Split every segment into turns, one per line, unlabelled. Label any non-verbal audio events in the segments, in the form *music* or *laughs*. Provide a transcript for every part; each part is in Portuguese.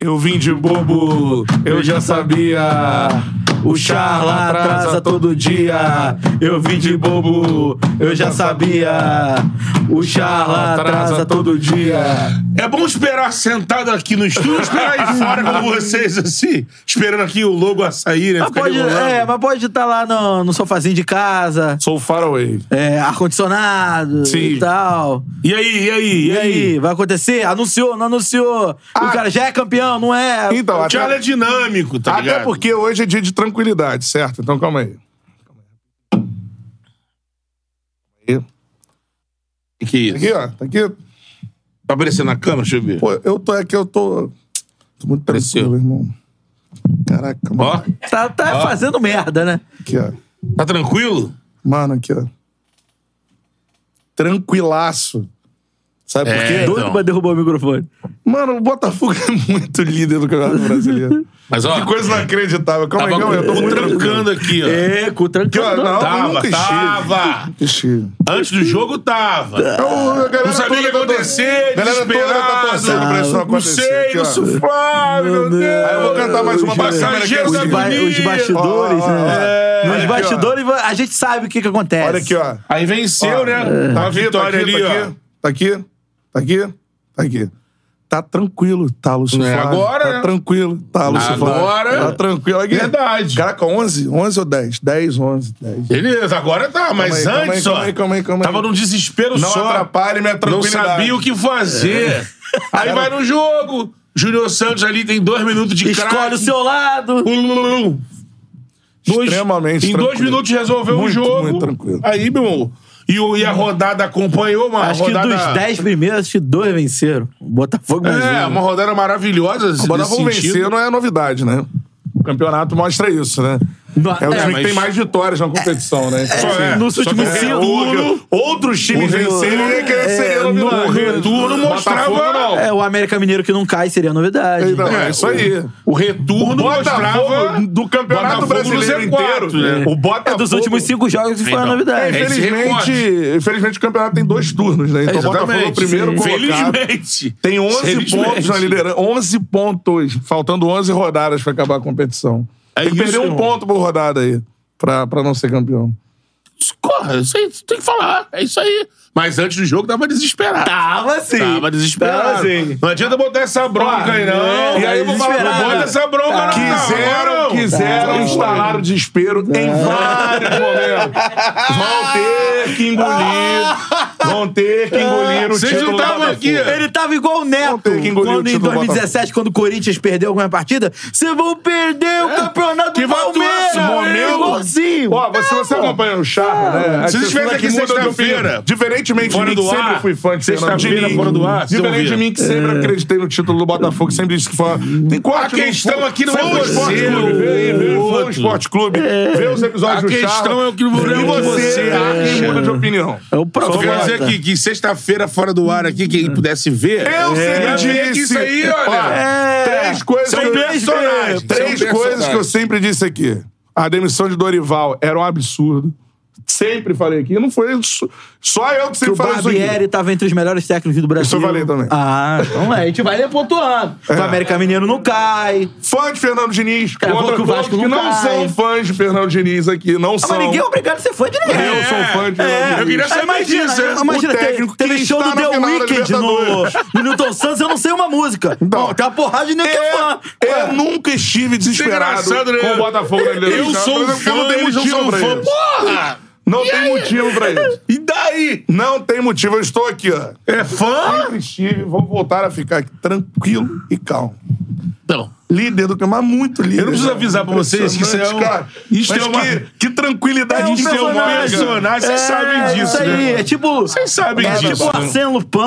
Eu vim de bobo, eu já sabia. O charla atrasa todo dia. Eu vim de bobo, eu já sabia. O charla atrasa todo dia.
É bom esperar sentado aqui no estúdio, esperar aí fora com vocês, assim, esperando aqui o logo a sair, né?
Mas
Ficar
pode,
enrolando.
é, mas pode estar lá no, no sofazinho de casa,
Sou faraway.
é, ar-condicionado
Sim.
e tal.
E aí, e aí,
E
e aí?
aí, vai acontecer? Anunciou, não anunciou?
Ah.
O cara já é campeão, não é?
Então,
O Charlie é dinâmico, tá ligado?
Até porque hoje é dia de tranquilidade, certo? Então calma aí. Calma aí.
Que que é isso?
Aqui, ó. Tá aqui.
Tá aparecendo na câmera? Deixa eu ver.
Pô, eu tô aqui, eu tô. Tô muito
Apareceu.
tranquilo, irmão. Caraca, mano.
Ó,
Tá, tá fazendo merda, né?
Aqui, ó.
tá tranquilo?
Mano, aqui, ó. Tranquilaço. Sabe por
É,
quê?
então.
Doido pra derrubar o microfone.
Mano, o Botafogo é muito líder do Campeonato Brasileiro.
Mas ó,
Que *laughs* coisa inacreditável. Calma
tava
aí, calma aí. Eu tô
com-
muito tranquilo.
trancando aqui, ó.
É, com
Aqui, ó,
tranquilo.
não, eu
Tava,
nunca estive.
tava.
Nunca estive.
Antes do jogo, tava.
Então, a galera
Não sabia o que ia
toda tá
acontecer,
torcendo. galera toda tá torcendo pra isso não
desesperado. Não
acontecer.
sei,
Aqui,
não
ó.
sou Flávio, meu
Meu
Deus.
Deus.
Aí eu vou cantar mais uma
Os
passagem.
passageiros
Os
da
Os, ba-
agonia.
os bastidores,
Ó, ó, ó.
né?
É,
Nos
aqui, ó.
bastidores, a gente sabe o que, que acontece.
Olha aqui, ó.
Aí venceu,
Ó,
né?
Tá
Tá a
aqui, tá
vitória
aqui,
ali,
tá
ó.
aqui, tá aqui, tá aqui, tá aqui. Tá tranquilo, tá, Lúcio
Não é
Flávio.
agora,
Tá
né?
tranquilo, tá, Lúcio Flávio.
Agora-
Tá tranquilo. Aqui.
Verdade.
Caraca, 11? 11 ou 10? 10, 11, 10.
Beleza, agora tá, mas
aí, calma
antes,
aí,
ó.
calma aí, calma aí, calma aí.
Tava num desespero
Não
só.
atrapalhe minha
Não
tranquilidade. É.
sabia o que fazer. Aí vai no jogo. Júnior Santos ali tem dois minutos de craque.
Escolhe o seu lado.
Ulululum. Dois-
Extremamente
Em dois
tranquilo.
minutos resolveu o
Muito,
jogo.
muito tranquilo.
Aí, meu irmão. E, o- e a rodada acompanhou, mano.
Acho que
rodada...
dos 10 primeiros, acho que dois venceram. O Botafogo mais
É,
um.
uma rodada maravilhosa. nesse
O Botafogo
sentido.
vencer não é novidade, né? O campeonato mostra isso, né?
Não,
É o
é,
time
mas-
que tem mais vitórias na competição, né? Então,
Só é.
Nos
Só
últimos
que o
cinco-
retorno-
Outros times
O Rio-
vencerem é que
é,
seria novidade.
O retorno mostrava.
Botafogo, não.
É, o América Mineiro que não cai seria novidade.
Então, é, isso aí.
O retorno mostrava
Botafogo do Campeonato
Botafogo no
Brasileiro
Z4,
inteiro.
né?
O Botafogo.
É dos últimos cinco jogos que foi a
Então,
novidade.
é isso.
Infelizmente,
Esse
infelizmente o campeonato tem dois turnos, né? Então o Botafogo é o primeiro colocado.
Felizmente.
Tem 11
Felizmente.
pontos na liderança. 11 pontos. Faltando 11 rodadas pra acabar a competição.
É
tem que
isso,
perder um
irmão.
ponto por rodada aí. Pra, pra não ser campeão.
Corra, isso aí tem que falar. É isso aí. Mas antes do jogo tava desesperado.
Tava sim.
Tava assim. desesperado.
Tava sim.
Não adianta botar essa bronca aí, não.
é,
e aí eu vou falar, não
desesperado.
bota essa bronca, não.
Quiseram,
não.
quiseram
Tá.
instalar o desespero em vários momentos. Vão ter que
*laughs*
engolir. Vão ter que engolir o
Vocês
título
não
do
tavam
Botafogo.
aqui, ó.
Ele tava igual o Neto.
ter que engolir o
Quando em
título do
2017, quando o Corinthians perdeu alguma partida, vocês vão perder o campeonato
É? Que
do
vai
Palmeiras.
atuar esse
Ele
momento.
igualzinho.
Ó, você, você acompanha o Charla, né? As
Se vocês
pessoas
tivessem aqui
mudam de
sexta-feira,
opinião. Diferentemente
fora
de mim,
do
que
ar,
sempre fui fã de Fernando
sexta-feira,
Diniz,
fora do ar, vocês
Diferente de
ouviram. É.
mim, que sempre acreditei no título do Botafogo, sempre disse que foi... Tem corte
A questão
no-
aqui não
foi
é
no
você,
Esporte Clube,
o
Vê aí, vê o Flow
outro. É.
Esporte Clube, vê os episódios
A
do Charla.
questão é o que você tá
E você
acha.
muda de opinião.
É o
Só Hum. quero dizer
profeta.
aqui que sexta-feira, fora do ar aqui, quem pudesse ver.
Eu
ia ver
sempre
que
disse.
Isso aí, olha.
É.
Três coisas
São
que eu-
personagens.
Três coisas
São personagens.
que eu sempre disse aqui. A demissão de Dorival era um absurdo. Sempre falei aqui. Não foi isso. Só eu que
Que
sempre
o
falei isso
Barbieri
aqui.
tava entre os melhores técnicos do Brasil.
Isso eu falei também. É.
Ah, então é, a gente vai pontuando. O América Mineiro não cai.
Fã de Fernando Diniz.
Cara,
contra
que o
todos
Vasco
que
não
não
cai.
são fãs de Fernando Diniz aqui.
Ah,
Não
Mas
são.
ninguém é obrigado a ser fã de ninguém.
Eu sou fã de Fernando
É,
Diniz.
Eu queria saber
imagina,
disso, hein?
Imagina,
é. O
teve-
técnico
teve
que
show
está
do
na
The
final da
Weeknd no,
Libertadores.
no Newton Santos, eu não sei uma música.
*laughs* Então,
Bom, tem uma porrada de nem que é fã.
Eu, eu nunca estive desesperado
Isso é engraçado, né?
com o Botafogo na
Eu sou um fã,
não tem
eles não
motivo
são
pra
fã.
isso.
Porra!
Não tem motivo pra isso.
*laughs* E daí?
Não tem motivo. Eu estou aqui, ó.
É fã?
Sempre estive, vou voltar a ficar aqui tranquilo e calmo.
Então.
Líder do campeonato, mas muito líder.
Eu não preciso avisar pra vocês que isso é um-
Cara,
isso
mas
é uma-
que, que tranquilidade
Isso é um personagem, vocês sabem disso,
é, isso aí,
né?
é tipo.
Vocês sabem
é
disso.
tipo Arsène Lupin,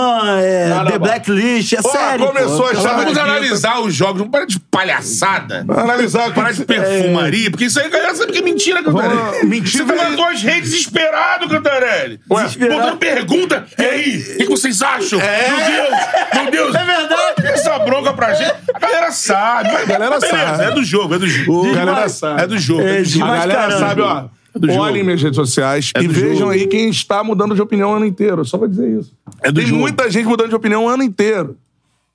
é,
Nada
The
bala.
Blacklist, é
né? Ó,
sério.
começou
pô.
a chave
Vamos
de quinta.
analisar os jogos, não para de palhaçada.
Analisar o
Para de
que...
perfumaria, porque isso aí a galera sabe que é mentira,
Vamos-
Cantarelli.
mentira
Você tá
é-
nas duas redes desesperado, Cantarelli.
Desesperado.
Botando pergunta. E aí, o que que vocês acham? Meu Deus, meu Deus.
É verdade.
Por que Essa bronca pra gente. A galera sabe. A
galera sabe.
É do jogo, é do jogo.
A galera
Desmai-
sabe.
É do jogo.
É,
É do jogo. É
A
Mas,
galera
caramba.
sabe, ó.
do jogo. É
Olhem minhas redes sociais e
do
vejam
jogo.
aí quem está mudando de opinião o ano inteiro. Só vou dizer isso.
É do
Tem
jogo.
muita gente mudando de opinião o ano inteiro.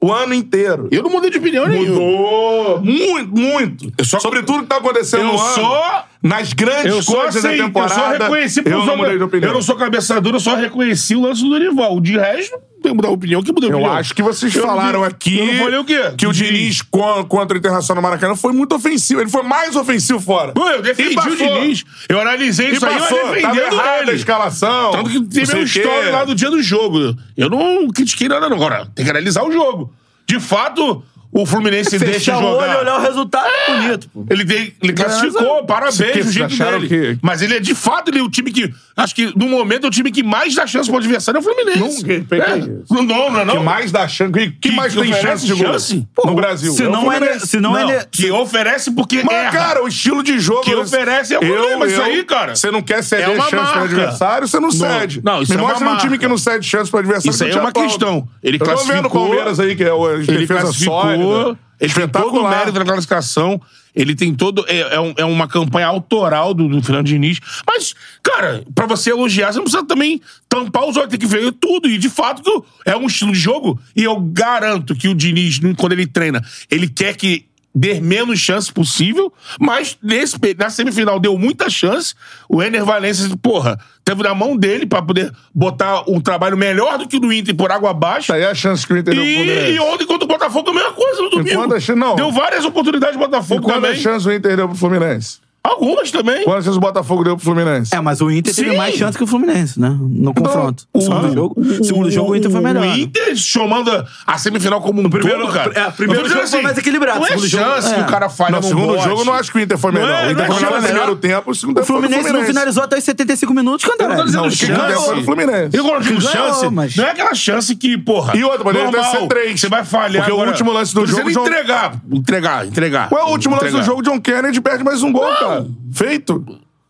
o ano inteiro.
Eu não mudei de opinião nenhuma.
Mudou muito, muito.
Eu só-
Sobre tudo que tá acontecendo
Eu
no ano.
só-
Nas grandes
Eu só,
coisas
sei,
da
eu
temporada.
só reconheci
eu não mudei de opinião.
Eu não sou cabeça dura, eu só reconheci o lance do Dorival. De resto,
Tem que mudar a opinião, que mudou a
Eu
Eu
opinião.
acho que vocês
Eu não
falaram
vi-
aqui
eu não falei o quê?
que o
Diniz.
Diniz co- contra o Internacional Maracanã foi muito ofensivo. Ele foi mais ofensivo fora.
pô, eu defendi
E passou.
o Diniz. Eu analisei
E
isso aí,
passou. Tá
eu
Tava
defendendo
errada a
ele.
escalação.
Tanto que teve
Não
um
sei o quê.
story lá do dia do jogo.
Eu não critiquei nada, não. Agora, tem que analisar o jogo. De fato, o Fluminense deixa
Fechar o olho e
jogar.
olhar o resultado é bonito, pô.
Ele, tem- ele classificou,
que
parabéns, o
vocês
jeito
acharam
dele.
que-
Mas ele é, de fato, ele é o time que... Acho que, no momento, é o time que mais dá chance pro adversário é o Fluminense.
Não, que- que-
é. Não, não, não. é
Que
não.
mais dá chance. Que, que mais
que
tem
oferece
chance de gol
chance?
no Brasil?
se
É o
não é-
Fluminense.
se não é-
Mas,
Que oferece porque erra.
cara, o estilo de jogo.
Que oferece é o problema, isso aí, cara.
Você não quer ceder
É uma
chance pro
marca.
adversário, você não, cede.
não, isso
Me
é uma
mostra um
marca.
time que não cede chance pro adversário.
Isso
que
aí
eu
é
te
uma
aplaudo.
questão. Ele
Eu tô vendo o
classificou-
Palmeiras aí, que é o- a
Ele
defesa
classificou,
sólida. né?
ele tem todo o
Espetacular.
mérito na classificação, ele tem todo. É, é um- é uma campanha autoral do, do Fernando Diniz. Mas, cara, pra você elogiar, você não precisa também tampar os olhos, tem que ver tudo. E de fato, que é um estilo de jogo. E eu garanto que o Diniz, quando ele treina, ele quer que. dê menos chance possível, mas nesse, pe- na semifinal deu muita chance. O Ener Valencia, porra, teve na mão dele pra poder botar um trabalho melhor do que o do Inter por água abaixo.
Isso aí é a chance que o Inter deu pro
E,
Fluminense.
e ontem contra o Botafogo a mesma coisa no domingo.
quando a China- não.
Deu várias oportunidades pro
E
Botafogo
quantas
também.
chances o Inter deu pro Fluminense?
Algumas também.
Quantas chances o Botafogo deu pro Fluminense?
É, mas o Inter teve
Sim.
mais chance que o Fluminense, né? No confronto.
O-
segundo jogo, segundo jogo o Inter foi melhor.
O Inter chamando a, a semifinal como um
primeiro-
todo, cara.
é, primeiro
Eu tô dizendo
jogo foi mais equilibrado,
Não é
segundo jogo-
chance que
é.
o cara falha
No
num
segundo
bote.
jogo, eu não acho que o Inter foi
Não
melhor.
é,
o Inter
não é
foi melhor no
chance.
primeiro tempo, o segundo
O
tempo foi do
Fluminense não finalizou até os 75 minutos,
Eu não tô
Cantarelli.
dizendo
Não,
chance.
quem ganhou foi o Fluminense.
E quando eu digo
Ganhou,
chance,
mas-
não é aquela chance que, porra.
E outra, poderia até
normal,
ser três.
Você vai falhar.
Porque o
agora.
último lance do
Tô dizendo
jogo, João-
entregar. Entregar, entregar.
Qual é o último lance do
Entregar.
jogo? John Kennedy perde mais um gol, cara. Feito.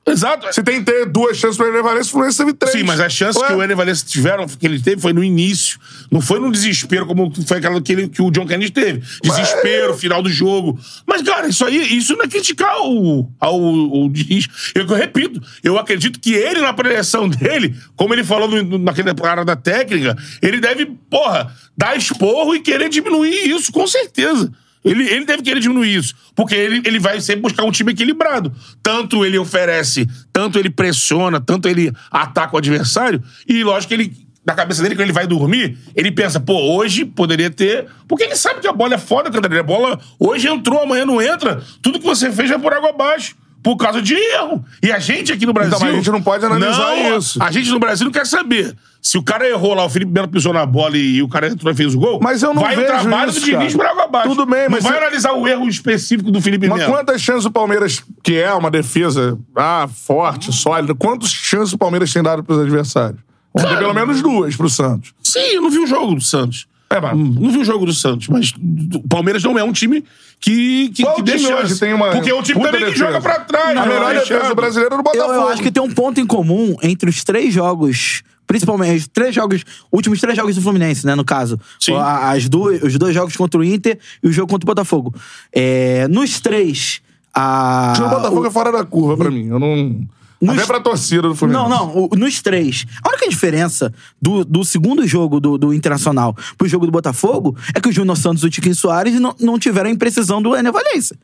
Exato.
Você tem que ter duas chances pra ele Valencia, o Fluminense teve três.
Sim, mas a chance
Ué,
que o Ener Valencia tiveram, que ele teve, foi no início. Não foi no desespero como foi aquela que, ele- que o John Kennedy teve. Desespero, final do jogo. Mas, cara, isso aí, isso não é criticar o, ao, o Diniz. Eu, que eu repito, eu acredito que ele, na preleção dele, como ele falou no- no- naquele área da técnica, ele deve, porra, dar esporro e querer diminuir isso, com certeza. Ele, ele deve querer diminuir isso. Porque ele, ele vai sempre buscar um time equilibrado. Tanto ele oferece, tanto ele pressiona, tanto ele ataca o adversário. E lógico que ele, na cabeça dele, quando ele vai dormir, ele pensa, pô, hoje poderia ter. Porque ele sabe que a bola é foda, Cantarelli. A bola hoje entrou, amanhã não entra. Tudo que você fez vai por água abaixo. Por causa de erro. E a gente aqui no Brasil.
Então, mas a gente não pode analisar
Não,
isso.
A gente no Brasil não quer saber. Se o cara errou lá, o Felipe Melo pisou na bola e, o cara entrou e fez o gol.
Mas eu não
vai
vejo
o trabalho
isso,
do Diniz
cara.
por água abaixo.
Tudo bem,
Não
mas
vai
você-
analisar o erro específico do Felipe
Mas
Melo.
quantas chances o Palmeiras, que é uma defesa ah,
Uhum.
forte, sólida, quantas chances o Palmeiras tem dado pros adversários? Vamos ter pelo menos duas pro Santos.
Sim, eu não vi o jogo do Santos.
É, mas-
Hum, Não vi o jogo do Santos, mas o Palmeiras não é um time que, que,
Qual
que
time
deixa.
hoje tem uma
Porque é um time
puta
também que
defesa?
joga pra trás. né?
A
joga
melhor
fechado.
defesa brasileira é do
Eu,
Botafogo.
eu acho que tem um ponto em comum entre os três jogos, principalmente os três jogos, últimos três jogos do Fluminense, né, no caso.
Sim.
A- As duas, os dois jogos contra o Inter e o jogo contra o Botafogo. É, nos três, a.
O time do Botafogo é fora da curva pra mim. Eu não...
Ah, Nos-
Até pra torcida do Fluminense.
Não, não, o- nos três. A única diferença do, do segundo jogo do, do Internacional pro jogo do Botafogo é que o Júnior Santos e o Tiquinho Soares não, não tiveram a imprecisão do Ené Valência.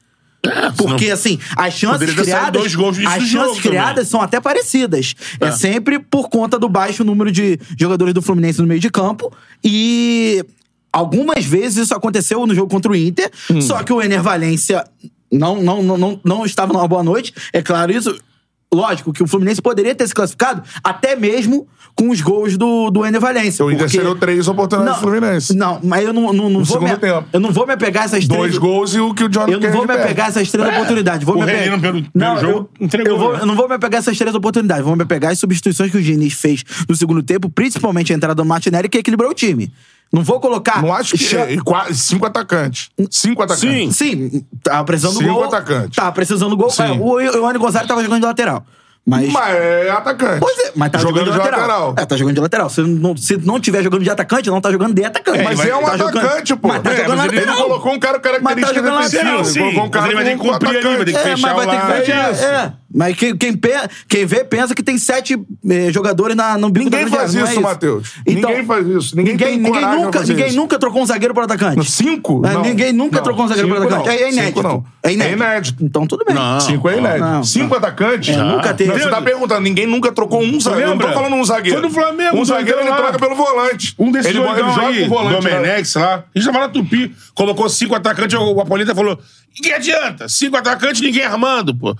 Porque, assim, as chances
É, Poderia ter saído
criadas.
dois gols no início
as
do jogo
chances criadas
também.
são até parecidas. É.
Ah.
sempre por conta do baixo número de jogadores do Fluminense no meio de campo e. Algumas vezes isso aconteceu no jogo contra o Inter,
Hum.
só que o Ener Valência não, não, não, não, não estava numa boa noite, é claro isso. Lógico que o Fluminense poderia ter se classificado até mesmo com os gols do, do Ener Valência.
O Inter
porque-
cedeu três oportunidades do Fluminense.
Não, mas eu não, não, não vou
segundo
me,
tempo.
eu não vou me apegar a essas
Dois
três
gols e o que o John
eu não vou me
perde.
apegar a essas três oportunidades. Vou
O
me apegar.
Renino, pelo- pelo
não,
jogo,
eu,
entregou,
eu vou-
né?
eu não vou me apegar a essas três oportunidades. Vou me apegar as substituições que o Diniz fez no segundo tempo, principalmente a entrada do Martinelli, que equilibrou o time. Não vou colocar.
Não acho que. é,
Chan-
E qua- cinco atacantes. Cinco atacantes.
Sim, tá precisando do
Cinco
gol.
atacantes.
Tá precisando do gol. É, o Ione Gonzalez tava jogando de lateral. Mas.
Mas é atacante.
Pois é, mas tá jogando, de lateral. É, tá jogando de lateral. Se não, se não tiver jogando de atacante, não tá jogando de atacante.
Mas
Ele
é um
Tá jogando-
atacante, pô.
Mas tá
É,
jogando
mas ele não
lateral.
colocou um cara com
Mas tá
característica
jogando
defensiva.
lateral,
Ele
sim.
colocou um
Mas
cara
ele vai ter que
com
cumprir ali, vai ter que
atacante.
É, mas
fechar
vai ter que
lá,
fechar.
é isso.
É. Mas quem, quem, pe- quem vê pensa que tem sete eh, jogadores na, no bico
Ninguém
da grande
faz
área, não é
isso, Matheus.
Então,
Ninguém faz isso. Ninguém tem coragem pra
nunca,
fazer
ninguém
isso.
nunca trocou um zagueiro para atacante.
Cinco?
É,
Não.
Ninguém nunca
Não.
trocou um zagueiro para
Cinco,
atacante.
não.
É, é inédito.
Cinco, não.
É inédito.
É inédito.
Então tudo bem.
Não.
Cinco é inédito.
não.
Cinco atacantes?
É, nunca teve.
Não, você tá perguntando, ninguém nunca trocou um zagueiro. Eu não tô
lembra?
falando um zagueiro.
Foi no Flamengo,
Um
do
zagueiro ele
André lá.
troca pelo volante.
Um desses
ele,
doidão
ele joga
aí,
com o volante. né?
Domenex lá. A gente tava na Tupi. Colocou cinco atacantes, o Apolita falou, "E que adianta? Cinco atacantes, ninguém armando, pô.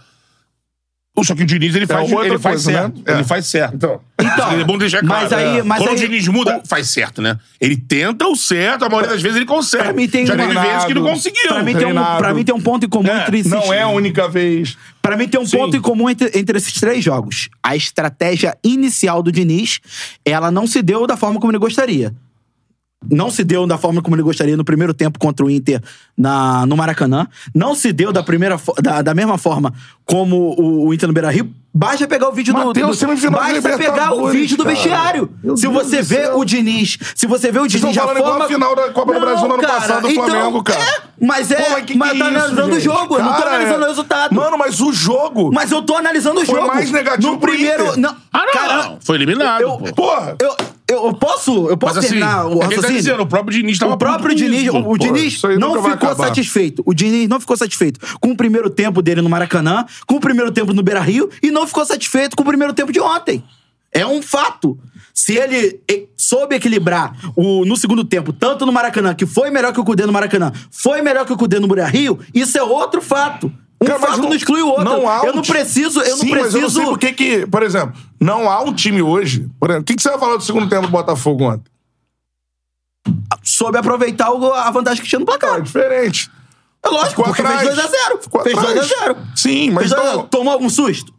Só que o Diniz, ele faz,
outra
ele faz
coisa, né?
certo.
É.
Ele faz certo.
Então,
Então,
é bom deixar claro.
mas aí-
É.
mas
Quando
aí-
o Diniz muda, faz certo, né? Ele tenta o certo, a maioria das vezes ele consegue.
Pra mim tem
Já
um
teve
danado.
vezes que não conseguiu.
Pra mim, tem um,
Treinado.
pra mim tem um ponto em comum
É,
entre esses.
não é a única vez.
Pra mim tem um
Sim.
ponto em comum entre, entre esses três jogos. A estratégia inicial do Diniz, ela não se deu da forma como ele gostaria. Não se deu da forma como ele gostaria no primeiro tempo contra o Inter na, no Maracanã. Não se deu da, primeira, fo- da, da mesma forma como o, o Inter no Beira Rio. Basta pegar o vídeo do-
Mateus,
do.
semifinal de
basta pegar o
Libertadores,
vídeo do
cara.
vestiário.
Meu
Se
Deus
você
do
vê
céu.
o Diniz, se você vê o Diniz,
estão
já
falando igual
forma... então,
a final da Copa do Brasil no ano passado do Flamengo, cara.
é, mas é,
Pô, que
mas
que
tá
é isso,
analisando o
gente?
jogo, eu não tô
Cara,
analisando
é-
o resultado.
Mano, mas o jogo.
Mas eu tô analisando o
Foi
jogo.
mais negativo
no
pro
primeiro.
Inter.
Não,
Ah, não,
cara,
não. Foi eliminado,
eu-
pô.
Porra!
Eu, eu, eu posso, eu posso
Mas assim,
terminar o
é que ele tá
raciocínio?
dizendo, o próprio Diniz tava
O próprio
puto com
Diniz,
isso,
o, o
pô.
Diniz
isso aí
não
nunca vai
ficou
acabar.
satisfeito. O Diniz não ficou satisfeito com o primeiro tempo dele no Maracanã, com o primeiro tempo no Beira-Rio e não ficou satisfeito com o primeiro tempo de ontem. É um fato. Se ele e- soube equilibrar o, no segundo tempo, tanto no Maracanã, que foi melhor que o Cudê no Maracanã, foi melhor que o Cudê no Beira-Rio, isso é outro fato. Um
Cara, mas
fato não, exclui o outro.
Não há um
eu não
ti-
preciso, eu
Sim,
não
Mas eu não sei
preciso
por que que, por exemplo, não há um time hoje. Por exemplo, o que, que você vai falar do segundo tempo do Botafogo ontem?
soube aproveitar o- a vantagem que tinha no
É
placar.
diferente.
É lógico,
Ficou
porque
atrás.
fez 2x0.
Ficou
Fez
atrás.
2x0.
Sim, mas então-
Tomou algum susto?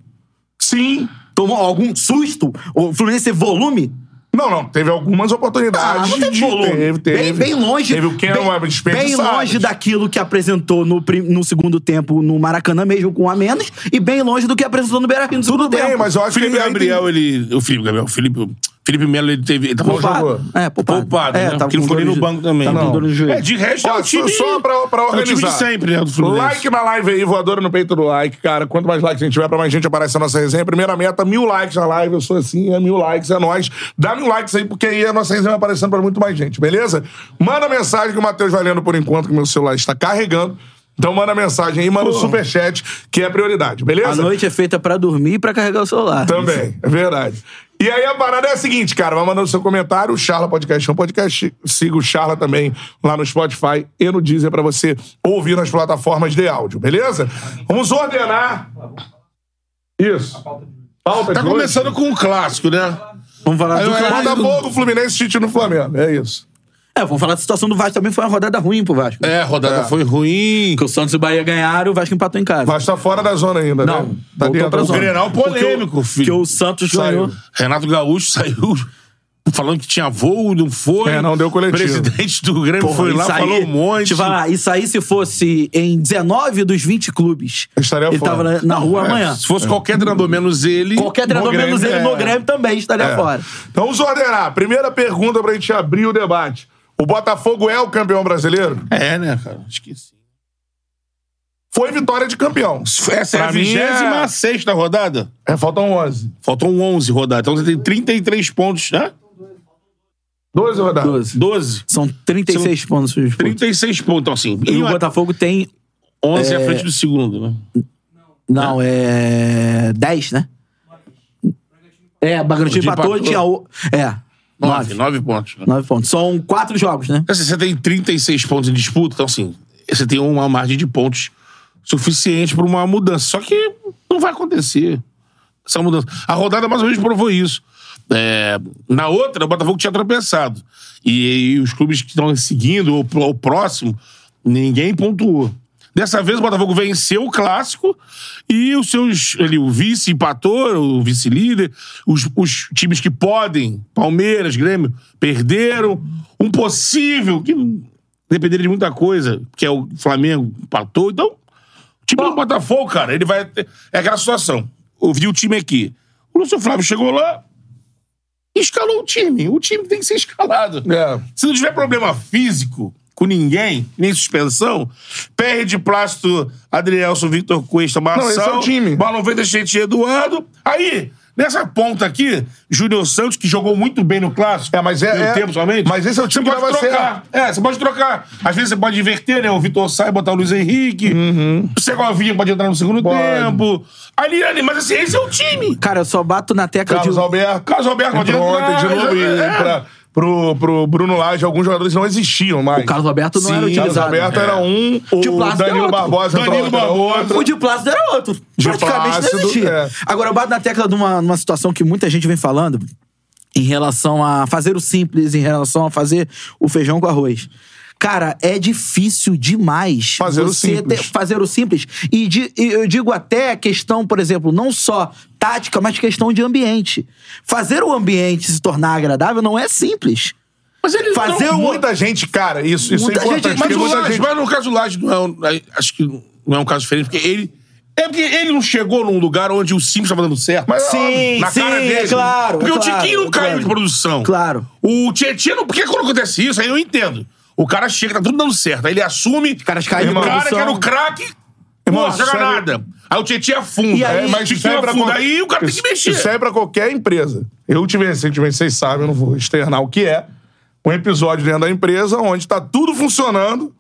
Sim.
Tomou algum susto? O Fluminense teve volume?
Não, não. Teve algumas oportunidades.
Ah, não teve
de-
volume.
Teve, teve.
Bem, bem longe.
Teve o que
bem,
era desperdiçado.
bem longe daquilo que apresentou no, prim- no segundo tempo no Maracanã, mesmo com um a menos, e bem longe do que apresentou no Beira Rio no segundo
Tudo bem,
tempo.
mas eu
O
acho
Felipe
que ele
Gabriel, ele. O Felipe Gabriel, o Felipe. Felipe Melo, ele teve. Ele tá tava
Poupado.
jogou.
É, poupado.
Poupado,
é,
né? Porque ele
com
ficou
dor
ali no
jo-
banco também.
Tava com
Não.
dor no joelho.
É, de resto é
Ó,
o time.
só, só pra, pra
É o
organizar.
time de sempre, né? Do Fluminense.
Like na live aí, voadora no peito do like, cara. Quanto mais likes a gente tiver, pra mais gente aparecer a nossa resenha. Primeira meta, mil likes na live. Eu sou assim, é mil likes, é nóis. Dá mil likes aí, porque aí a nossa resenha vai aparecendo pra muito mais gente, beleza? Manda mensagem que o Matheus vai lendo por enquanto, que meu celular está carregando. Então manda mensagem aí, manda o superchat, que é a prioridade, beleza?
A noite é feita pra dormir e pra carregar o celular.
Também, é verdade. E aí a parada é a seguinte, cara, vai mandando seu comentário, o Charla Podcast é um podcast, siga o Charla também lá no Spotify e no Deezer pra você ouvir nas plataformas de áudio, beleza? Vamos ordenar. Isso. Falta
Tá
de hoje.
começando com um clássico, né?
Vamos falar do
eu-
Clássico.
Botafogo, Fluminense, Tite no Flamengo, é isso.
É, vamos falar da situação do Vasco também. Foi uma rodada ruim pro Vasco.
É, a rodada
É.
foi ruim.
Porque o Santos e o Bahia ganharam, o Vasco empatou em casa.
Mas tá fora da zona ainda,
Não,
né? Tá
voltou
dentro
pra
da
zona.
Grenal polêmico, filho.
Porque o Santos
Saiu.
ganhou.
Renato Gaúcho *laughs* saiu falando que tinha voo, não foi.
É, não deu coletivo.
presidente do Grêmio
Porra,
foi lá,
isso aí-
falou um monte.
Te falar, isso aí se fosse em 19 dos 20 clubes,
Estaria
ele
fora.
tava na, na rua
É,
amanhã.
Se fosse qualquer treinador menos ele.
Qualquer treinador
Grêmio,
menos ele
é.
no Grêmio também estaria
É.
fora.
Então vamos ordenar. Primeira pergunta pra gente abrir o debate. O Botafogo é o campeão brasileiro?
É, né, cara? Esqueci.
Foi vitória de campeão.
Essa é
Pra
a
mim, é-
26 rodada?
É, faltam 11.
Faltam 11 rodadas. Então você tem 33 pontos, né?
12 rodadas.
12.
12.
São 36 pontos. de disputa.
36 pontos, então, assim.
E
E
o Botafogo É. tem.
11 à frente do segundo, né?
Não, é. 10, né? É, Bagantino
Bragantino
empatou,
empatou.
tinha. o- É.
9,
9.
9 pontos. Né?
9 pontos. São 4 jogos, né?
Então, assim, você tem 36 pontos em disputa, então, assim, você tem uma margem de pontos suficiente para uma mudança. Só que não vai acontecer essa mudança. A rodada mais ou menos provou isso. É, na outra, o Botafogo tinha tropeçado. E, e os clubes que estão seguindo, ou, pro- ou próximo, ninguém pontuou. Dessa vez, o Botafogo venceu o clássico e os seus. Ali, o vice empatou, o vice-líder, os, os times que podem, Palmeiras, Grêmio, perderam. Um possível, que dependeria de muita coisa, que é o Flamengo, empatou. Então, o time do Botafogo, cara, ele vai. ter- É aquela situação. Eu vi o time aqui. O Lúcio Flávio chegou lá e escalou o time. O time tem que ser escalado.
É.
Se não tiver problema físico, com ninguém, nem suspensão. Perde Plácido, Adrielson, Victor Cuesta, Marçal.
esse é o time.
Balão Verde, Tietchan, Eduardo. Aí, nessa ponta aqui, Júnior Santos, que jogou muito bem no Clássico.
É, mas é-
Meio
é-
tempo somente.
mas esse é o time
você
que
pode
vai ser-
trocar. É, você pode trocar. Às vezes você pode inverter, né? O Vitor sai, botar o Luiz Henrique. O Segovinha pode entrar no segundo
Uhum. Pode.
tempo. Ali, ali, mas assim, esse é o time.
Cara, eu só bato na tecla
Carlos
de.
Alberto.
Carlos Alberto pode
Entrou
entrar,
ontem de novo e
é.
pra, pro, pro Bruno Lage, alguns jogadores não existiam mais.
O Carlos Alberto não era
Sim, Carlos
utilizado.
Alberto era um,
Tio
o
Plácido é
Danilo
outro.
Barbosa entrou,
Danilo
era
Barbosa.
outro.
O de Plácido era outro. Praticamente
Plácido,
não existia.
é.
Agora, eu bato na tecla de uma, numa situação que muita gente vem falando em relação a fazer o simples, em relação a fazer o feijão com arroz. Cara, é difícil demais
Fazer o simples.
fazer o simples. E, di- e eu digo até questão, por exemplo, não só tática, mas questão de ambiente. Fazer o ambiente se tornar agradável não é simples.
Mas ele
Fazer
Então,
o-
muita gente, cara, isso, isso é
Muita gente-
importante.
Mas,
porque
o
muita
Laje,
gente-
mas no caso do Laje, não é um- aí, acho que não é um caso diferente, porque ele. É porque ele não chegou num lugar onde o Simples estava dando certo.
Mas,
é
sim,
óbvio, na
sim,
cara
é
dele.
claro,
Porque
é
o
claro,
Tiquinho não
é
caiu
claro.
de produção.
Claro.
O Tietchan não. Porque quando acontece isso, aí eu entendo. O cara chega, tá tudo dando certo. Aí ele assume. Os
caras caem de
O cara
produção.
que era o craque.
Irmão,
Não joga
sério.
nada. Aí o Tietchan afunda.
E aí-
É, mas o
isso
Tietchan
é pra
afunda.
qual-
Aí o cara tem que
isso-
mexer.
Isso é pra qualquer empresa. Eu tive recentemente, vocês sabem, eu não vou externar o que é, um episódio dentro da empresa onde tá tudo funcionando,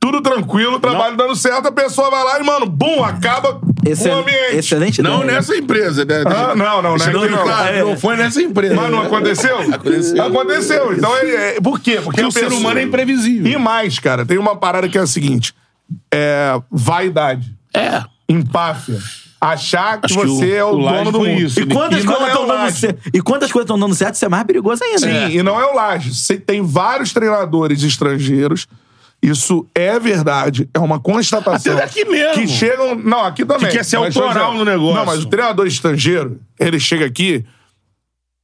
tudo tranquilo, o trabalho dando certo, a pessoa vai lá e, mano, bum, acaba com o
Excel-
ambiente.
Excelente
Não
ideia.
nessa empresa, né?
é- Ah, não, não,
Deixa
né?
eu
Não,
claro,
é.
não foi nessa empresa. né?
Mas não aconteceu?
Aconteceu.
Aconteceu. Então, é, é- por quê? Porque
Porque o
a
ser
pessoa-
humano é imprevisível.
E mais, cara, tem uma parada que é a seguinte: é vaidade,
É.
empáfia. Achar que
Acho que
você
o-
é o,
o Laje
dono do
foi
mundo.
isso,
E
ele
Quantas
e não
coisas
é
estão
o
dando
Laje.
certo? E quantas coisas estão dando certo, isso é mais perigoso ainda.
Sim, e não é o Laje. Você tem vários treinadores estrangeiros. Isso é verdade, é uma constatação.
Até daqui mesmo.
Que chegam. Não, aqui também.
Que quer ser
Mas, por
autoral
exemplo,
no negócio.
Não, mas o treinador estrangeiro, ele chega aqui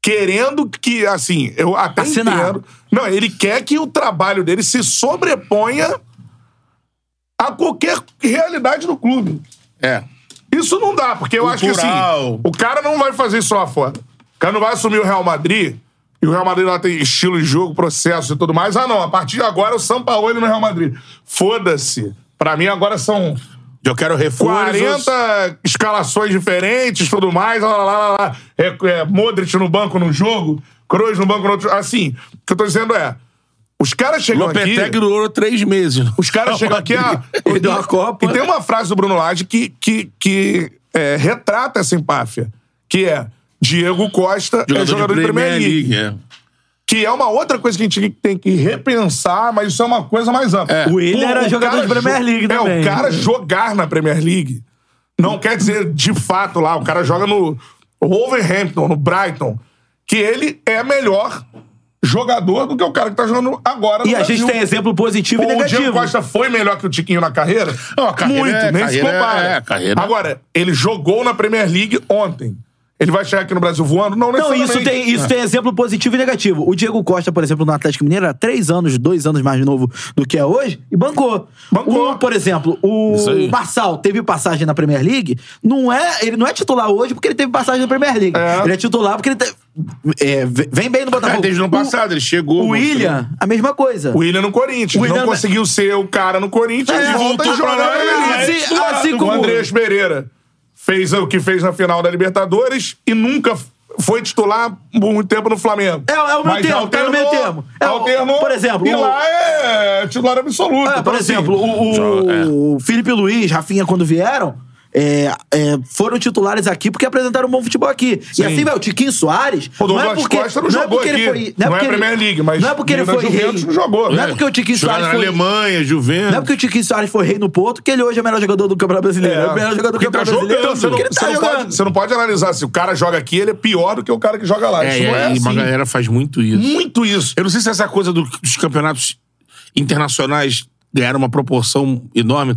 querendo que, assim, eu até
Assinar.
entendo. Não, ele quer que o trabalho dele se sobreponha a qualquer realidade do clube.
É.
Isso não dá, porque eu acho que assim,
Cultural.
o cara não vai fazer isso lá fora. O cara não vai assumir o Real Madrid, e o Real Madrid lá tem estilo de jogo, processo e tudo mais. Ah, não, a partir de agora é o São Paulo no Real Madrid. Foda-se. Pra mim agora são
Eu quero reforços.
40 escalações diferentes, tudo mais, lá, lá, lá, lá, lá. É, é, Modric no banco num jogo, Cruz no banco no outro. Assim, o que eu tô dizendo é, os caras chegam aqui...
Lopeteg durou três meses.
Os caras chegam aqui, ah,
Ele deu uma Copa.
E tem uma frase do Bruno Lage que, que, que é, retrata essa empáfia, que é Diego Costa é jogador de Premier League. Que é uma outra coisa que a gente tem que repensar, mas isso é uma coisa mais ampla.
É.
O ele era jogador
cara
de Premier
jo-
League
É,
também.
o cara jogar na Premier League não quer dizer de fato lá, o cara joga no Wolverhampton, no Brighton, que ele é melhor jogador do que o cara que tá jogando agora no
E a gente
Brasil.
tem exemplo positivo e
Bom, O
negativo.
Diego Costa foi melhor que o Tiquinho na carreira?
Não, a carreira
Muito,
é-
nem
carreira
se compara.
é- é, carreira.
Agora, ele jogou na Premier League ontem. Ele vai chegar aqui no Brasil voando? Não,
Não,
necessariamente.
isso tem, isso tem exemplo positivo e negativo. O Diego Costa, por exemplo, no Atlético Mineiro, era três anos, dois anos mais novo do que é hoje, e bancou.
Bancou.
O, por exemplo, o
Isso aí.
Marçal teve passagem na Premier League. Não é, ele não é titular hoje porque ele teve passagem na Premier League.
É.
Ele é titular porque ele teve, é, vem bem no Botafogo.
É, desde o ano passado, ele chegou.
O
mostrou.
William, a mesma coisa.
O William no Corinthians.
O William-
não conseguiu ser o cara no Corinthians.
É,
e volta
voltou
e joga
pra
na
lá,
Premier League.
assim- assim
o
como-
Andrés Pereira fez o que fez na final da Libertadores e nunca foi titular por muito tempo no Flamengo.
É- é o meu
Mas
termo, tá no meu
alternou-
termo. É o-
alternou,
por exemplo,
E
o-
lá é titular absoluto.
Ah,
Então,
por
assim,
exemplo, o, o-
é.
o Felipe Luiz, Rafinha, quando vieram, é, é, foram titulares aqui porque apresentaram um bom futebol aqui. E assim, velho, o Tiquinho Soares.
O
não é
Douglas
porque,
Costa não
é
jogou
porque ele
aqui.
foi.
Não é
porque ele-
Premier League, mas
Não é porque ele
na
foi rei.
Juventus não jogou,
Não é
né?
porque o Tiquinho
Jogava
Soares
na
foi.
Alemanha, Juventus.
Não é porque o Tiquinho Soares foi rei no Porto que ele hoje é o melhor jogador do Campeonato Brasileiro.
É.
É, o melhor jogador do
Quem tá
Campeonato
jogando,
Brasileiro.
você não,
porque ele tá
você não
jogando.
pode, você não pode analisar se o cara joga aqui, ele é pior do que o cara que joga lá.
É,
isso
e
não é,
aí
assim.
uma galera faz muito isso.
Muito isso.
Eu não sei se essa coisa do- dos campeonatos internacionais ganharam uma proporção enorme.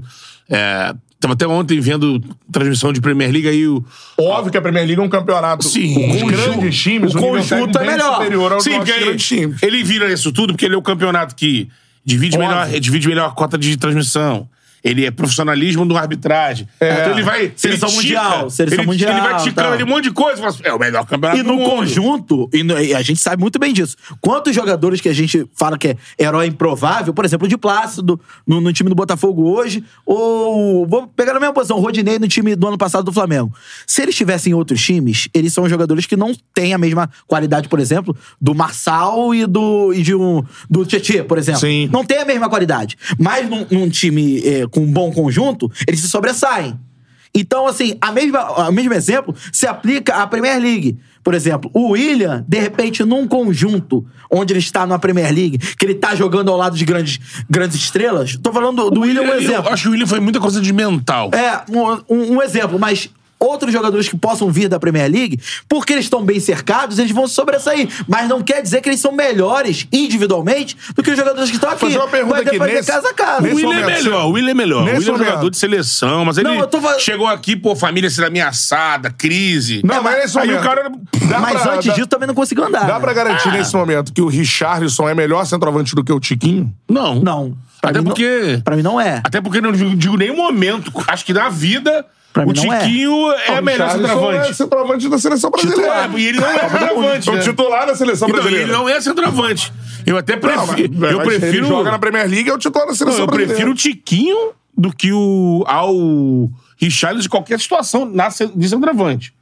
É, tava até ontem vendo transmissão de Premier League aí o.
Óbvio que a Premier League é um campeonato.
Sim.
com os grandes times,
o
nível técnico
conjunto é
bem
melhor.
superior ao
Sim,
nosso
porque ele,
grande time.
ele vira isso tudo, porque ele é o campeonato que divide
Óbvio.
melhor, divide melhor a cota de transmissão. Ele é profissionalismo do arbitragem.
É.
Então ele vai.
Seleção
ele
mundial, seleção
ele,
mundial,
Ele vai ticando
tal.
ali um monte de coisa. fala assim, é o melhor campeonato
E
do
no
mundo.
conjunto, e, no- e a gente sabe muito bem disso. Quantos jogadores que a gente fala que é herói improvável, por exemplo, o de Plácido no, no time do Botafogo hoje, ou vou pegar na mesma posição, o Rodinei no time do ano passado do Flamengo. Se eles estivessem em outros times, eles são jogadores que não têm a mesma qualidade, por exemplo, do Marçal e do e de um do Tietchan, por exemplo.
Sim.
Não tem a mesma qualidade. Mas num, num time eh, com um bom conjunto, eles se sobressaem. Então, assim, a mesma, o mesmo exemplo se aplica à Premier League. Por exemplo, o William, de repente, num conjunto onde ele está na Premier League, que ele está jogando ao lado de grandes, grandes estrelas. Tô falando do, do William, um
Eu
exemplo.
acho que o William foi muita coisa de mental.
É, um, um- um exemplo, mas outros jogadores que possam vir da Premier League, porque eles estão bem cercados, eles vão se sobressair. Mas não quer dizer que eles são melhores individualmente do que os jogadores que estão aqui.
fazer uma pergunta
Vai
aqui,
depender
nesse-
casa a casa.
O
nesse
William é
momento,
melhor, o William é melhor. O
Nesse
William é
momento.
jogador de seleção, mas ele
Não, eu tô falando-
chegou aqui, pô, família sendo ameaçada, crise.
Não, mas nesse
Aí
momento-
o cara.
Dá
mas
pra-
antes
dá-
disso também não conseguiu andar.
Dá
né?
pra garantir nesse momento que o Richarlison é melhor centroavante do que o Tiquinho?
Não.
Não. Pra
Até
mim não-
porque-
Pra mim não é.
Até porque eu não digo, digo nenhum momento. Acho que na vida,
Pra
o
mim não é.
Tiquinho é,
O
melhor
Richarlison
centroavante.
É centroavante da seleção brasileira.
Titular, e ele não é centroavante,
O
né?
titular da seleção
Então,
brasileira.
ele não é centroavante. Eu até
Não, mas-
prefiro. eu
mas Ele
prefiro.
joga na Premier League, é o titular da
Não,
seleção
eu
brasileira.
prefiro o Tiquinho do que o ao Richarlison de qualquer situação na, ce- de centroavante.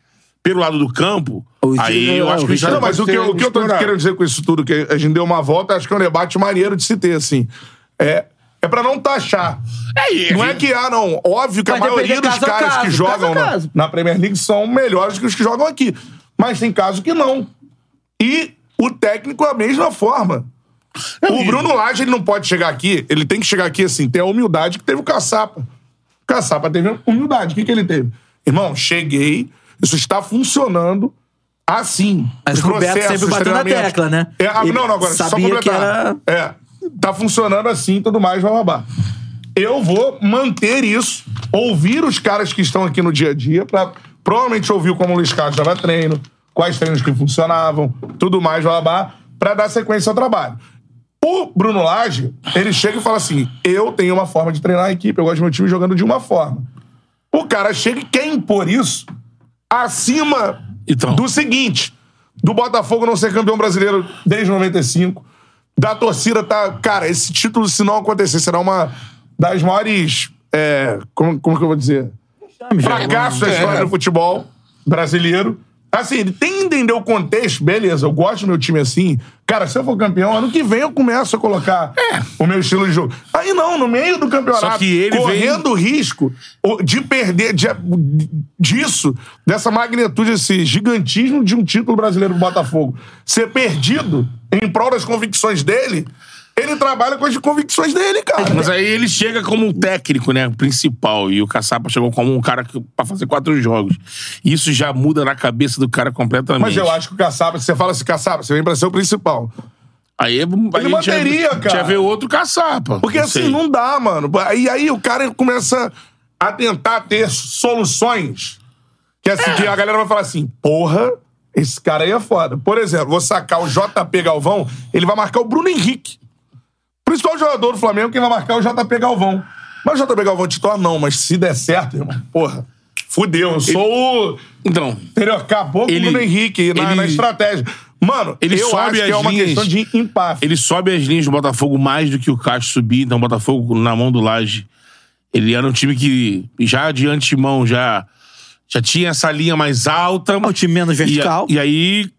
Pelo lado do campo,
O
aí
Ti-
eu
é,
acho
o
que
Richarlison-
o Richarlison
Não, mas o que, eu- o que eu tô querendo dizer com isso tudo, que a gente deu uma volta, acho que é um debate maneiro de se ter, assim. É, é pra não taxar.
É, e-
Não é que, ah, não, óbvio que a
Vai depender
maioria dos
caso a
caras que
caso,
jogam
caso a
na-
caso.
na Premier League são melhores que os que jogam aqui. Mas tem caso que não. E o técnico é a mesma forma.
É
O Bruno Lage, ele não pode chegar aqui, ele tem que chegar aqui assim, ter a humildade que teve o Caçapa. O Caçapa teve humildade. O que, que ele teve? Irmão, cheguei, isso está funcionando assim.
Mas
Os
o Roberto
processos,
sempre bateu na
treinamentos.
tecla, né?
É, ah,
Ele
não, não, agora, só
sabia
completar.
que era-
É, tá funcionando assim, tudo mais, vai babar. Eu vou manter isso, ouvir os caras que estão aqui no dia a dia, pra provavelmente ouvir como o Luiz Carlos dava treino, quais treinos que funcionavam, tudo mais, babá, pra dar sequência ao trabalho. O Bruno Lage, ele chega e fala assim: eu tenho uma forma de treinar a equipe, eu gosto do meu time jogando de uma forma. O cara chega e quer impor isso acima
Então.
do seguinte: do Botafogo não ser campeão brasileiro desde 95. Da torcida tá. Cara, esse título, se não acontecer, será uma das maiores. é, como, como que eu vou dizer?
né?
Fracasso
É.
da história do futebol brasileiro. Assim, ele tem que entender o contexto, beleza, eu gosto do meu time assim. Cara, se eu for campeão, ano que vem eu começo a colocar o meu estilo de jogo. Aí não, no meio do campeonato,
É. Só que ele vem-
correndo risco o- de perder de- disso, dessa magnitude, esse gigantismo de um título brasileiro do Botafogo. Ser perdido em prol das convicções dele, ele trabalha com as convicções dele, cara.
Mas é aí ele chega como um técnico, né? Principal. E o Caçapa chegou como um cara que, pra fazer quatro jogos. Isso já muda na cabeça do cara completamente.
Mas eu acho que o Caçapa, se você fala assim, Caçapa, você vem pra ser o principal.
Aí, ele
manteria, cara.
Já vê outro Caçapa.
Porque assim,
sei.
não dá, mano. E aí o cara começa a tentar ter soluções. Que assim, que a galera vai falar assim, porra, esse cara aí é foda. Por exemplo, vou sacar o JP Galvão, ele vai marcar o Bruno Henrique. Principal jogador do Flamengo, quem vai marcar é o JP Galvão. Mas o JP Galvão titular não, mas se der certo, irmão, porra, fudeu. Eu sou o...
Então,
Entendeu? Acabou com
Ele-
o Bruno Henrique na,
ele-
na estratégia. Mano,
ele
eu
sobe
acho que é
as
uma
linhas.
questão de empate.
ele sobe as linhas do Botafogo mais do que o Castro subir. Então, o Botafogo, na mão do Laje, ele era um time que já de antemão já, já tinha essa linha mais alta.
É um time menos
E a-
vertical.
E, aí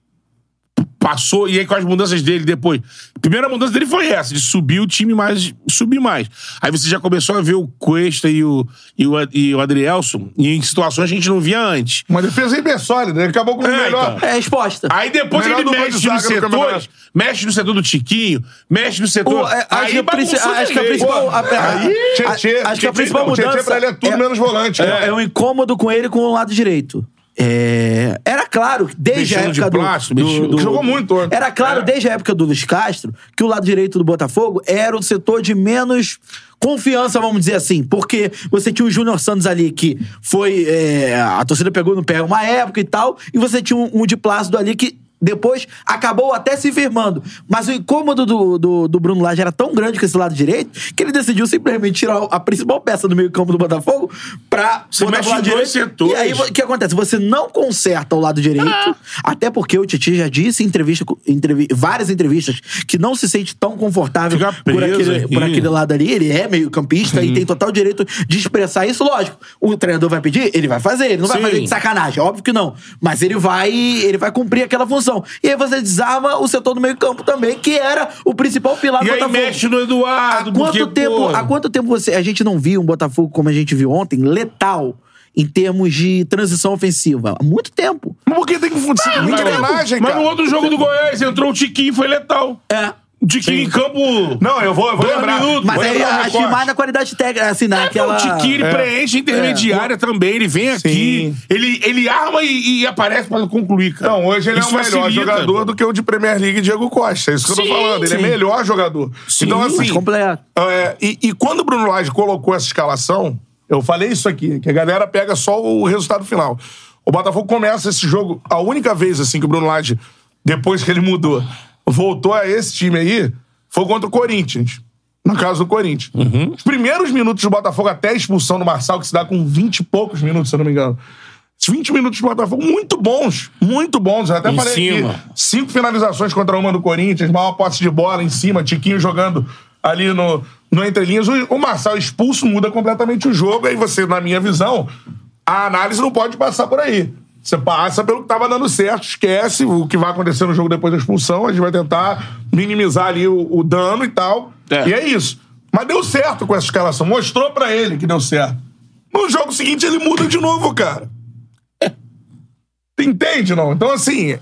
passou, e aí com as mudanças dele depois. A primeira mudança dele foi essa, de subir o time mais, subir mais. Aí você já começou a ver o Cuesta e o, e o, Ad- e o Adrielson em situações que a gente não via antes.
Uma defesa hiper sólida, ele acabou com o
É,
melhor.
então.
É a resposta.
Aí depois
Melhor
ele
dupla de
mexe
zaga
nos
do
setores,
campeonato.
mexe no setor do Tiquinho, mexe no setor.
O- é, acho
aí
que a
bagunçou
princi- acho que a
de vez.
principal- a- a-
Aí,
a-
Tietê,
acho que a
Tietê,
principal
não, Tietê
mudança
pra ele é tudo
é-
menos volante. cara.
É, é um incômodo com ele com o lado direito. É, Era claro, desde a
Mexendo de
época do-
plástico,
do,
mexendo-
do-
Jogou muito, né?
Era claro, desde a época do Luiz Castro, que o lado direito do Botafogo era o setor de menos confiança, vamos dizer assim. Porque você tinha o Júnior Santos ali, que foi. é, a torcida pegou no pé uma época e tal, e você tinha um, um de Plácido ali que depois acabou até se firmando. Mas o incômodo do, do, do Bruno Lage era tão grande com esse lado direito que ele decidiu simplesmente tirar a principal peça do meio-campo do Botafogo pra
Você
botar
mexe
pro lado
em dois
direito.
setores.
E aí o que acontece? Você não conserta o lado direito, até porque o Titi já disse em entrevista, com- entrevi- várias entrevistas que não se sente tão confortável
Fica
por
preso
aquele,
aqui. Uhum.
por aquele lado ali. Ele é meio-campista e tem total direito de expressar isso, lógico. O treinador vai pedir, ele vai fazer, ele não vai
Sim.
fazer de sacanagem, óbvio que não. Mas ele vai, ele vai cumprir aquela função. E aí você desarma o setor do meio-campo também, que era o principal pilar
E
do
aí
Botafogo.
mexe no Eduardo,
Há quanto
porque,
tempo,
pô,
há quanto tempo você, a gente não viu um Botafogo como a gente viu ontem, letal em termos de transição ofensiva? Há muito tempo.
Mas por que tem que funcionar com
mas- é um-
engrenagem,
Mas
cara?
no outro jogo do Goiás entrou o Tiquinho e foi letal.
É.
O Tiquinho em campo.
Não, eu vou, eu vou
Dois
lembrar. Vou
minutos.
Mas aí
lembrar o
acho que
recorte.
mais na qualidade técnica, assim, naquela...
O Tiquinho ele
É.
preenche a intermediária também, ele vem aqui, ele, ele arma e, e aparece pra concluir, cara.
Não, hoje ele
Isso
é um melhor
facilita.
jogador do que o de Premier League Diego Costa. É isso que eu
Sim,
tô falando. Ele
sim.
é melhor jogador. então,
Sim,
assim,
completo.
É, e, e quando o Bruno Lage colocou essa escalação, eu falei isso aqui, que a galera pega só o resultado final. O Botafogo começa esse jogo, a única vez assim que o Bruno Lage, depois que ele mudou, voltou a esse time aí, foi contra o Corinthians. Na casa do Corinthians. Os primeiros minutos do Botafogo, até a expulsão do Marçal, que se dá com 20 e poucos minutos, se eu não me engano. Os 20 minutos do Botafogo, muito bons. Muito bons. Eu até
Em
falei
cima.
aqui. Cinco finalizações contra uma do Corinthians, maior posse de bola em cima, Tiquinho jogando ali no, no entrelinhas. O, o Marçal expulso muda completamente o jogo. Aí você, na minha visão, a análise não pode passar por aí. Você passa pelo que estava dando certo, esquece o que vai acontecer no jogo depois da expulsão. A gente vai tentar minimizar ali o, o dano e tal.
É.
E é isso. Mas deu certo com essa escalação. Mostrou pra ele que deu certo. No jogo seguinte, ele muda de novo,
*laughs*
cara. Entende, não? Então, assim,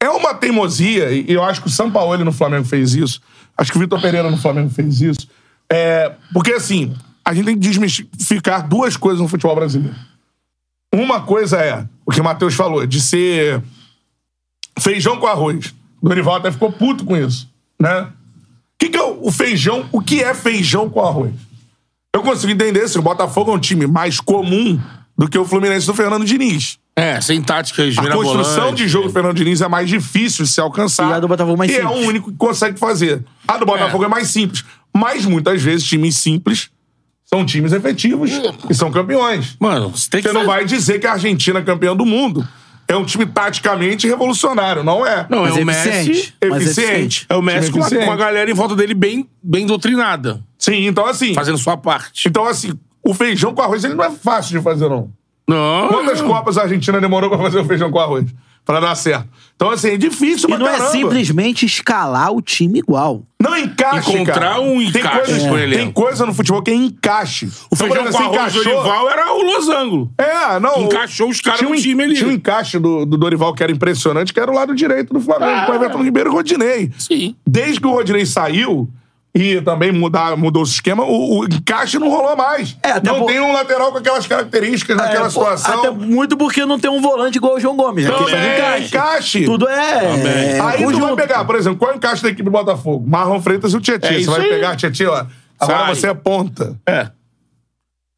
é uma teimosia, e eu acho que o Sampaoli no Flamengo fez isso. Acho que o Vitor Pereira no Flamengo fez isso. É, porque, assim, a gente tem que desmistificar duas coisas no futebol brasileiro. Uma coisa é o que o Matheus falou, de ser feijão com arroz. O Dorival até ficou puto com isso, né? O que, que é o o feijão? O que é feijão com arroz? Eu consigo entender se o Botafogo é um time mais comum do que o Fluminense do Fernando Diniz.
É, sem táticas
A construção de jogo do Fernando Diniz é mais difícil de se alcançar.
E a do Botafogo é mais
E é
simples.
o único que consegue fazer. A do Botafogo é, mais simples. Mas muitas vezes times simples são times efetivos
É.
e são campeões.
Mano, você tem que
Você não
fazer-
vai dizer que a Argentina é campeã do mundo. É um time taticamente revolucionário, não é?
Não,
Mas
é o
eficiente.
Messi.
Mas
Eficiente.
É o Messi com
Time
a,
eficiente.
com a galera em volta dele bem, bem doutrinada,
Sim, então assim.
fazendo sua parte.
Então assim, o feijão com arroz ele não é fácil de fazer, não.
Não.
Quantas Copas a Argentina demorou pra fazer o feijão com arroz? Pra dar certo. Então assim, é difícil,
E
mas
não é
caramba.
simplesmente escalar o time igual.
Não encaixe,
Encontrar
cara.
um
tem
encaixe
coisa,
pro elenco.
tem coisa no futebol que é encaixe.
O feijão com arroz do Dorival era o losango.
É, não.
Encaixou os caras
tinha um
no
en-
time ali.
Tinha um encaixe do, do Dorival que era impressionante, que era o lado direito do Flamengo,
Ah.
com o Everton Ribeiro e o Rodinei.
Sim.
Desde que o Rodinei saiu e também mudar, mudou o esquema, o, o encaixe não rolou mais.
É, até
não
por-
tem um lateral com aquelas características, naquela
É, pô,
situação.
Até muito porque não tem um volante igual o João Gomes. né? Que
Também
não
é
encaixa.
encaixe.
Tudo é. é
Aí tu vai
conjunto.
pegar, por exemplo, qual é o encaixe da equipe do Botafogo? Marlon Freitas e o Tietchan.
É
você
isso
vai
aí.
pegar, Tietchan, ó. Agora
Sai.
você é ponta.
É.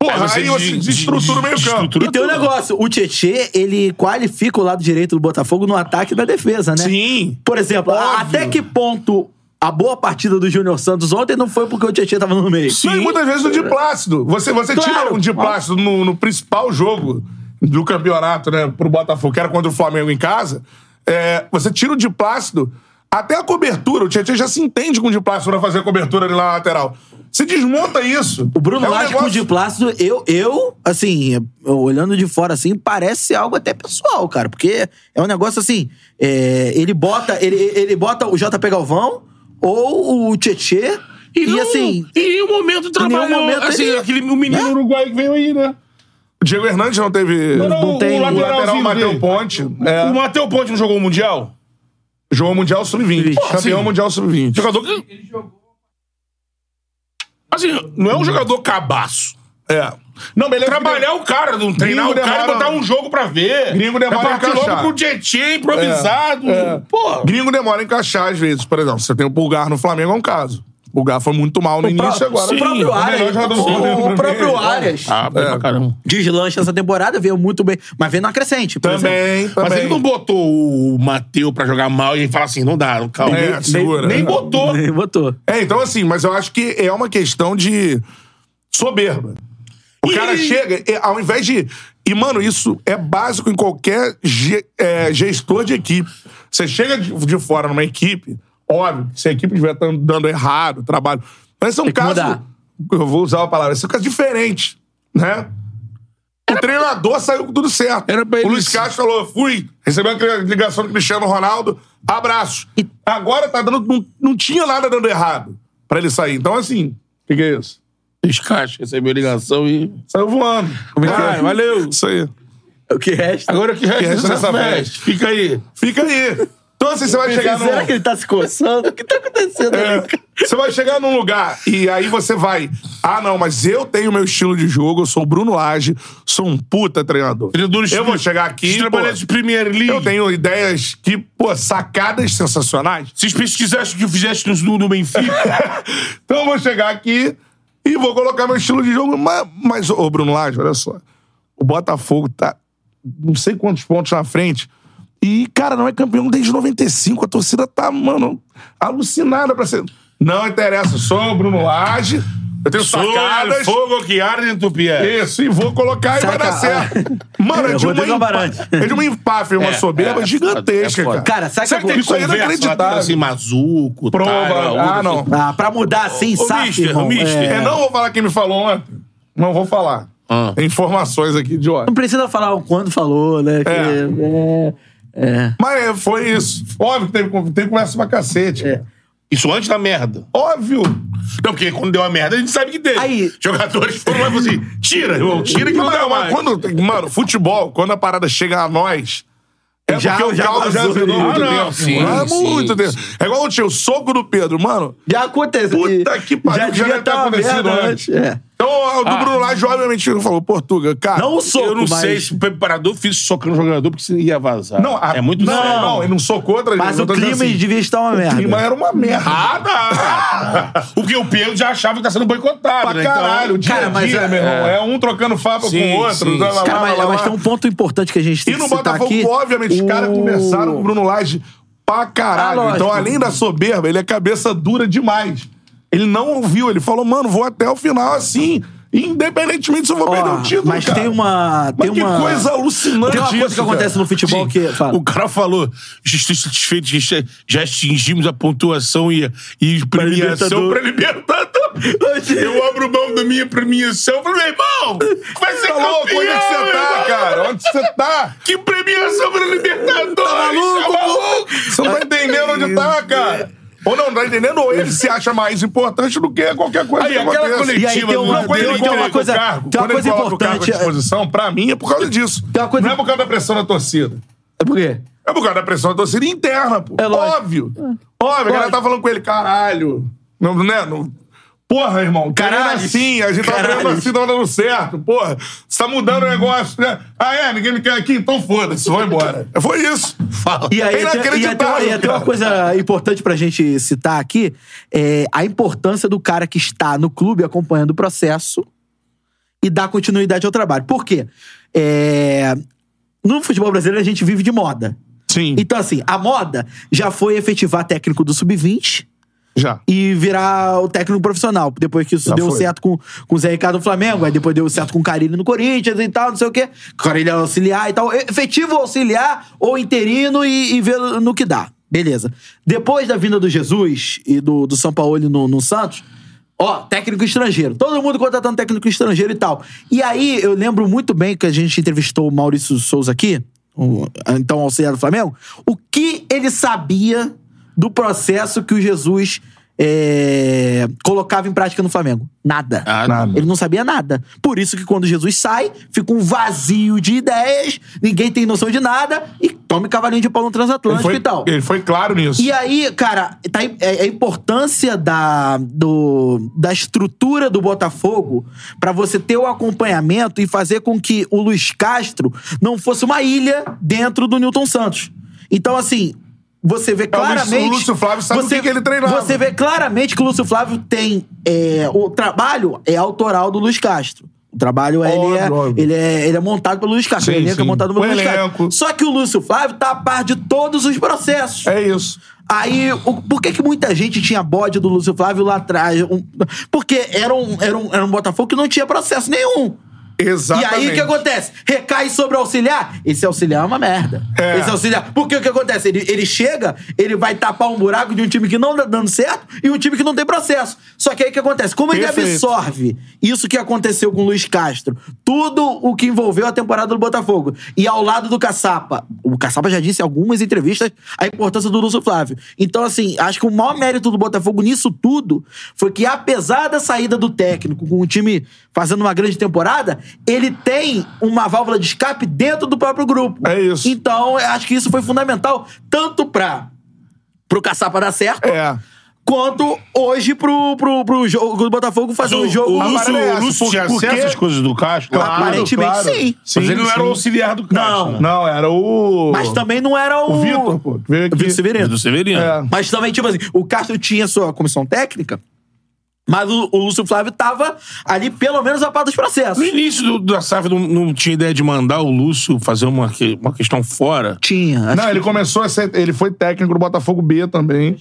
Porra,
Aí você
aí você
de-
desestrutura o
de-
meio campo.
destrutura
E tem um negócio, o Tietê, ele qualifica o lado direito do Botafogo no ataque e na defesa, né?
Sim.
Por exemplo, a-
Óbvio.
até que ponto a boa partida do Júnior Santos ontem não foi porque o Tietê tava no meio?
Não, e muitas vezes o de Plácido. Você, você
Claro.
tira um de Plácido no, no principal jogo do campeonato, né? Pro Botafogo, que era contra o Flamengo em casa. É, você tira o de Plácido. Até a cobertura, o Tietchan já se entende com o de Plácido pra fazer a cobertura ali na lateral. Você desmonta isso.
O Bruno
é um
Lage com o
negócio-
Di Plácido, eu, eu, assim, eu olhando de fora assim, parece ser algo até pessoal, cara. Porque é um negócio assim, é, ele bota ele, ele bota o JP Galvão ou o Tietê e,
não-
assim...
Em nenhum momento trabalhou.
momento
assim,
ele-
aquele, o menino
Né?
uruguaio que veio aí, né?
O Diego Hernandes não teve.
Não, não,
o,
o lateralzinho
lateral Matheus
dele.
Ponte.
O
É,
Matheus Ponte não jogou o Mundial?
jogou Mundial Sub-20.
Porra,
Campeão
sim.
Mundial Sub-20.
Jogador que. Assim, não é um jogador cabaço.
É. Não, beleza.
Trabalhar o cara, não treinar
Gringo
o cara e
demora-
botar um jogo pra ver.
Gringo
é
demora
partir
encaixar.
logo com o Tietchan improvisado.
É, é.
Pô.
Gringo demora a encaixar às vezes. Por exemplo, você tem o Pulgar no Flamengo, é um caso. O Gá foi muito mal no início
pró-
agora.
o próprio
Sim,
Arias.
melhor jogador do
O-
Flamengo
o
pra
próprio
mim.
Arias.
Ah, bom pra caramba.
Deslancha essa temporada, veio muito bem. Mas veio na crescente. por exemplo.
Também, também.
Mas ele não botou o Mateu pra jogar mal e ele fala assim, não dá, não, calma.
É,
Nem-
segura.
nem botou.
*laughs* Botou.
É, então assim, mas eu acho que é uma questão de soberba. O
Ih!
cara chega, e, ao invés de. E, mano, isso é básico em qualquer ge- é, gestor de equipe. Você chega de, de fora numa equipe, óbvio, se a equipe estiver tan- dando errado, trabalho. Mas esse é um
que
caso.
mudar.
Eu vou usar a palavra, esse é um caso diferente, né? O treinador saiu com tudo certo.
Era pra
o
ele-
Luiz Castro falou: fui, recebeu uma ligação do Cristiano Ronaldo, abraço. Agora tá dando. Não, não tinha nada dando errado pra ele sair. Então, assim, o que, que é isso?
Fez caixa, recebeu ligação e.
Saiu voando. Como é que
Ah,
é?
valeu.
Isso aí.
O que resta?
Agora o que
resta
resta
dessa
nessa
festa?
festa? Fica aí.
Fica aí. Então, assim, você vai chegar num.
Será que ele tá se coçando? O que tá acontecendo
É,
ali?
você vai chegar num lugar e aí você vai. Ah, não, mas eu tenho meu estilo de jogo, eu sou o Bruno Lage, sou um puta treinador. Eu vou chegar aqui. pô,
Trabalhar de Premier League.
eu tenho ideias que, pô, sacadas sensacionais.
Se pesquisassem o que eu fizesse no,
*laughs*
no Benfica.
Então eu vou chegar aqui e vou colocar meu estilo de jogo. Mas, mas ô Bruno Lage, olha só. O Botafogo tá não sei quantos pontos na frente. E, cara, não é campeão desde 95. A torcida tá, mano, alucinada pra ser. Não interessa, sou o Bruno Lage. Eu tenho sacadas.
fogo que arde em é. Tupié.
Isso, é e vou colocar e vai dar
*laughs*
certo. Mano, é de, uma
Rodrigo
empa...
Amarante.
é de uma empáfia, uma
É,
soberba
é,
gigantesca,
é foda.
cara.
Cara, sabe
Sabe
que eu-
que isso aí é
Conversa,
inacreditável.
Assim, Mazuco,
Prova.
Taira,
Ah,
outro,
não.
assim.
Ah, pra mudar assim,
Ô,
sabe?
mister, ô,
irmão? É.
mister,
Eu não vou falar quem me falou ontem. Não vou falar.
Ah.
Tem Informações aqui de
Não *laughs*
ontem.
precisa falar o quando falou, né? que- é, é.
Mas é, foi isso. Óbvio que teve, con- teve conversa pra cacete.
É.
Isso antes da merda.
Óbvio.
Não, porque quando deu a merda, a gente sabe que teve.
Aí-
Jogadores foram lá e falaram assim: tira, irmão, tira que não,
Mas,
dá
mas
mais.
quando, mano, futebol, quando a parada chega a nós. É
Já-
porque o
já
caldo já
vazou
azedou
isso.
muito
Ah, não,
tempo.
sim,
mano. Há
sim,
muito
sim.
tempo. É igual o tio, o soco do Pedro. Mano,
Já aconteceu.
Puta que pariu, já deve ter
tá uma
acontecido
merda
antes.
É.
então o do
Ah.
Bruno Lage, obviamente, falou, Portuga, cara...
Não o soco,
eu não
mas...
sei se o preparador fez socando o jogador porque você ia vazar.
Não, a-
é muito
não,
sério.
não, ele não socou outra
Mas
gente, eu
o
tô
clima
dizendo assim,
devia estar uma
O
merda.
clima era uma merda.
Ah, dá. *laughs* Porque o Pedro já achava que tá sendo boicotado,
pra
né?
caralho, o
Então,
dia
Cara,
a
mas
dia,
é-
meu irmão.
é.
É um trocando fava com
Sim,
o outro.
sim.
lá, lá,
Cara,
lá,
mas,
lá,
mas
lá.
tem um ponto importante que a gente tem
E
que
no
citar
Botafogo,
tá aqui.
obviamente, os caras
O-
conversaram com o Bruno Lage pra caralho.
Ah, lógico.
então, além da soberba, ele é cabeça dura demais. Ele não ouviu, ele falou, mano, vou até o final assim, independentemente se eu vou perder
Ó,
o título.
mas
cara.
tem uma... Tem
Mas que
uma...
coisa alucinante
Tem uma coisa
isso,
que acontece
cara.
no futebol
Sim.
que... Fala.
O cara falou: estou satisfeito, já, já atingimos a pontuação e, e premiação
Libertador.
pra
*laughs*
Libertadores. Eu abro mão da minha premiação. Falei, meu irmão,
*laughs*
vai ser
Tá louco,
campeão,
onde é que você tá,
irmão?
cara? Onde você tá?
Que premiação pra Libertadores!
Tá maluco, maluco? Você não tá entendendo onde tá, cara. Ou não, não tá entendendo, ou ele se acha mais importante do que qualquer coisa
Aí,
que
aquela
aconteça.
coletiva
E aí tem uma,
Não, quando
tem,
ele
tem uma
entrega o
coisa,
cargo,
tem uma
Quando
coisa
ele coloca o cargo
importante.
à disposição, pra mim, é por causa disso.
Tem uma coisa-
Não é por causa da pressão da torcida.
É por quê?
É por causa da pressão da torcida interna, pô.
É lógico.
Óbvio. Óbvio, a galera tá falando com ele, caralho. Não, né? Não... Porra, irmão, caralho
Caralho.
assim, a gente tá
Caralho.
treinando assim, tá dando certo, porra. Você tá mudando o negócio, né? Ah, é? Ninguém me quer aqui? Então foda-se, vou embora. Foi isso.
Fala.
E aí,
É
tem, e até,
inacreditável,
e até uma
cara.
coisa importante pra gente citar aqui é a importância do cara que está no clube acompanhando o processo e dar continuidade ao trabalho. Por quê? É, No futebol brasileiro, a gente vive de moda.
Sim,
Então, assim, a moda já foi efetivar técnico do sub-20
já.
e virar o técnico profissional. Depois que isso
Já
deu
foi.
certo com, com o Zé Ricardo no Flamengo, aí depois deu certo com o Carilli no Corinthians e tal, não sei o quê. Carilli é auxiliar e tal. Efetivo auxiliar ou interino e, e ver no que dá. Beleza. Depois da vinda do Jesus e do, do São Paulo no, no Santos, ó, técnico estrangeiro. Todo mundo contratando técnico estrangeiro e tal. E aí, eu lembro muito bem que a gente entrevistou o Maurício Souza aqui, o, então auxiliar do Flamengo, o que ele sabia do processo que o Jesus é, colocava em prática no Flamengo? Nada.
Ah, não.
Ele não sabia nada. Por isso que quando Jesus sai, fica um vazio de ideias, ninguém tem noção de nada e tome cavalinho de pau no
Ele
transatlântico
foi,
e tal.
ele foi claro nisso.
E aí, cara, tá, aí- é- é a importância da, do, da estrutura do Botafogo pra você ter o acompanhamento e fazer com que o Luiz Castro não fosse uma ilha dentro do Newton Santos. Então, assim, você vê claramente.
É o Lúcio Flávio sabe o que que ele treinava.
Você vê claramente que o Lúcio Flávio tem. é, o trabalho é autoral do Luiz Castro. O trabalho ele, é,
Óbvio, óbvio.
ele, é, ele é montado pelo Luiz Castro.
Sim,
o elenco é
sim.
montado pelo
O
Luiz Castro.
elenco.
Só que o Lúcio Flávio tá a par de todos os processos.
É isso.
Aí, o- por que, que muita gente tinha bode do Lúcio Flávio lá atrás? Um- porque era um, era, um, era um Botafogo que não tinha processo nenhum.
Exatamente.
E aí o que acontece? Recai sobre o auxiliar? Esse auxiliar é uma merda.
É.
Esse auxiliar. Porque o que acontece? Ele, ele chega, ele vai tapar um buraco de um time que não tá dando certo e um time que não tem processo. Só que aí o que acontece? Como ele
Perfeito.
absorve isso que aconteceu com o Luiz Castro, tudo o que envolveu a temporada do Botafogo, e ao lado do Caçapa, o Caçapa já disse em algumas entrevistas a importância do Lúcio Flávio. Então, assim, acho que o maior mérito do Botafogo nisso tudo foi que, apesar da saída do técnico, com o time fazendo uma grande temporada, ele tem uma válvula de escape dentro do próprio grupo.
É isso.
Então, eu acho que isso foi fundamental, tanto pra pro Caçapa dar certo,
É.
quanto hoje pro, pro, pro jogo do Botafogo fazer um
o,
jogo.
o Lúcio,
aparece,
o Lúcio tinha
porque-
acesso às coisas do Castro?
Claro,
Aparentemente, sim.
Mas ele não era o
sim.
auxiliar do Castro.
Não.
né?
Não, era o.
Mas também não era o.
O Vitor, pô. que Veio aqui.
Vitor
Era
Severino.
Do Severino.
É.
Mas também, tipo assim, o Castro tinha sua comissão técnica, mas o, o Lúcio Flávio tava ali, pelo menos, a par dos processos.
No início do- da SAF não, não tinha ideia de mandar o Lúcio fazer uma, que- uma questão fora.
Tinha. acho
Não, ele começou a ser. Ele foi técnico do Botafogo B também.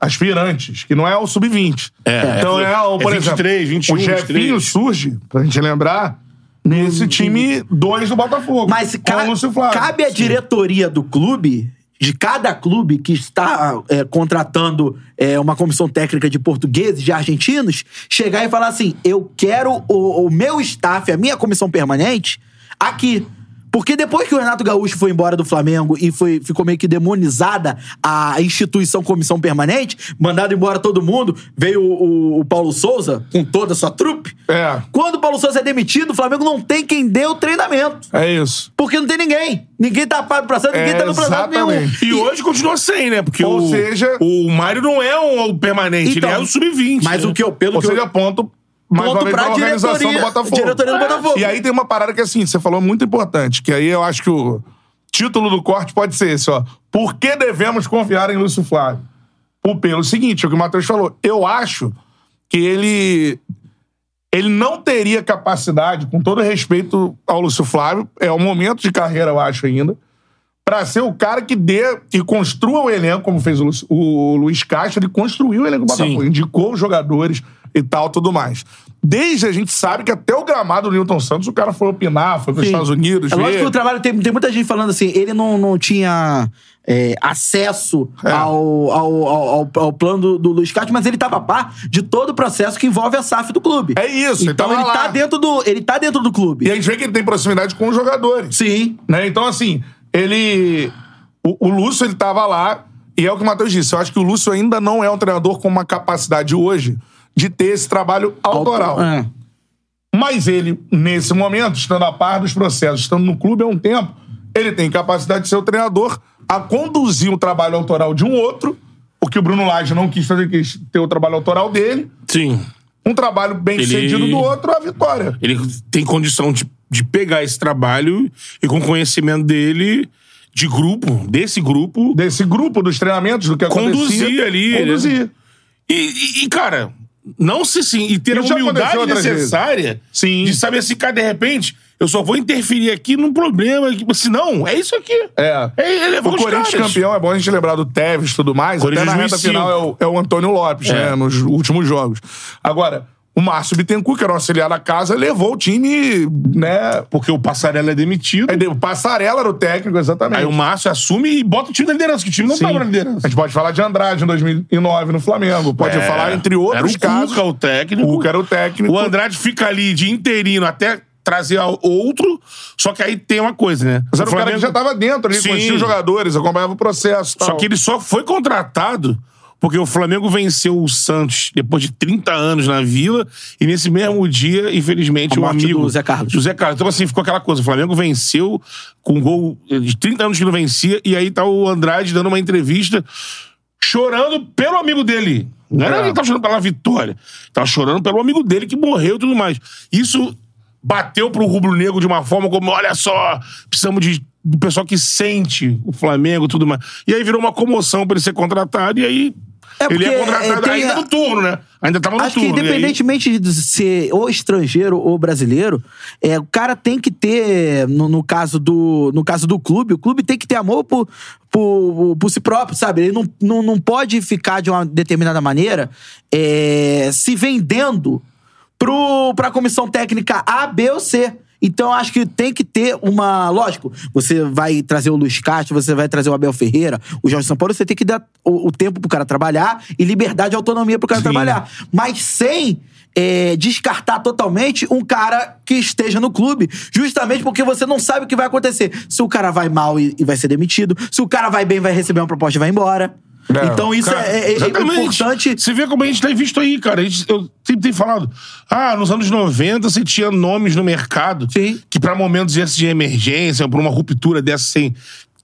Aspirantes, que não é o sub-20.
É,
Então
é-
é, o,
é
por
23,
exemplo,
21,
o Jefinho
23.
surge, pra gente lembrar, nesse time 2 do Botafogo.
Hum. Mas
com
ca-
o Lúcio Flávio.
cabe à diretoria do clube, de cada clube que está é, contratando é, uma comissão técnica de portugueses, de argentinos, chegar e falar assim: eu quero o, o meu staff, a minha comissão permanente, aqui. Porque depois que o Renato Gaúcho foi embora do Flamengo e foi, ficou meio que demonizada a instituição comissão permanente, mandado embora todo mundo, veio o, o- o Paulo Souza com toda a sua trupe.
É,
Quando o Paulo Souza é demitido, o Flamengo não tem quem dê o treinamento.
é isso.
Porque não tem ninguém. Ninguém tá parado pra santo, ninguém
É,
tá no processo nenhum.
exatamente.
E hoje continua sem, né? Porque
Ou
o,
seja-
o Mário não é um permanente,
Então,
ele é o sub-20.
Mas o que eu, pelo
Ou
que
seja,
eu
ponto mais uma
ponto
vez
pra
pra organização do
diretoria
Botafogo.
diretoria do Botafogo.
E aí tem uma parada que, assim, você falou muito importante, que aí eu acho que o título do corte pode ser esse, ó. Por que devemos confiar em Lúcio Flávio? Por, pelo seguinte, é o que o Matheus falou. Eu acho que ele... Ele não teria capacidade, com todo respeito ao Lúcio Flávio, é um momento de carreira, eu acho, ainda, pra ser o cara que dê, que construa o elenco, como fez o, Lu- o Luiz Castro, ele construiu o elenco do
Sim.
Botafogo, indicou os jogadores e tal, tudo mais. Desde a gente sabe que até o gramado do Newton Santos, o cara foi opinar, foi para os
Sim.
Estados Unidos,
É lógico
ver.
que o trabalho tem, tem muita gente falando assim, ele não, não tinha é, acesso
É.
ao, ao, ao, ao- ao plano do, do Luiz Castro, mas ele tava a par de todo o processo que envolve a SAF do clube.
É isso, ele
Então
tava
ele
lá.
tá dentro do. Ele tá dentro do clube.
E a gente vê que ele tem proximidade com os jogadores.
Sim.
né? Então, assim, ele. O, o Lúcio, ele tava lá, e é o que o Matheus disse. Eu acho que o Lúcio ainda não é um treinador com uma capacidade hoje de ter esse trabalho autoral.
É.
Mas ele, nesse momento, estando a par dos processos, estando no clube há um tempo, ele tem capacidade de ser o treinador a conduzir o trabalho autoral de um outro, o que o Bruno Lage não quis fazer, quis ter o trabalho autoral dele,
Sim.
um trabalho bem sucedido
Ele-
do outro, a vitória.
Ele tem condição de, de pegar esse trabalho e com o conhecimento dele, de grupo, desse grupo,
Desse grupo dos treinamentos, do que acontecia.
Conduzir ali, né?
Conduzir.
E, e- e, cara, não se sim, e ter a
Isso já
humildade
aconteceu outras
necessária
Sim.
de saber assim, cara, de repente, eu só vou interferir aqui num problema. que- Senão, é isso aqui.
É.
é ele levou
o
os
Corinthians
caras.
campeão, é bom a gente lembrar do Tevez e tudo mais. Até
Corinthians
na reta
2005.
final é o, é o Antônio Lopes, né? Nos últimos jogos. Agora, o Márcio Bittencourt, que era o auxiliar da casa, levou o time, né?
Porque o Passarela é demitido.
Aí deu- Passarela era o técnico, exatamente.
Aí o Márcio assume e bota o time na liderança, que o time não
Sim.
tava
A
na liderança.
gente pode falar de Andrade em 2009 no Flamengo. Pode
É.
falar, entre
Era
outros
o
casos.
Cuca, o técnico.
O Cuca era o técnico.
O Andrade fica ali de interino até trazer ao- outro, só que aí tem uma coisa, né?
Mas era o, cara que já tava dentro, ele
Sim.
conhecia os jogadores, acompanhava o processo. e Tal.
Só que ele só foi contratado porque o Flamengo venceu o Santos depois de 30 anos na Vila e nesse mesmo dia,
A
infelizmente, o
morte
amigo
do Zé Carlos.
José Carlos. Então assim, ficou aquela coisa, o Flamengo venceu com um gol de 30 anos que não vencia e aí tá o Andrade dando uma entrevista chorando pelo amigo dele. Não era
É.
ele que tava chorando pela vitória. Tava chorando pelo amigo dele que morreu e tudo mais. Isso bateu pro rubro-negro de uma forma como, olha só, precisamos de do pessoal que sente o Flamengo e tudo mais. E aí virou uma comoção pra ele ser contratado, e aí.
É
ele
porque,
é contratado
é, tem
ainda
a-
no turno, né? Ainda tava no
Acho que
turno. e aí-
independentemente de ser ou estrangeiro ou brasileiro, é, o cara tem que ter, no, no caso do, no caso do clube, o clube tem que ter amor por, por, por si próprio, sabe? Ele não, não, não pode ficar de uma determinada maneira é, se vendendo pro, pra comissão técnica A, B ou C. Então, acho que tem que ter uma. Lógico, você vai trazer o Luiz Castro, você vai trazer o Abel Ferreira, o Jorge Sampaio, você tem que dar o, o tempo pro cara trabalhar e liberdade e autonomia pro cara trabalhar. Mas sem é, descartar totalmente um cara que esteja no clube, justamente porque você não sabe o que vai acontecer. Se o cara vai mal e, e vai ser demitido, se o cara vai bem, vai receber uma proposta e vai embora.
É,
então, isso
Cara,
é, é- é
exatamente.
importante.
Você vê como a gente tá visto aí, cara. A gente- eu sempre tenho falado. Ah, nos anos 90 você tinha nomes no mercado
Sim.
que pra momentos desses de emergência, pra uma ruptura dessa sem.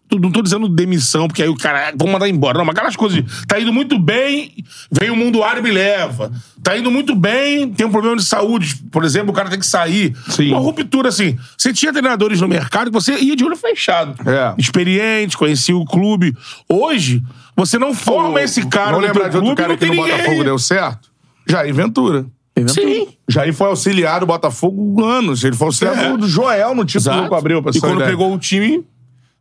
tu- Não tô dizendo demissão, porque aí o cara, ah, vamos mandar embora. Não, mas aquelas coisas de, tá indo muito bem, vem o mundo árabe e leva. Tá indo muito bem, tem um problema de saúde, por exemplo, o cara tem que sair.
Sim.
Uma ruptura assim. Você tinha treinadores no mercado que você ia de olho fechado.
É.
Experiente, conhecia o clube. Hoje, você não forma esse cara
Vamos
no
lembrar
teu
de outro
clube,
cara
não
que
tem
no
ninguém.
Botafogo né? deu certo? Jair Ventura.
Sim.
Jair foi auxiliar do Botafogo anos. Ele foi auxiliar
É.
do- do Joel no título
Exato.
do Abril, pra
E
você ter uma
quando
ideia.
pegou o time,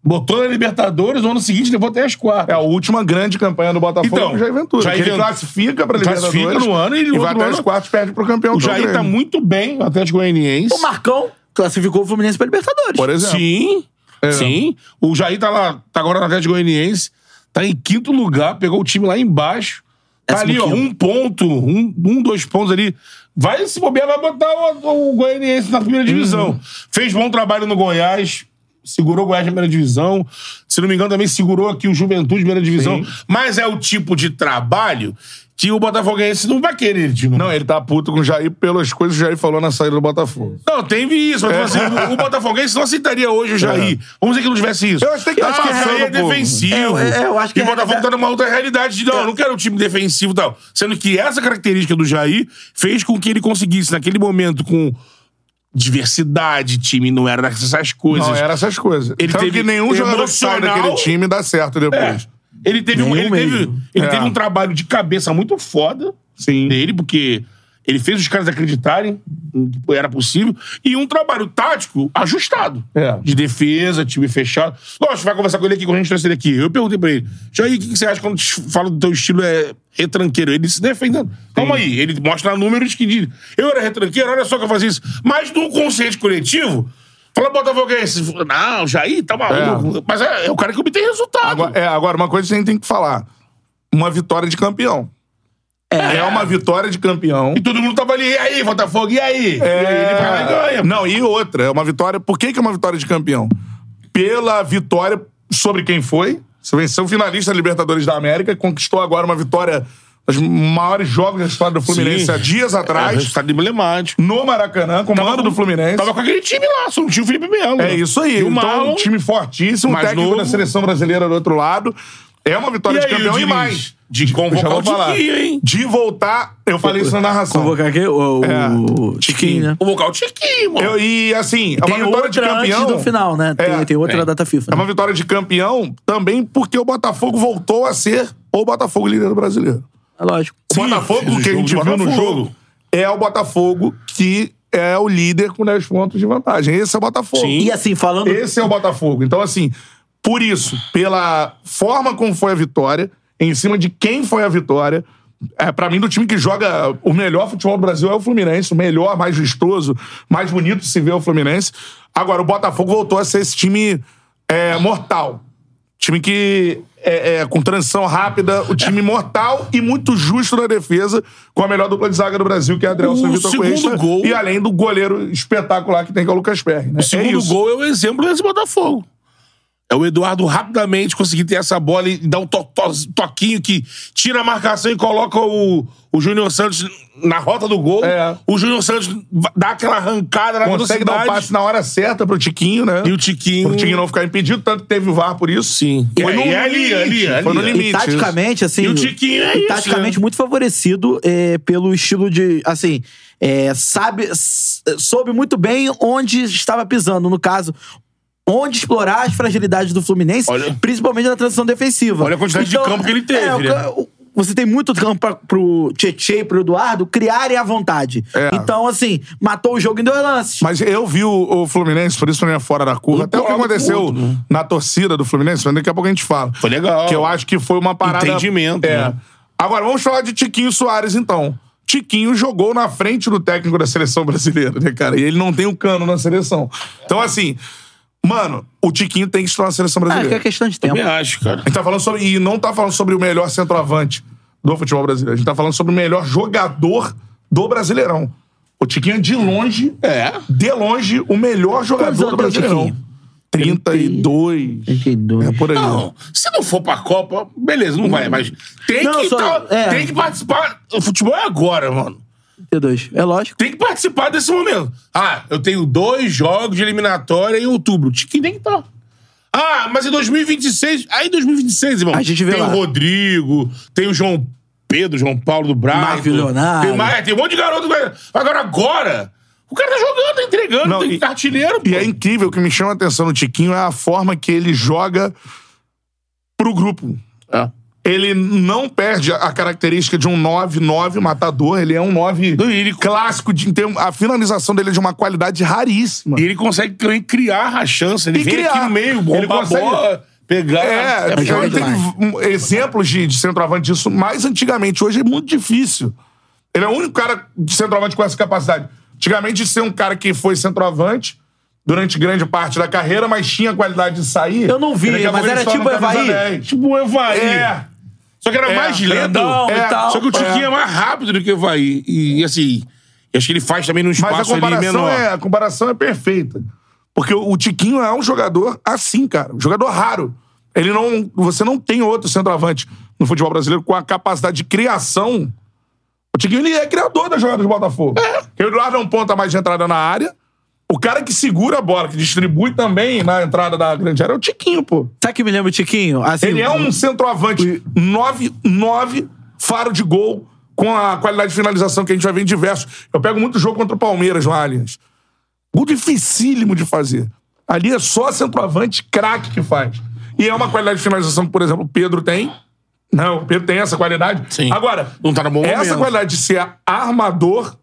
botou na Libertadores, no ano seguinte levou até as quartas.
É a última grande campanha do Botafogo
Então,
então, Jair Ventura.
Jair
que ele
Ventura-
classifica pra
classifica
Libertadores.
no ano e no
vai
outro
até
ano-
os quartos perde pro campeão.
o
que é
Jair tá
Grêmio.
muito bem, o Atlético Goianiense.
O Marcão classificou o Fluminense pra Libertadores.
Por exemplo. É.
Sim, sim. O Jair tá lá, tá agora no Atlético Goianiense, tá em quinto lugar, pegou o time lá embaixo. Tá
Décimo
ali, ó,
quinto.
um ponto, um, um, dois pontos ali. Vai se bobear, vai botar o, o Goianiense na primeira divisão.
Uhum.
Fez bom trabalho no Goiás, segurou o Goiás na primeira divisão. Se não me engano, também segurou aqui o Juventude na primeira divisão. Mas é o tipo de trabalho que o Botafoguense não vai querer de novo.
Não, ele tá puto com o Jair pelas coisas que o Jair falou na saída do Botafogo.
Não, teve isso, mas tipo
É.
assim, o- o Botafoguense não aceitaria hoje o Jair. Vamos dizer que não tivesse isso.
Eu acho que tem que
ah,
estar
o
esquecendo
Jair é
um pouco.
defensivo.
É, é, eu acho que
e o
é-
Botafogo tá numa outra realidade de, não, eu não quero um time defensivo e tal. Sendo que essa característica do Jair fez com que ele conseguisse, naquele momento, com diversidade, time não era dessas coisas.
Não, é, eram essas coisas.
Ele
Ele Tanto
teve
que nenhum jogador que sai
emocional-
daquele time dá certo
É.
depois.
Ele teve, um, ele
Nenhum
teve,
mesmo.
ele
É.
teve um trabalho de cabeça muito foda
Sim.
dele, porque ele fez os caras acreditarem que era possível, e um trabalho tático ajustado.
É.
De defesa, time fechado. Lógico, vai conversar com ele aqui, quando a gente trouxe ele aqui. Eu perguntei pra ele, Jair, o que que você acha quando te fala do teu estilo é retranqueiro? Ele se defendendo. Calma aí, ele mostra números que diz, eu era retranqueiro, olha só que eu fazia isso. Mas no consciente coletivo, fala Botafoguense, não, Jair, tá maluco. Mas é, é o cara que obtém resultado.
Agora, é, agora, uma coisa que a gente tem que falar. Uma vitória de campeão. É, uma vitória de campeão.
E todo mundo tava ali, e aí, Botafogo, e aí? E aí ele vai lá e
É...
ganha.
Não, e outra. É uma vitória... Por que, que é uma vitória de campeão? Pela vitória sobre quem foi. Você venceu o finalista da Libertadores da América. Conquistou agora uma vitória... Os maiores jogos da história do Fluminense
Sim.
há dias
É um
atrás.
resultado emblemático.
no Maracanã, com o mando do Fluminense.
Tava com aquele time lá, só não tinha o Felipe Melo.
É isso aí.
E o
então,
Marlon,
um time fortíssimo,
mais
técnico
novo.
da seleção brasileira do outro lado. É uma vitória
E
de
aí, o
campeão e
Diniz?
mais.
De convocar
Já vou
o Tiquinho, hein?
De voltar, eu falei isso na narração.
Convocar aqui o, o
É,
Tiquinho,
Tiquinho.
né?
o vocal Tiquinho, mano.
Eu- e assim, é
Tem
uma vitória
outra
de campeão.
antes do final, né? Tem,
É,
tem outra
tem.
data
É
FIFA. né?
uma vitória de campeão também porque o Botafogo voltou a ser o Botafogo líder do brasileiro.
É lógico.
O
fez
Botafogo
o
que a
jogo
gente
do
viu no
Botafogo.
jogo é o Botafogo que é o líder com 10 pontos de vantagem. Esse é o Botafogo.
Sim.
E assim, falando.
Esse é o Botafogo. Então, assim, por isso, pela forma como foi a vitória, em cima de quem foi a vitória, é, para mim, do time que joga o melhor futebol do Brasil é o Fluminense. O melhor, mais vistoso, mais bonito de se ver é o Fluminense. Agora, o Botafogo voltou a ser esse time é, mortal. Time que. É, é, com transição rápida, o time mortal e muito justo na defesa, com a melhor dupla de zaga do Brasil, que é Adrielson
O
e Vitor
segundo
Cuesta.
gol-
E além do goleiro espetacular que tem, que é o Lucas Perry. Né?
O segundo gol é o exemplo desse Botafogo. É o Eduardo rapidamente conseguir ter essa bola e dar um to- to- toquinho que tira a marcação e coloca o, o Júnior Santos na rota do gol.
É.
O Júnior Santos va- dá aquela arrancada na
consegue dar
velocidade.
o passe na hora certa pro Tiquinho, né?
E o Tiquinho.
Pro Tiquinho não ficar impedido, tanto que teve o VAR por isso.
Sim.
Foi
É,
no
e é ali,
limite,
ali, ali.
foi no
e
limite.
taticamente, assim.
E o Tiquinho é
e
isso,
Taticamente,
né?
muito favorecido é, pelo estilo de. Assim. é, sabe. s- Soube muito bem onde estava pisando. No caso, onde explorar as fragilidades do Fluminense,
Olha-
principalmente na transição defensiva.
Olha a quantidade de campo que ele teve,
é, o
né?
ca- o- Você tem muito campo pra, pro Tietchan e pro Eduardo criarem à vontade.
É.
Então, assim, matou o jogo em dois lances.
Mas eu vi o, o Fluminense, por isso não é fora da curva. Até o que
lado pro
aconteceu
outro, né?
na torcida do Fluminense, mas daqui a pouco a gente fala.
Foi legal.
Que eu acho que foi uma parada.
Entendimento,
É.
né?
Agora, vamos falar de Tiquinho Soares, então. Tiquinho jogou na frente do técnico da seleção brasileira, né, cara? E ele não tem o cano na seleção. Então, assim, mano, o Tiquinho tem que estar na seleção
Ah, que é
brasileira.
questão de
Eu
tempo.
também acho, cara.
A gente tá falando sobre. E não tá falando sobre o melhor centroavante do futebol brasileiro. A gente tá falando sobre o melhor jogador do Brasileirão. O Tiquinho, é de longe,
É.
de longe, o melhor
Quantos
jogador
anos
do
tem o
Brasileirão.
Tiquinho?
32.
32.
É por aí.
Não, se não for pra Copa, beleza, não vai, mas tem,
Não,
que,
só-
tá-
é.
tem que participar. O futebol é agora, mano.
32. É lógico.
Tem que participar desse momento. Ah, eu tenho dois jogos de eliminatória em outubro. Tiquinho nem tá. Ah, mas em 2026. Aí em 2026, irmão.
A gente vê
Tem
lá.
o Rodrigo, tem o João Pedro, João Paulo do Braga.
Marco Leonardo.
Tem, mais- tem um monte de garoto. Agora, agora, o cara tá jogando, tá entregando,
Não,
tem
e-
artilheiro.
E
pô.
é incrível, o que me chama a atenção no Tiquinho é a forma que ele joga pro grupo.
É.
Ele não perde a característica de um 9-9 matador, ele é um 9
E ele,
clássico. De, tem- a finalização dele é de uma qualidade raríssima.
e ele consegue também criar a chance. Ele
E
vem
criar.
aqui no meio, bomba
Ele consegue-
a bola, pegar.
É, a
joga
gente tem
demais.
um- exemplos de, de centroavante disso mais antigamente. Hoje é muito difícil. Ele é o único cara de centroavante com essa capacidade. Antigamente, de ser um cara que foi centroavante durante grande parte da carreira, mas tinha qualidade de sair.
Eu não vi,
daqui a pouco
mas
ele
era
se torna
tipo
um camisa
Evair.
10.
Tipo o Evaí.
É.
Só que era
É,
mais lento.
grandão e
É,
tal.
Só que o Tiquinho é.
É.
mais rápido do que o Evaí. E assim, eu acho que ele faz também num
Mas a
espaço ali
comparação,
menor.
é, a comparação é perfeita. Porque o o Tiquinho é um jogador assim, cara. Um jogador raro. Ele não. Você não tem outro centroavante no futebol brasileiro com a capacidade de criação. O Tiquinho ele é criador das jogadas do Botafogo. Porque O Eduardo é um ponta mais de entrada na área. O cara que segura a bola, que distribui também na entrada da grande área, é o Tiquinho, pô.
Sabe o que me lembra o Tiquinho? Assim,
Ele é um centroavante 9-9, faro de gol, com a qualidade de finalização que a gente vai ver em diversos. Eu pego muito jogo contra o Palmeiras lá, aliás. Gol dificílimo de fazer. Ali é só centroavante craque que faz. E é uma qualidade de finalização que, por exemplo, o Pedro tem. Não, o Pedro tem essa qualidade.
Sim.
Agora,
Não tá no bom
essa
momento.
qualidade de ser armador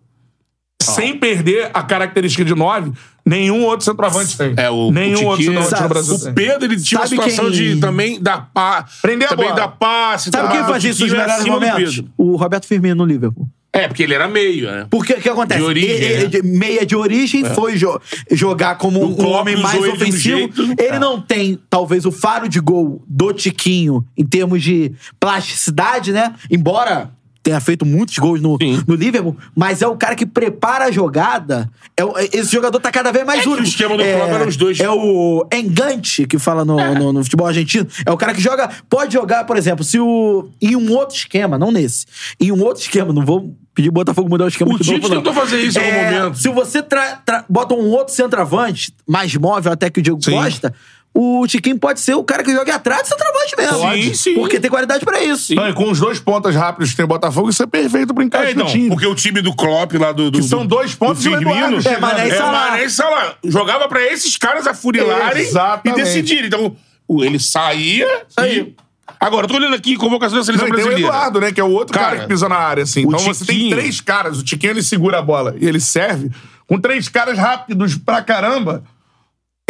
sem perder a característica de 9, nenhum outro centroavante tem.
É, o-
nenhum
o
outro
Tiquinho-
centroavante no Brasil
O
tem.
Pedro, ele tinha uma
Sabe
situação
quem-
de também dar pa...
Prender a
também
bola.
dar passe. e
Sabe
tal.
quem fazia
O
isso nos
Tiquinho era
melhores
acima do
momentos?
Pedro.
O Roberto Firmino no Liverpool.
É, porque ele era meio, né?
Porque o que acontece?
De origem,
E- e-
né?
de- meia de origem foi jo- jogar como um
Klopp
homem
usou
mais
ele de um
ofensivo.
jeito.
Ele não tem, talvez, o faro de gol do Tiquinho em termos de plasticidade, né? Embora tenha feito muitos gols no,
Sim.
no Liverpool, mas é o cara que prepara a jogada. É, o- esse jogador tá cada vez mais
É que o
único.
esquema do
é,
Klopp era os dois.
É o Engante que fala no, no- no futebol argentino. É o cara que joga. Pode jogar, por exemplo, se o. Em um outro esquema, não nesse. Em um outro esquema, não vou pedir o Botafogo mudar o esquema
O
de novo,
Tite
não.
tentou fazer isso em algum
Tipo, assim, É,
momento.
Se você tra- tra- bota um outro centroavante, mais móvel até que o Diego Costa, o Tiquinho pode ser o cara que joga atrás do centroavante mesmo.
Pode. Sim, sim.
Porque tem qualidade pra isso.
Não, e com os dois pontas rápidos que tem o Botafogo, isso é perfeito pro encaixe
É, então,
do time.
porque o time do Klopp lá do... do
Que são
do-
dois pontos
do
e o
Firmino.
Eduardo
É,
chegando.
Mané e
É, o
Salah.
Mané e Salah. Jogava pra esses caras afunilarem e
Exatamente.
decidirem. Então, o- ele saía e... Agora, eu tô olhando aqui, convocação da
Não,
seleção
e tem o
brasileira.
Eduardo, né? Que é o outro cara,
Cara,
que pisa na área, assim.
o
Então você tem
Tiquinho-
três caras. O Tiquinho, ele segura a bola e ele serve com três caras rápidos pra caramba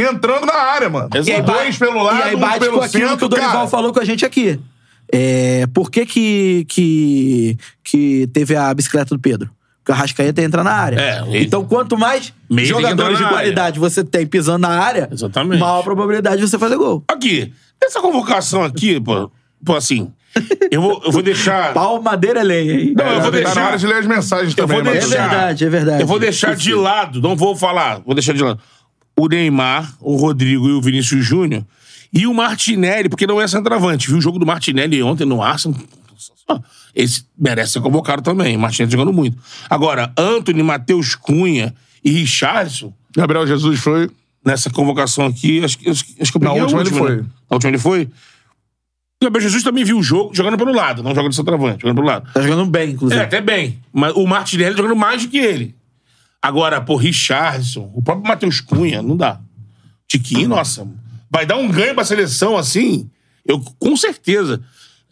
entrando na área, mano.
Exato.
E aí, dois pelo lado,
e aí
um
bate com
pelo
aquilo
centro,
que o Dorival
cara.
falou com a gente aqui. É, por que que, que que teve a bicicleta do Pedro? Porque o Arrascaeta tem que entrar na área.
É, ele-
então, quanto mais
Meio tem que entrar
jogadores
na
de
área.
qualidade você tem pisando na área,
Exatamente.
maior probabilidade de você fazer gol.
Aqui, essa convocação aqui, pô, pô assim, eu vou, eu vou
Tá
deixar...
Palmadeira lenha, hein?
Não, eu
É,
vou
tá na
deixar...
hora de ler as mensagens
Eu
também,
vou
mano.
É
deixar.
verdade, é verdade.
Eu vou deixar de lado, não vou falar, vou deixar de lado. O Neymar, o Rodrigo e o Vinícius Júnior. E o Martinelli, porque não é centroavante. Viu o jogo do Martinelli ontem no Arsenal? Esse merece ser convocado também. O Martinelli jogando muito. Agora, Anthony, Matheus Cunha e Richardson,
Gabriel Jesus foi...
nessa convocação aqui, acho, que- acho, que- acho que eu
Na
peguei a
última ele
né?
foi.
Na última ele foi. O Gabriel Jesus também viu o jogo jogando pelo lado, não jogando centroavante, jogando pelo lado.
Tá jogando bem, inclusive.
É, até bem. Mas o Martinelli jogando mais do que ele. Agora, pô, Richardson, o próprio Matheus Cunha, não dá. Tiquinho, nossa, vai dar um ganho pra seleção assim? Eu, com certeza.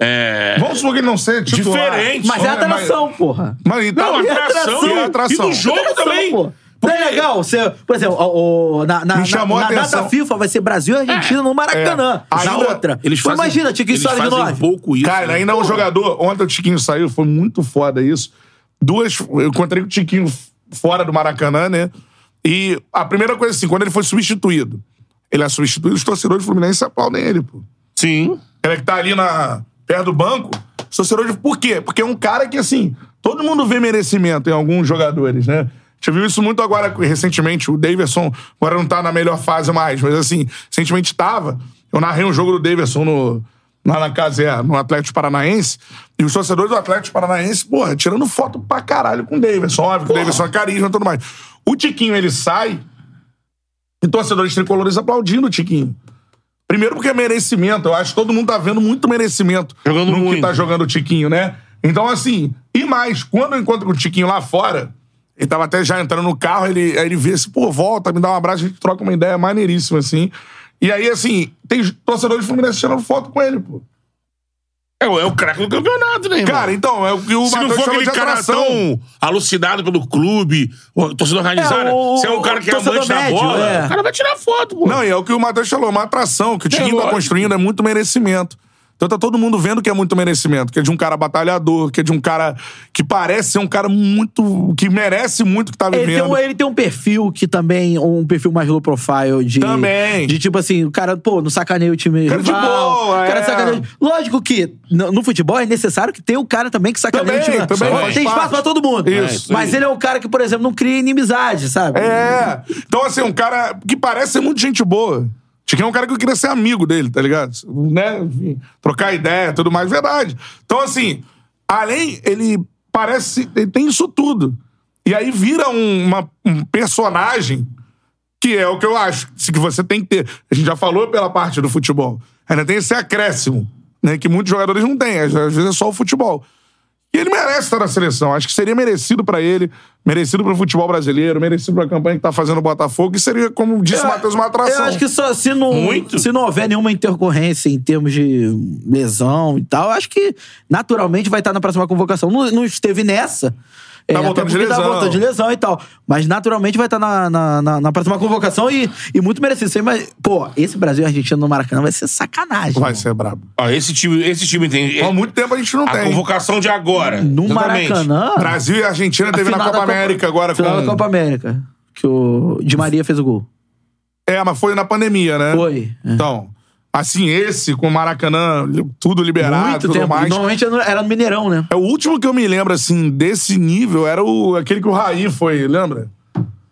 É...
Vamos supor que ele não seja titular.
Diferente.
Mas é atração, porra. É
Mas, e tá-
Não,
e
atração.
E atração.
E no jogo
Atração,
também.
pô. Não é legal, você, por exemplo, o- o- na, na,
Me
na-
chamou a
na
atenção.
data FIFA vai ser Brasil e Argentina no Maracanã.
É.
Na
Ainda-
outra.
Eles
Então
fazem,
imagina, tinha que
eles
estar de
fazem um
nove.
pouco isso. né?
Cara, ainda é um jogador. Ontem o Tiquinho saiu, foi muito foda isso. Duas. Eu encontrei com o Tiquinho f- fora do Maracanã, né? E a primeira coisa, assim, quando ele foi substituído, ele é substituído, os torcedores do Fluminense aplaudem ele, pô.
Sim.
Ele que tá ali na, perto do banco, os torcedores. Por quê? Porque é um cara que, assim, todo mundo vê merecimento em alguns jogadores, né? A gente viu isso muito agora, recentemente. O Davidson agora não tá na melhor fase mais, mas, assim, recentemente tava. Eu narrei um jogo do Davidson no, lá na casa, é, no Atlético Paranaense. E os torcedores do Atlético Paranaense, porra, tirando foto pra caralho com o Davidson. Óbvio que o Davidson é carisma e tudo mais. O Tiquinho, ele sai e torcedores tricolores aplaudindo o Tiquinho. Primeiro porque é merecimento. Eu acho que todo mundo tá vendo muito merecimento
Jogando
no que
muito.
tá jogando o Tiquinho, né? Então, assim, e mais, quando eu encontro com o Tiquinho lá fora, ele tava até já entrando no carro, ele, aí ele vê assim, pô, volta, me dá um abraço, a gente troca uma ideia maneiríssima, assim. E aí, assim, tem torcedores do Fluminense tirando foto com ele, pô.
É, o- é o craque do campeonato, né, irmão?
Cara, então, é o que o
se não
Matheus
for
chama
aquele
de
cara
atração.
tão alucinado pelo clube, o torcedor organizado,
É, o-
se é um cara que é
torcedor
amante da
médio,
bola,
é.
o cara vai tirar foto, pô.
Não, e é o que o Matheus falou, uma atração, que o Tiquinho tá
lógico.
construindo é muito merecimento. Então tá todo mundo vendo que é muito merecimento, que é de um cara batalhador, que é de um cara que parece ser um cara muito. que merece muito o que tá
Ele tem,
vivendo.
um, ele tem um perfil que também, um perfil mais low profile de.
Também.
De tipo assim, o cara, pô, não sacaneia o time.
Cara de
rival,
boa,
o cara
é.
sacaneia. Lógico que no, no futebol é necessário que tenha o cara também que sacaneia
Também,
o time.
também,
Tem
faz
espaço
parte.
pra todo mundo.
Isso. É, isso
Mas ele é um cara que, por exemplo, não cria inimizade, sabe?
É. Então, assim, um cara que parece ser muito gente boa. Tiquinho é um cara que eu queria ser amigo dele, tá ligado? Né? Enfim, Trocar ideia, tudo mais, verdade. Então, assim, além, ele parece. Ele tem isso tudo. E aí vira um, uma- um personagem que é o que eu acho se- que você tem que ter. A gente já falou pela parte do futebol. Ainda tem esse acréscimo, né? Que muitos jogadores não têm. Às às vezes é só o futebol. E ele merece estar na seleção. Acho que seria merecido pra ele, merecido pro futebol brasileiro, merecido pra campanha que tá fazendo o Botafogo, e seria, como disse o Matheus, é uma atração.
Eu acho que só se não,
Muito.
se não houver nenhuma intercorrência em termos de lesão e tal, eu acho que naturalmente vai estar na próxima convocação. Não, não esteve nessa.
Tá
até
voltando de
porque Tá
lesão.
voltando de lesão e tal. Mas naturalmente vai estar na, na, na- na próxima convocação e, e muito merecido. Você imagina- pô, esse Brasil e Argentina no Maracanã vai ser sacanagem.
Vai
mano.
ser brabo.
Ó, esse time, esse time tem.
Há muito tempo a gente não
a
tem.
convocação de agora.
No
exatamente.
Maracanã.
Brasil e Argentina teve na
final
Copa,
da
América agora
Final
com.
da Copa América. Que o Di Maria fez o gol.
É, mas foi na pandemia, né?
Foi. É.
Então, assim, esse com o Maracanã, tudo liberado,
muito
tudo
tempo.
mais.
Normalmente era no- era no Mineirão, né?
É o último que eu me lembro, assim, desse nível, era o, aquele que o Raí foi, lembra?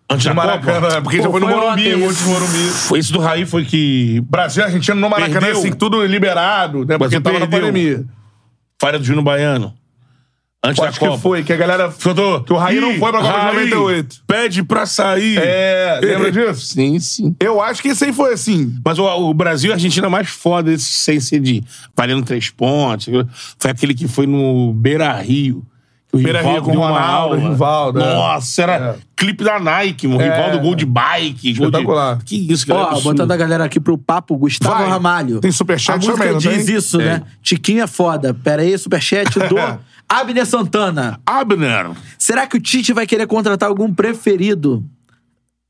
Antes da
No Maracanã, é,
Copa.
porque
Pô,
já foi no
foi
Morumbi,
ontem.
o último Morumbi.
Foi esse do Raí foi que.
Brasil e Argentina no Maracanã,
Perdeu.
assim, tudo liberado, né? Porque
Mas
tava na
perdeu.
pandemia.
Falha do Júnior Baiano. Antes
Acho
da Copa.
que foi, que a galera.
Ficou-
Que o Raí não
Ih,
foi pra Copa de
Raí,
98.
Pede pra sair.
É, lembra disso?
Sim, sim.
Eu acho que esse aí foi assim.
Mas o, o Brasil e a Argentina é mais foda desse sem ser de valendo três pontos. Foi aquele que foi no Beira Rio. que O
Beira-Rio
Rivaldo
com
deu
Ronaldo,
uma aula.
Rivaldo, é.
Nossa, era
É.
clipe da Nike, mano.
É.
Rivaldo gol de bike. gol de-
Espetacular.
Que isso, cara. é
Ó,
absurdo.
botando a galera aqui pro papo, Gustavo
Vai.
Ramalho.
Tem superchat
A música
também, não
diz
tem?
isso, né? Tiquinho é foda. Pera aí, superchat do Abner Santana.
Abner.
Será que o Tite vai querer contratar algum preferido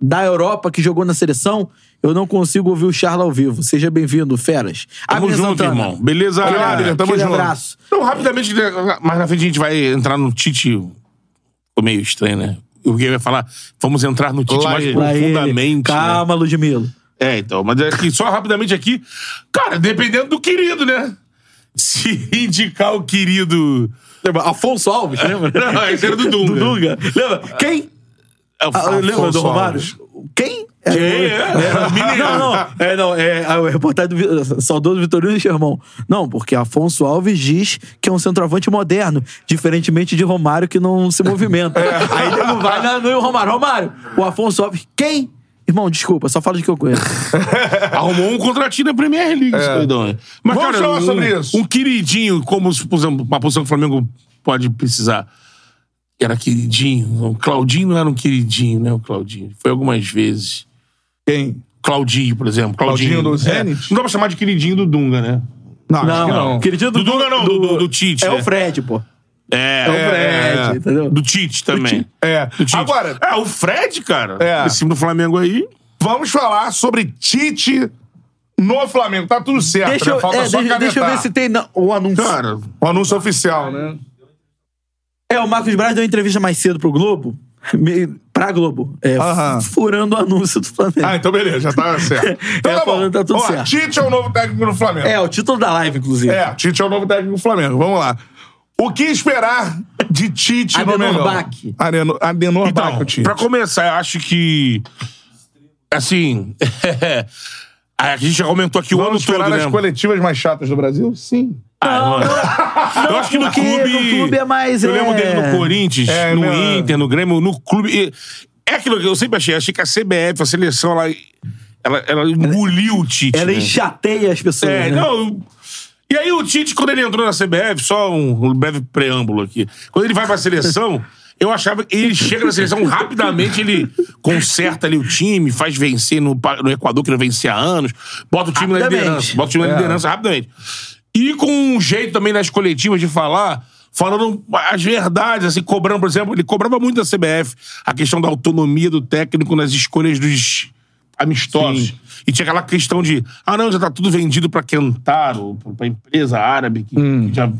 da Europa que jogou na seleção? Eu não consigo ouvir o Charla ao vivo. Seja bem-vindo, feras.
Tamo junto, irmão. Beleza,
Valeu,
Abner.
Abner. Tamo
Aquele
junto.
abraço.
Então, rapidamente, né, mais na frente a gente vai entrar no Tite. Ficou meio estranho, né? O que eu ia falar, vamos entrar no Tite
Lá
mais
ele.
Pra ele.
profundamente. né?
Calma, Ludmilo.
É, então, mas é que só rapidamente aqui, cara, dependendo do querido, né? Se indicar
*laughs*
o querido.
Lembra? Afonso Alves, lembra?
Não, esse era do Dunga.
Do *laughs* Lembra? Quem?
É o
Ah,
Afonso
lembra do Romário?
Alves.
Quem?
Quem é?
Era o Mineiro. Não, não. É, não. É a reportagem do Vi- saudoso Vitorino Germão. Não, porque Afonso Alves diz que é um centroavante moderno, diferentemente de Romário que não se movimenta. Aí nego vai na, no Romário. Romário, o Afonso Alves, quem? Irmão, desculpa, só falo de que eu conheço.
Arrumou um contratinho na Premier League, esse doidão. né? Mas,
Vamos falar
um,
sobre isso.
Um queridinho, como por exemplo, uma posição que o Flamengo pode precisar. Era queridinho. O Claudinho não era um queridinho, né? O Claudinho. Foi algumas vezes.
Quem?
Claudinho, por exemplo. Claudinho,
Claudinho do Zenit?
É. Não dá pra chamar de queridinho do Dunga, né?
Não, acho
Não,
que
não. Queridinho do,
Do Dunga não, do, do, do Tite.
É
né?
o Fred, pô.
É,
É o
é,
Fred,
é.
entendeu?
Do Tite também.
É.
Do Tite.
Agora,
É, o Fred, cara.
É.
Esse time do Flamengo aí.
vamos falar sobre Tite no Flamengo. Tá tudo certo,
Deixa
né?
eu,
Falta
é,
só
deixa, deixa eu ver
canetar.
se tem na- o anúncio.
Cara,
O anúncio oficial, né?
É, o Marcos Braz deu uma entrevista mais cedo pro Globo. me- Pra Globo. É,
Aham.
Furando o anúncio do Flamengo.
Ah, então beleza, já tá certo. Então
*laughs* É,
tá bom.
falando, tá tudo
Ó,
certo.
Tite é o novo técnico do Flamengo.
É, o título da live, inclusive.
É, Tite é o novo técnico do Flamengo. Vamos lá. O que esperar de Tite
Adenor
no Mengão?
Bach.
Areno- Adenor Bach, o Tite.
Então, Pra começar, eu acho que. Assim. *laughs* a gente já comentou aqui o ano
Vamos esperar
todo,
as
né?
coletivas mais chatas do Brasil? Sim.
Ah, mano. eu acho que no
porque
clube.
no clube é mais,
Eu
é-
lembro dele no Corinthians,
É,
no
meu-
Inter, no Grêmio, no clube. e- É aquilo que eu sempre achei. Achei que a CBF, a seleção, ela, ela, ela engoliu o Tite.
é.
Ela
né?
enxateia as pessoas.
É,
né?
não. E aí o Tite, quando ele entrou na CBF, só um, um breve preâmbulo aqui. Quando ele vai pra seleção, *laughs* eu achava que ele chega na seleção rapidamente, ele conserta ali o time, faz vencer no, Pa- no Equador, que não vencia há anos, bota o time na
Rapidamente.
liderança. Bota o time na
É.
liderança rapidamente. E com um jeito também nas coletivas de falar, falando as verdades, assim, cobrando, por exemplo, ele cobrava muito da CBF a questão da autonomia do técnico nas escolhas dos amistosos. E tinha aquela questão de, ah não, já tá tudo vendido pra Kentaro, pra empresa árabe que, que já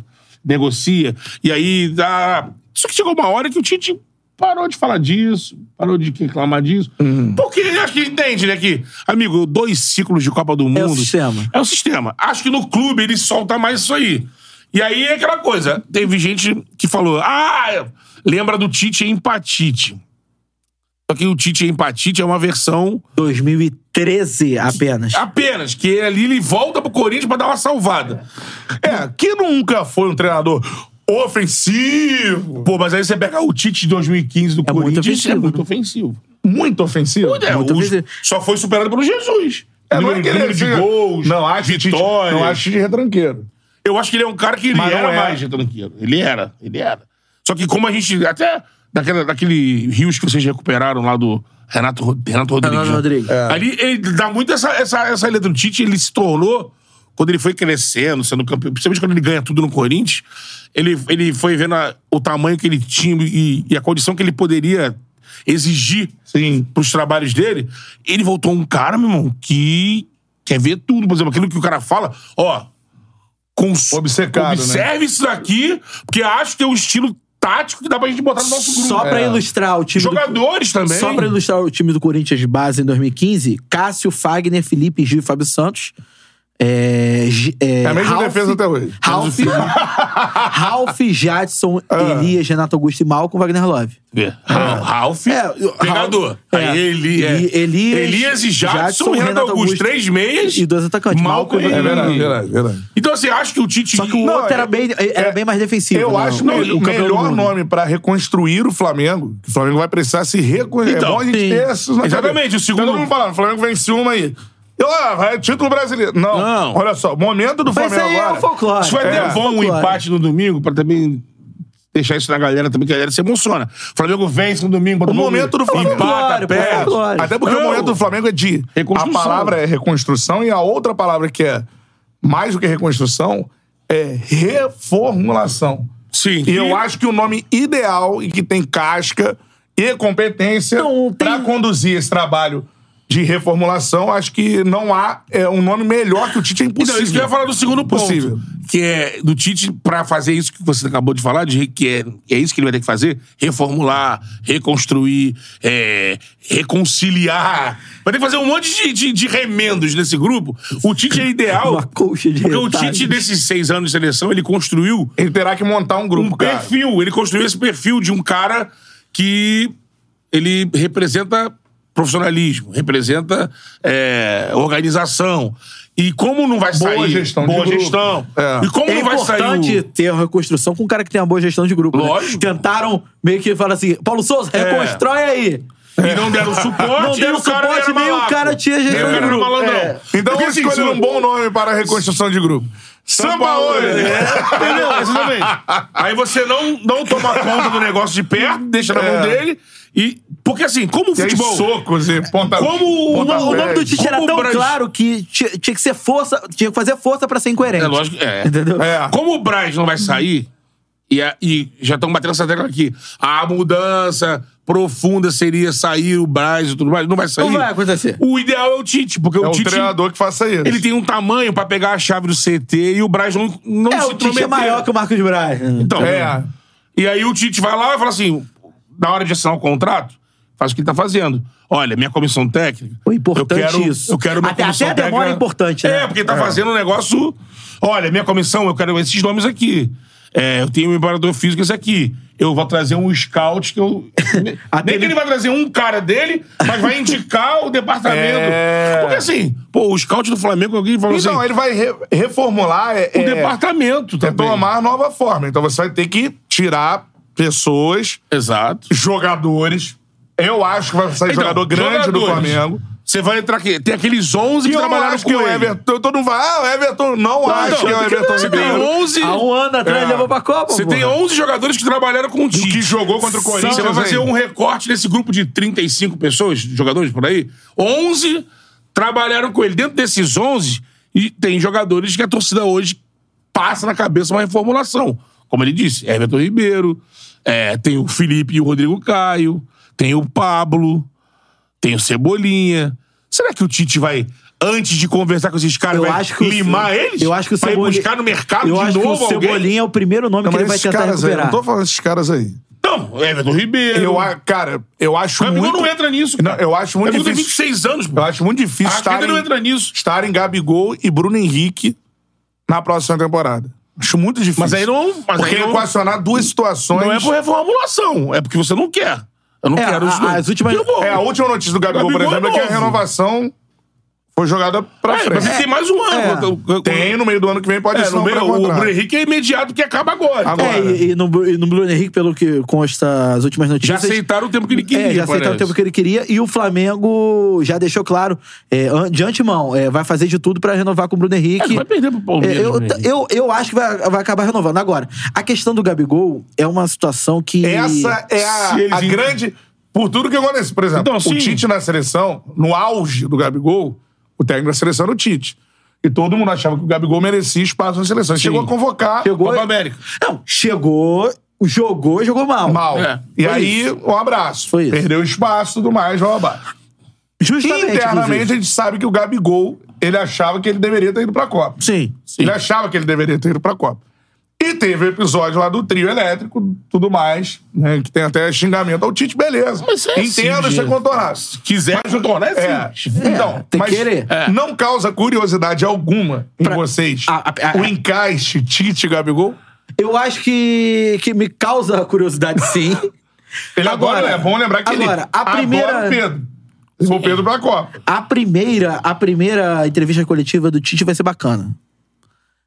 negocia. E aí, dá... só que chegou uma hora que o Tite parou de falar disso, parou de reclamar disso. Porque eu acho que ele entende, né, que, amigo, dois ciclos de Copa do Mundo...
sistema.
É o sistema. Acho que no clube ele solta mais isso aí. E aí é aquela coisa. Teve gente que falou: ah, lembra do Tite empatite. Só que o Tite empatite é uma versão
2013 apenas.
Ah,
apenas, que ali ele volta pro Corinthians pra dar uma salvada.
É, que nunca foi um treinador ofensivo,
Pô, mas aí você pega o Tite de 2015 do
muito
Corinthians,
ofensivo,
é muito
né?
ofensivo.
muito ofensivo.
É,
Muito
o-
ofensivo.
Só foi superado pelo Jesus.
É,
número, número de
seja-
gols,
não acho Tite-
vitórias.
Não acho Tite retranqueiro.
Eu acho que ele é um cara que ele
Mas não
era
é.
mais retranqueiro. Ele era, ele era. Só que como a gente. Até daquela, daquele rios que vocês recuperaram lá do Renato, Ro- Renato Rodrigues. né?
Rodrigues. É.
Ali ele dá muito essa, essa, essa letra do Tite, ele se tornou. Quando ele foi crescendo, sendo campeão, principalmente quando ele ganha tudo no Corinthians, ele, ele foi vendo a- o tamanho que ele tinha e, e a condição que ele poderia exigir
Sim.
pros trabalhos dele, ele voltou um cara, meu irmão, que quer ver tudo. Por exemplo, aquilo que o cara fala, ó. Cons...
Obcecado,
né?
Observe isso daqui, porque acho que é um estilo tático que dá pra gente botar no nosso grupo.
Só
é.
pra ilustrar o time do...
Jogadores também.
Só pra ilustrar o time do Corinthians base em 2015, Cássio, Fagner, Felipe, Gil e Fábio Santos. É, Gi- é,
É a mesma
Ralf-
defesa até hoje.
Ralf, Ralf,
*laughs*
Jadson,
Ah.
Elias, Renato Augusto e Malcom, Wagner Love.
É. Ra- Ralf,
É, o-
pegador.
Ralf-
Aí
é.
ele, é.
E- Elias-
e Jadson,
Jadson,
Renato,
Renato
Augusto,
Augusto.
três meias.
E dois atacantes,
Malcom
Malcom
e...
e-
É verdade, verdade, verdade.
Então, assim, acho que o Tite...
Só que o
Não,
outro era
é-
bem, era
é-
bem mais defensivo.
Eu
né?
acho
não,
que
o
o
campeão do
melhor
mundo.
nome pra reconstruir o Flamengo, que o Flamengo vai precisar se reconstruir.
Então,
é bom a gente
sim.
ter isso na
Exatamente,
cabeça.
o segundo-
Então, vamos falar, o Flamengo vence uma aí. E lá, vai título brasileiro. Não,
Não.
olha só, momento do
Mas isso
Flamengo
aí é
agora.
o folclore.
Isso vai
É.
levar um
Folclore.
empate no domingo pra também deixar isso na galera também, que a galera se emociona. O Flamengo vence no domingo.
O momento do Flamengo.
Empata,
Folclore,
perde.
folclore.
Até porque
Não.
o momento do Flamengo é de. A
Reconstrução.
palavra é reconstrução e a outra palavra que é mais do que reconstrução é reformulação.
Sim.
E eu acho que o nome ideal e que tem casca e competência
Não, tem-
pra conduzir esse trabalho de reformulação, acho que não há é, um nome melhor que o Tite é
Então,
impossível.
isso que eu ia falar do segundo ponto.
Possível.
Que é do Tite pra fazer isso que você acabou de falar, de que é, é isso que ele vai ter que fazer: reformular, reconstruir, é, reconciliar. Vai ter que fazer um monte de, de, de remendos nesse grupo. O Tite é ideal.
Uma colcha de
Porque o
retalhos.
Tite, nesses seis anos de seleção, ele construiu
Ele terá que montar um grupo,
um
cara.
perfil. Ele construiu esse perfil de um cara que ele representa profissionalismo, representa é, organização. E como não vai
Boa
sair...
gestão de
Boa
grupo.
gestão.
É.
E como
é
não vai
importante
sair o...
ter a reconstrução com um cara que tem uma boa gestão de grupo. né?
Lógico.
Tentaram meio que falar assim: Paulo Souza, reconstrói aí.
E
*laughs*
não deram suporte,
Não deram
e o cara
suporte,
era
nem o
malaco.
cara tinha
Nem o
gestão
cara
de
era
grupo.
né, malandrão.
É.
Então
Porque,
vamos
assim,
escolher
se-
um bom nome para a reconstrução é. de grupo. Sampaoli!
né? É,
*laughs*
Entendeu? Exatamente. Aí você não, não toma conta do negócio de perto, deixa na mão
É.
dele, E, porque assim, como o
Tem
futebol.
socos e ponta...
Como o-
O, no- o nome do Tite era
É, Como
tão
Bras-
claro que ti- tinha que ser força, tinha que fazer força pra ser incoerente.
É lógico, é.
Entendeu?
É.
*laughs* Como o Braz não vai sair, e, a- e já estão batendo essa tecla aqui, a mudança profunda seria sair o Braz e tudo mais, não vai sair.
Não vai acontecer.
O ideal é o Tite, porque
É
o
um
Tite
treinador que faça isso.
ele tem um tamanho pra pegar a chave do CT e o Braz não, não
É,
se
o Tite é
intrometer.
maior que o Marcos Braz.
Então,
É.
E aí o Tite vai lá e fala assim, na hora de assinar o contrato, faz o que ele tá fazendo. Olha, minha comissão técnica...
Pô, importante
eu quero,
isso.
Eu quero minha
Até-
comissão
até a demora
técnica-
é importante, né?
É, porque tá fazendo um negócio... Olha, minha comissão, eu quero esses nomes aqui. É, eu tenho um embarador físico esse aqui. Eu vou trazer um scout
*laughs*
que eu...
Até
Nem que ele vai trazer um cara dele, mas vai indicar o departamento.
É.
Porque assim, pô, o scout do Flamengo, alguém falou assim...
Então, ele vai re- reformular. É,
o
é-
departamento
é
também.
tomar nova forma. Então você vai ter que tirar pessoas,
Exato.
jogadores. Eu acho que vai sair
Então,
jogador grande do
jogadores.
Flamengo.
Você vai entrar aqui. Tem aqueles 11
E
que
eu não
trabalharam
acho
com
que o
ele. então,
Everton. Todo mundo fala, ah, o Everton. Não, acho que é o
porque
Everton
Você tem
Ribeiro.
11...
Há um ano atrás
É.
levou pra Copa,
Você
pô.
tem 11 jogadores que trabalharam com o Tite.
que jogou contra o Corinthians,
Você vai fazer
hein?
um recorte desse grupo de 35 pessoas, jogadores por aí. 11 trabalharam com ele. Dentro desses 11, e tem jogadores que a torcida hoje passa na cabeça uma reformulação. Como ele disse, Everton Ribeiro, é, tem o Felipe e o Rodrigo Caio, tem o Pablo, tem o Cebolinha. Será que o Tite vai... Antes de conversar com esses caras,
Eu
vai
acho que o-
limar eles?
Eu acho que o
Vai
Cebolinha...
buscar no mercado
eu
de
acho
novo
que o
alguém?
Cebolinha é o primeiro nome
Não,
que
mas
ele vai
esses
tentar
caras aí, eu
recuperar.
não tô falando desses caras aí.
Não, Então, é Everton Ribeiro.
Eu, a- cara, eu acho
O Gabigol
muito...
não entra nisso.
Não,
Cara.
eu acho muito
Gabigol tem
difícil.
26 anos, pô.
Eu acho muito difícil
Acho que
estarem,
ainda não entra nisso.
estarem Gabigol e Bruno Henrique na próxima temporada. Acho muito difícil.
Mas aí não- mas
Porque
aí não-
equacionar duas situações...
Não é por reformulação, é porque você não quer. Eu não
É,
quero isso.
a- as últimas-
Eu vou.
É, a última notícia do Gabigol,
Gabigol
por exemplo, é, que a
novo.
renovação foi jogada pra
É, mas
frente.
ele tem mais um ano.
É.
Eu- eu- eu-
Tem, no meio do ano que vem pode
É,
ser um
no meio, o Bruno Henrique é imediato que acaba agora.
Agora.
É, e, e no, Bru- e no Bruno Henrique, pelo que consta as últimas
Já
notícias...
aceitaram o tempo que ele queria.
é, já aceitaram o
parece.
tempo que ele queria e o Flamengo já deixou claro, é, an- de antemão, é, vai fazer de tudo pra renovar com o Bruno Henrique.
É, vai perder pro Palmeiras.
É, eu,
né?
eu, eu acho que vai, vai acabar renovando. Agora, a questão do Gabigol é uma situação que.
Essa é
Se eles
a, a
in-
grande. Por tudo que acontece. Por exemplo,
Então, sim.
o Tite na seleção, no auge do Gabigol, o técnico da seleção era o Tite. E todo mundo achava que o Gabigol merecia espaço na seleção. Chegou a convocar
Chegou.
Copa América.
Não, chegou, jogou, jogou mal.
mal.
É.
E
Foi
aí, um abraço.
Foi isso.
Perdeu espaço e tudo mais, um abraço.
Justamente.
Internamente,
inclusive.
a gente sabe que o Gabigol, ele achava que ele deveria ter ido pra Copa.
Sim.
Ele achava que ele deveria ter ido pra Copa. E teve o episódio lá do trio elétrico, tudo mais, né? Que tem até xingamento ao Tite, beleza.
Mas isso é
Entendo
assim,
ser
gente.
contornado.
Se quiser contornar, é
É.
sim.
Então,
tem
mas
que querer.
É.
não causa curiosidade alguma em vocês
a- a-
o encaixe Tite e Gabigol?
Eu acho que, que me causa curiosidade, sim.
*laughs*
Ele agora,
Agora-
é bom lembrar que ele
agora, a primeira-
adora o Pedro. Levou o Pedro pra Copa.
A primeira, a primeira entrevista coletiva do Tite vai ser bacana.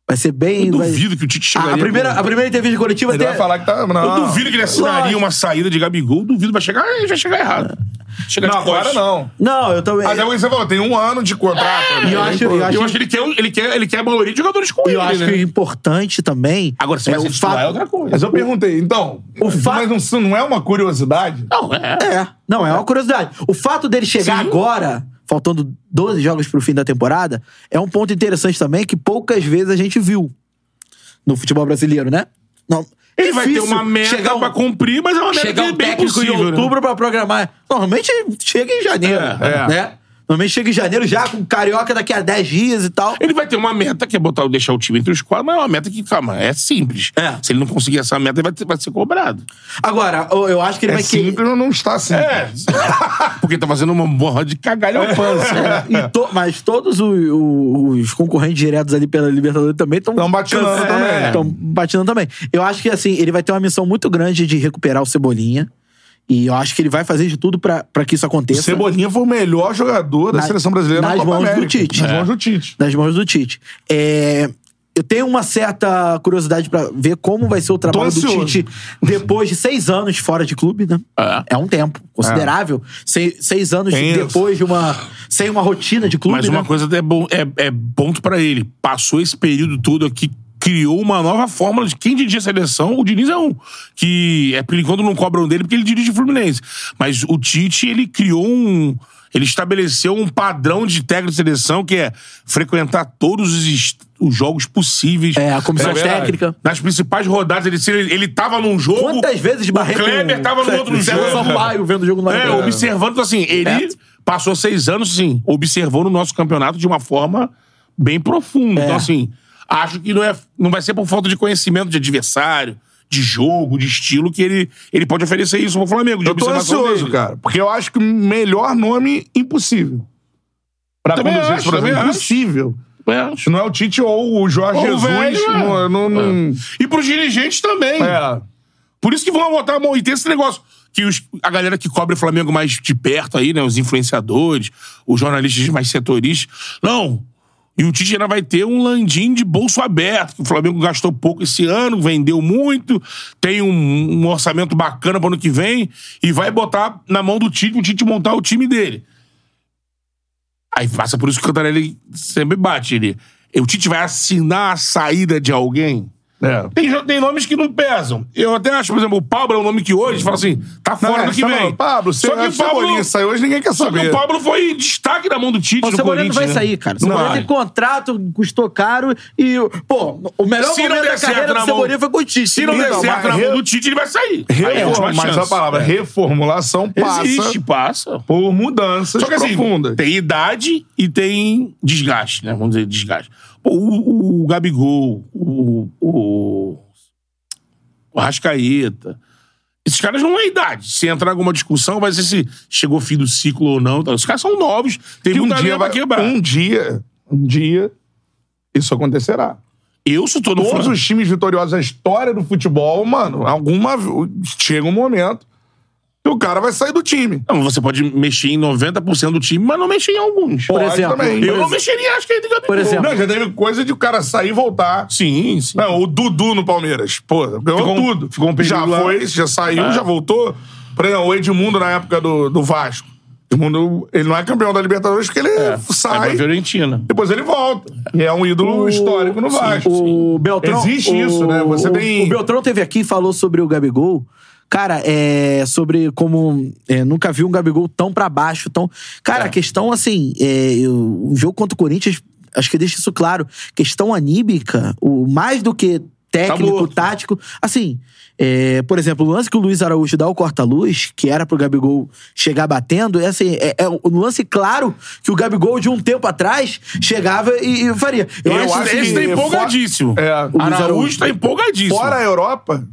Vai ser bem.
Eu
vai- Ah,
duvido que o Tite chegaria.
a, a primeira, Ah.
com-
a primeira entrevista coletiva
Ele
tem.
vai falar que tá. Não,
Eu duvido que ele assinaria
Lógico.
uma saída de Gabigol. Duvido, vai chegar, vai chegar errado.
é
Chega
não
de costas.
agora não.
Não, eu também.
é
Até porque você falou, tem um ano de contrato.
E eu
né?
acho- eu
Eu acho, que ele quer, ele, quer, ele quer a maioria de jogadores com
E
ele.
eu acho
né?
que o importante também.
Agora,
é
se vai
o
ser titular, é
fato.
outra coisa.
Mas eu perguntei, então.
O fa-
Mas não- isso não é uma curiosidade?
Não, é.
É, não, é uma curiosidade. O fato dele chegar
Sim.
agora, faltando 12 jogos pro fim da temporada, é um ponto interessante também que poucas vezes a gente viu no futebol brasileiro, né? Não,
Ele vai ter
difícil
uma meta
chegar um,
pra cumprir, mas é uma meta
chegar
que é
um
bem
técnico
né?
em
possível.
outubro pra programar. Normalmente chega em janeiro,
É,
é.
né? Normalmente chega em janeiro já com carioca daqui a 10 dias e tal.
Né? Ele vai ter uma meta que é botar, deixar o time entre os quatro, mas é uma meta que, calma, é simples.
É.
Se ele não conseguir essa meta, ele vai, ter- vai ser cobrado.
Agora, eu eu acho que ele
É
vai
simples
que
ou não está assim. simples?
É. *laughs* Porque tá fazendo uma borra de
É.
cagalhopança.
né? e to- mas todos o- o- os concorrentes diretos ali pela Libertadores também estão
Tão batinando também.
Estão batinando também. Eu acho que assim, ele vai ter uma missão muito grande de recuperar o Cebolinha. E eu acho que ele vai fazer de tudo pra pra que isso aconteça.
Cebolinha foi o melhor jogador da
Na-
seleção brasileira
nas
na Copa
mãos do
América.
Tite.
Nas
É.
mãos do Tite.
Nas mãos do Tite. É, Eu tenho uma certa curiosidade pra ver como vai ser o trabalho do
ansioso.
Tite depois de seis anos fora de clube, né?
É.
É um tempo considerável. Sei- Seis, anos
Tem isso.
depois de uma. sem uma rotina de clube.
Mas uma
né?
coisa é, bom, é, é ponto pra ele. Passou esse período todo aqui criou uma nova fórmula de quem dirige a seleção, o Diniz é um. Que é por enquanto não cobram dele porque ele dirige o Fluminense. Mas o Tite, ele criou um. Ele estabeleceu um padrão de técnico de seleção que é frequentar todos os, est- os jogos possíveis.
É, a comissão
É verdade.
técnica.
Nas principais rodadas, ele, se ele, ele tava num jogo.
Quantas vezes
o
barreiro.
Kleber tava no outro jogo.
Sampaio vendo o jogo na
É, observando, então, assim, ele
Certo.
passou seis anos, sim, observando o nosso campeonato de uma forma bem profunda.
É.
Então, assim, acho que não, é, não vai ser por falta de conhecimento de adversário, de jogo, de estilo, que ele, ele pode oferecer isso pro Flamengo. De
Eu tô
observação
ansioso,
dele.
cara, porque eu acho que o melhor nome impossível. Pra
Também
conduzir
acho,
esse Brasil.
também acho.
Impossível.
É.
Se não é o Tite ou o Jorge
Ou o
Jesus,
velho, é.
não, não, não-
E pros dirigentes também.
É.
Por isso que vão botar a mão e tem esse negócio. Que os- a galera que cobre o Flamengo mais de perto aí, né? Os influenciadores, os jornalistas mais setoristas. Não. E o Tite ainda vai ter um landim de bolso aberto, que o Flamengo gastou pouco esse ano, vendeu muito, tem um, um orçamento bacana pro ano que vem, e vai botar na mão do Tite, o Tite montar o time dele. Aí passa por isso que o Cantarelli sempre bate. Ele, o Tite vai assinar a saída de alguém?
É.
Tem, jo- tem nomes que não pesam. Eu até acho, por exemplo, o Pablo é um nome que hoje fala assim, tá
Não,
fora
é,
do que
tá
vem.
bom. Pablo,
só que o Pablo,
Cebolinha saiu hoje, ninguém quer
só que
saber.
o Pablo foi destaque na mão do Tite
O
no
Cebolinha
Corinthians.
não vai
né?
sair, cara. O
Não
Cebolinha
vai.
tem contrato, custou caro e... Pô, o melhor
Se não
momento
der
da
certo
carreira
na
do
mão-
Cebolinha foi com o Tite.
Se não der
Então,
certo
mas
na
re-
mão do Tite, ele vai sair. Aí é a
Reform...
última
Mas a
chance. É.
palavra reformulação passa
Existe, passa.
por mudanças
Só que assim,
profundas.
tem idade e tem desgaste, né? Vamos dizer, desgaste. Pô, o, o Gabigol, o, o, o Rascaeta. Esses caras não é idade. Se entrar alguma discussão, vai ser se chegou o fim do ciclo ou não. Tá? Os caras são novos, tem
que um
muita
dia
linha pra
vai...
quebrar.
Um dia, um dia, isso acontecerá.
Eu, se tô no
Todos
Flamengo,
os times vitoriosos da história do futebol, mano, alguma chega um momento que o cara vai sair do time.
não, você pode mexer em 90% do time, mas não mexer em alguns.
Por
Pode
exemplo,
também.
Eu não mexeria, acho que ainda Gabigol.
Por exemplo.
Não, já teve coisa de o cara sair e voltar.
Sim, sim.
Não, o Dudu no Palmeiras. Pô, ganhou
Ficou um-
tudo.
ficou um período
já
lá.
foi, já saiu,
É.
já voltou. Por exemplo, o Edmundo na época do, do Vasco. Edmundo, ele não é campeão da Libertadores porque ele
É. Vai pra
sai,
Fiorentina.
depois ele volta. E é um ídolo
O-
histórico no
sim,
Vasco.
O Beltrão.
Existe
o-
isso, né? Você
o,
tem-
O Beltrão teve aqui e falou sobre o Gabigol. Cara, é. Sobre como. é, nunca vi um Gabigol tão pra baixo, tão. Cara, a questão, assim. É, eu- o jogo contra o Corinthians, acho que deixa isso claro. Questão anímica, o mais do que técnico,
morto.
tático. Assim, é, por exemplo, o lance que o Luiz Araújo dá ao corta-luz, que era pro Gabigol chegar batendo, é assim, é, é um lance claro que o Gabigol de um tempo atrás chegava e, e faria. Eu
Esse,
acho que-
esse tá empolgadíssimo.
É.
Araújo tá empolgadíssimo.
Fora a Europa,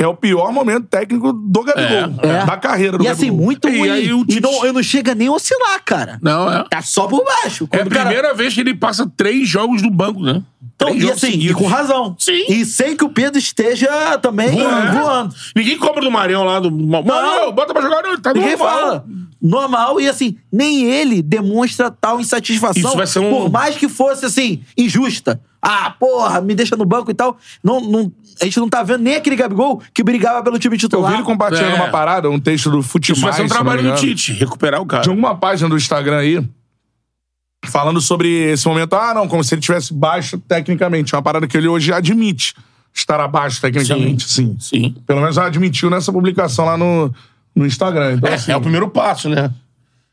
é o pior momento técnico do Gabigol.
É.
Da carreira do
E
Gabigol.
assim, muito
E
ruim. E,
aí o Tite-
não, eu não chega nem a oscilar, cara.
Não, é.
Tá só por baixo.
É
Quando
a
o cara-
primeira vez que ele passa três jogos no banco, né?
Então,
Três
e
jogos
assim, e
seguidos.
com razão.
Sim.
E sem que o Pedro esteja também ah,
É.
voando.
Ninguém cobra do Marião lá do. Não, não, bota pra jogar, não, ele tá
Ninguém
normal.
fala. Normal, e assim, nem ele demonstra tal insatisfação.
Isso vai ser um-
Por mais que fosse, assim, injusta. Ah, porra, me deixa no banco e tal. Não, não, a gente não tá vendo nem aquele Gabigol que brigava pelo time
Eu
titular.
vi ele compartilhando
É.
uma parada, um texto do futebol.
Isso vai ser um trabalho do Tite, recuperar o cara.
de alguma página do Instagram aí falando sobre esse momento. Ah, não, como se ele tivesse baixo tecnicamente. É uma parada que ele hoje admite estar abaixo tecnicamente, sim.
Sim.
Pelo menos já admitiu nessa publicação lá no, no Instagram. Então,
É,
assim,
é o primeiro passo, né?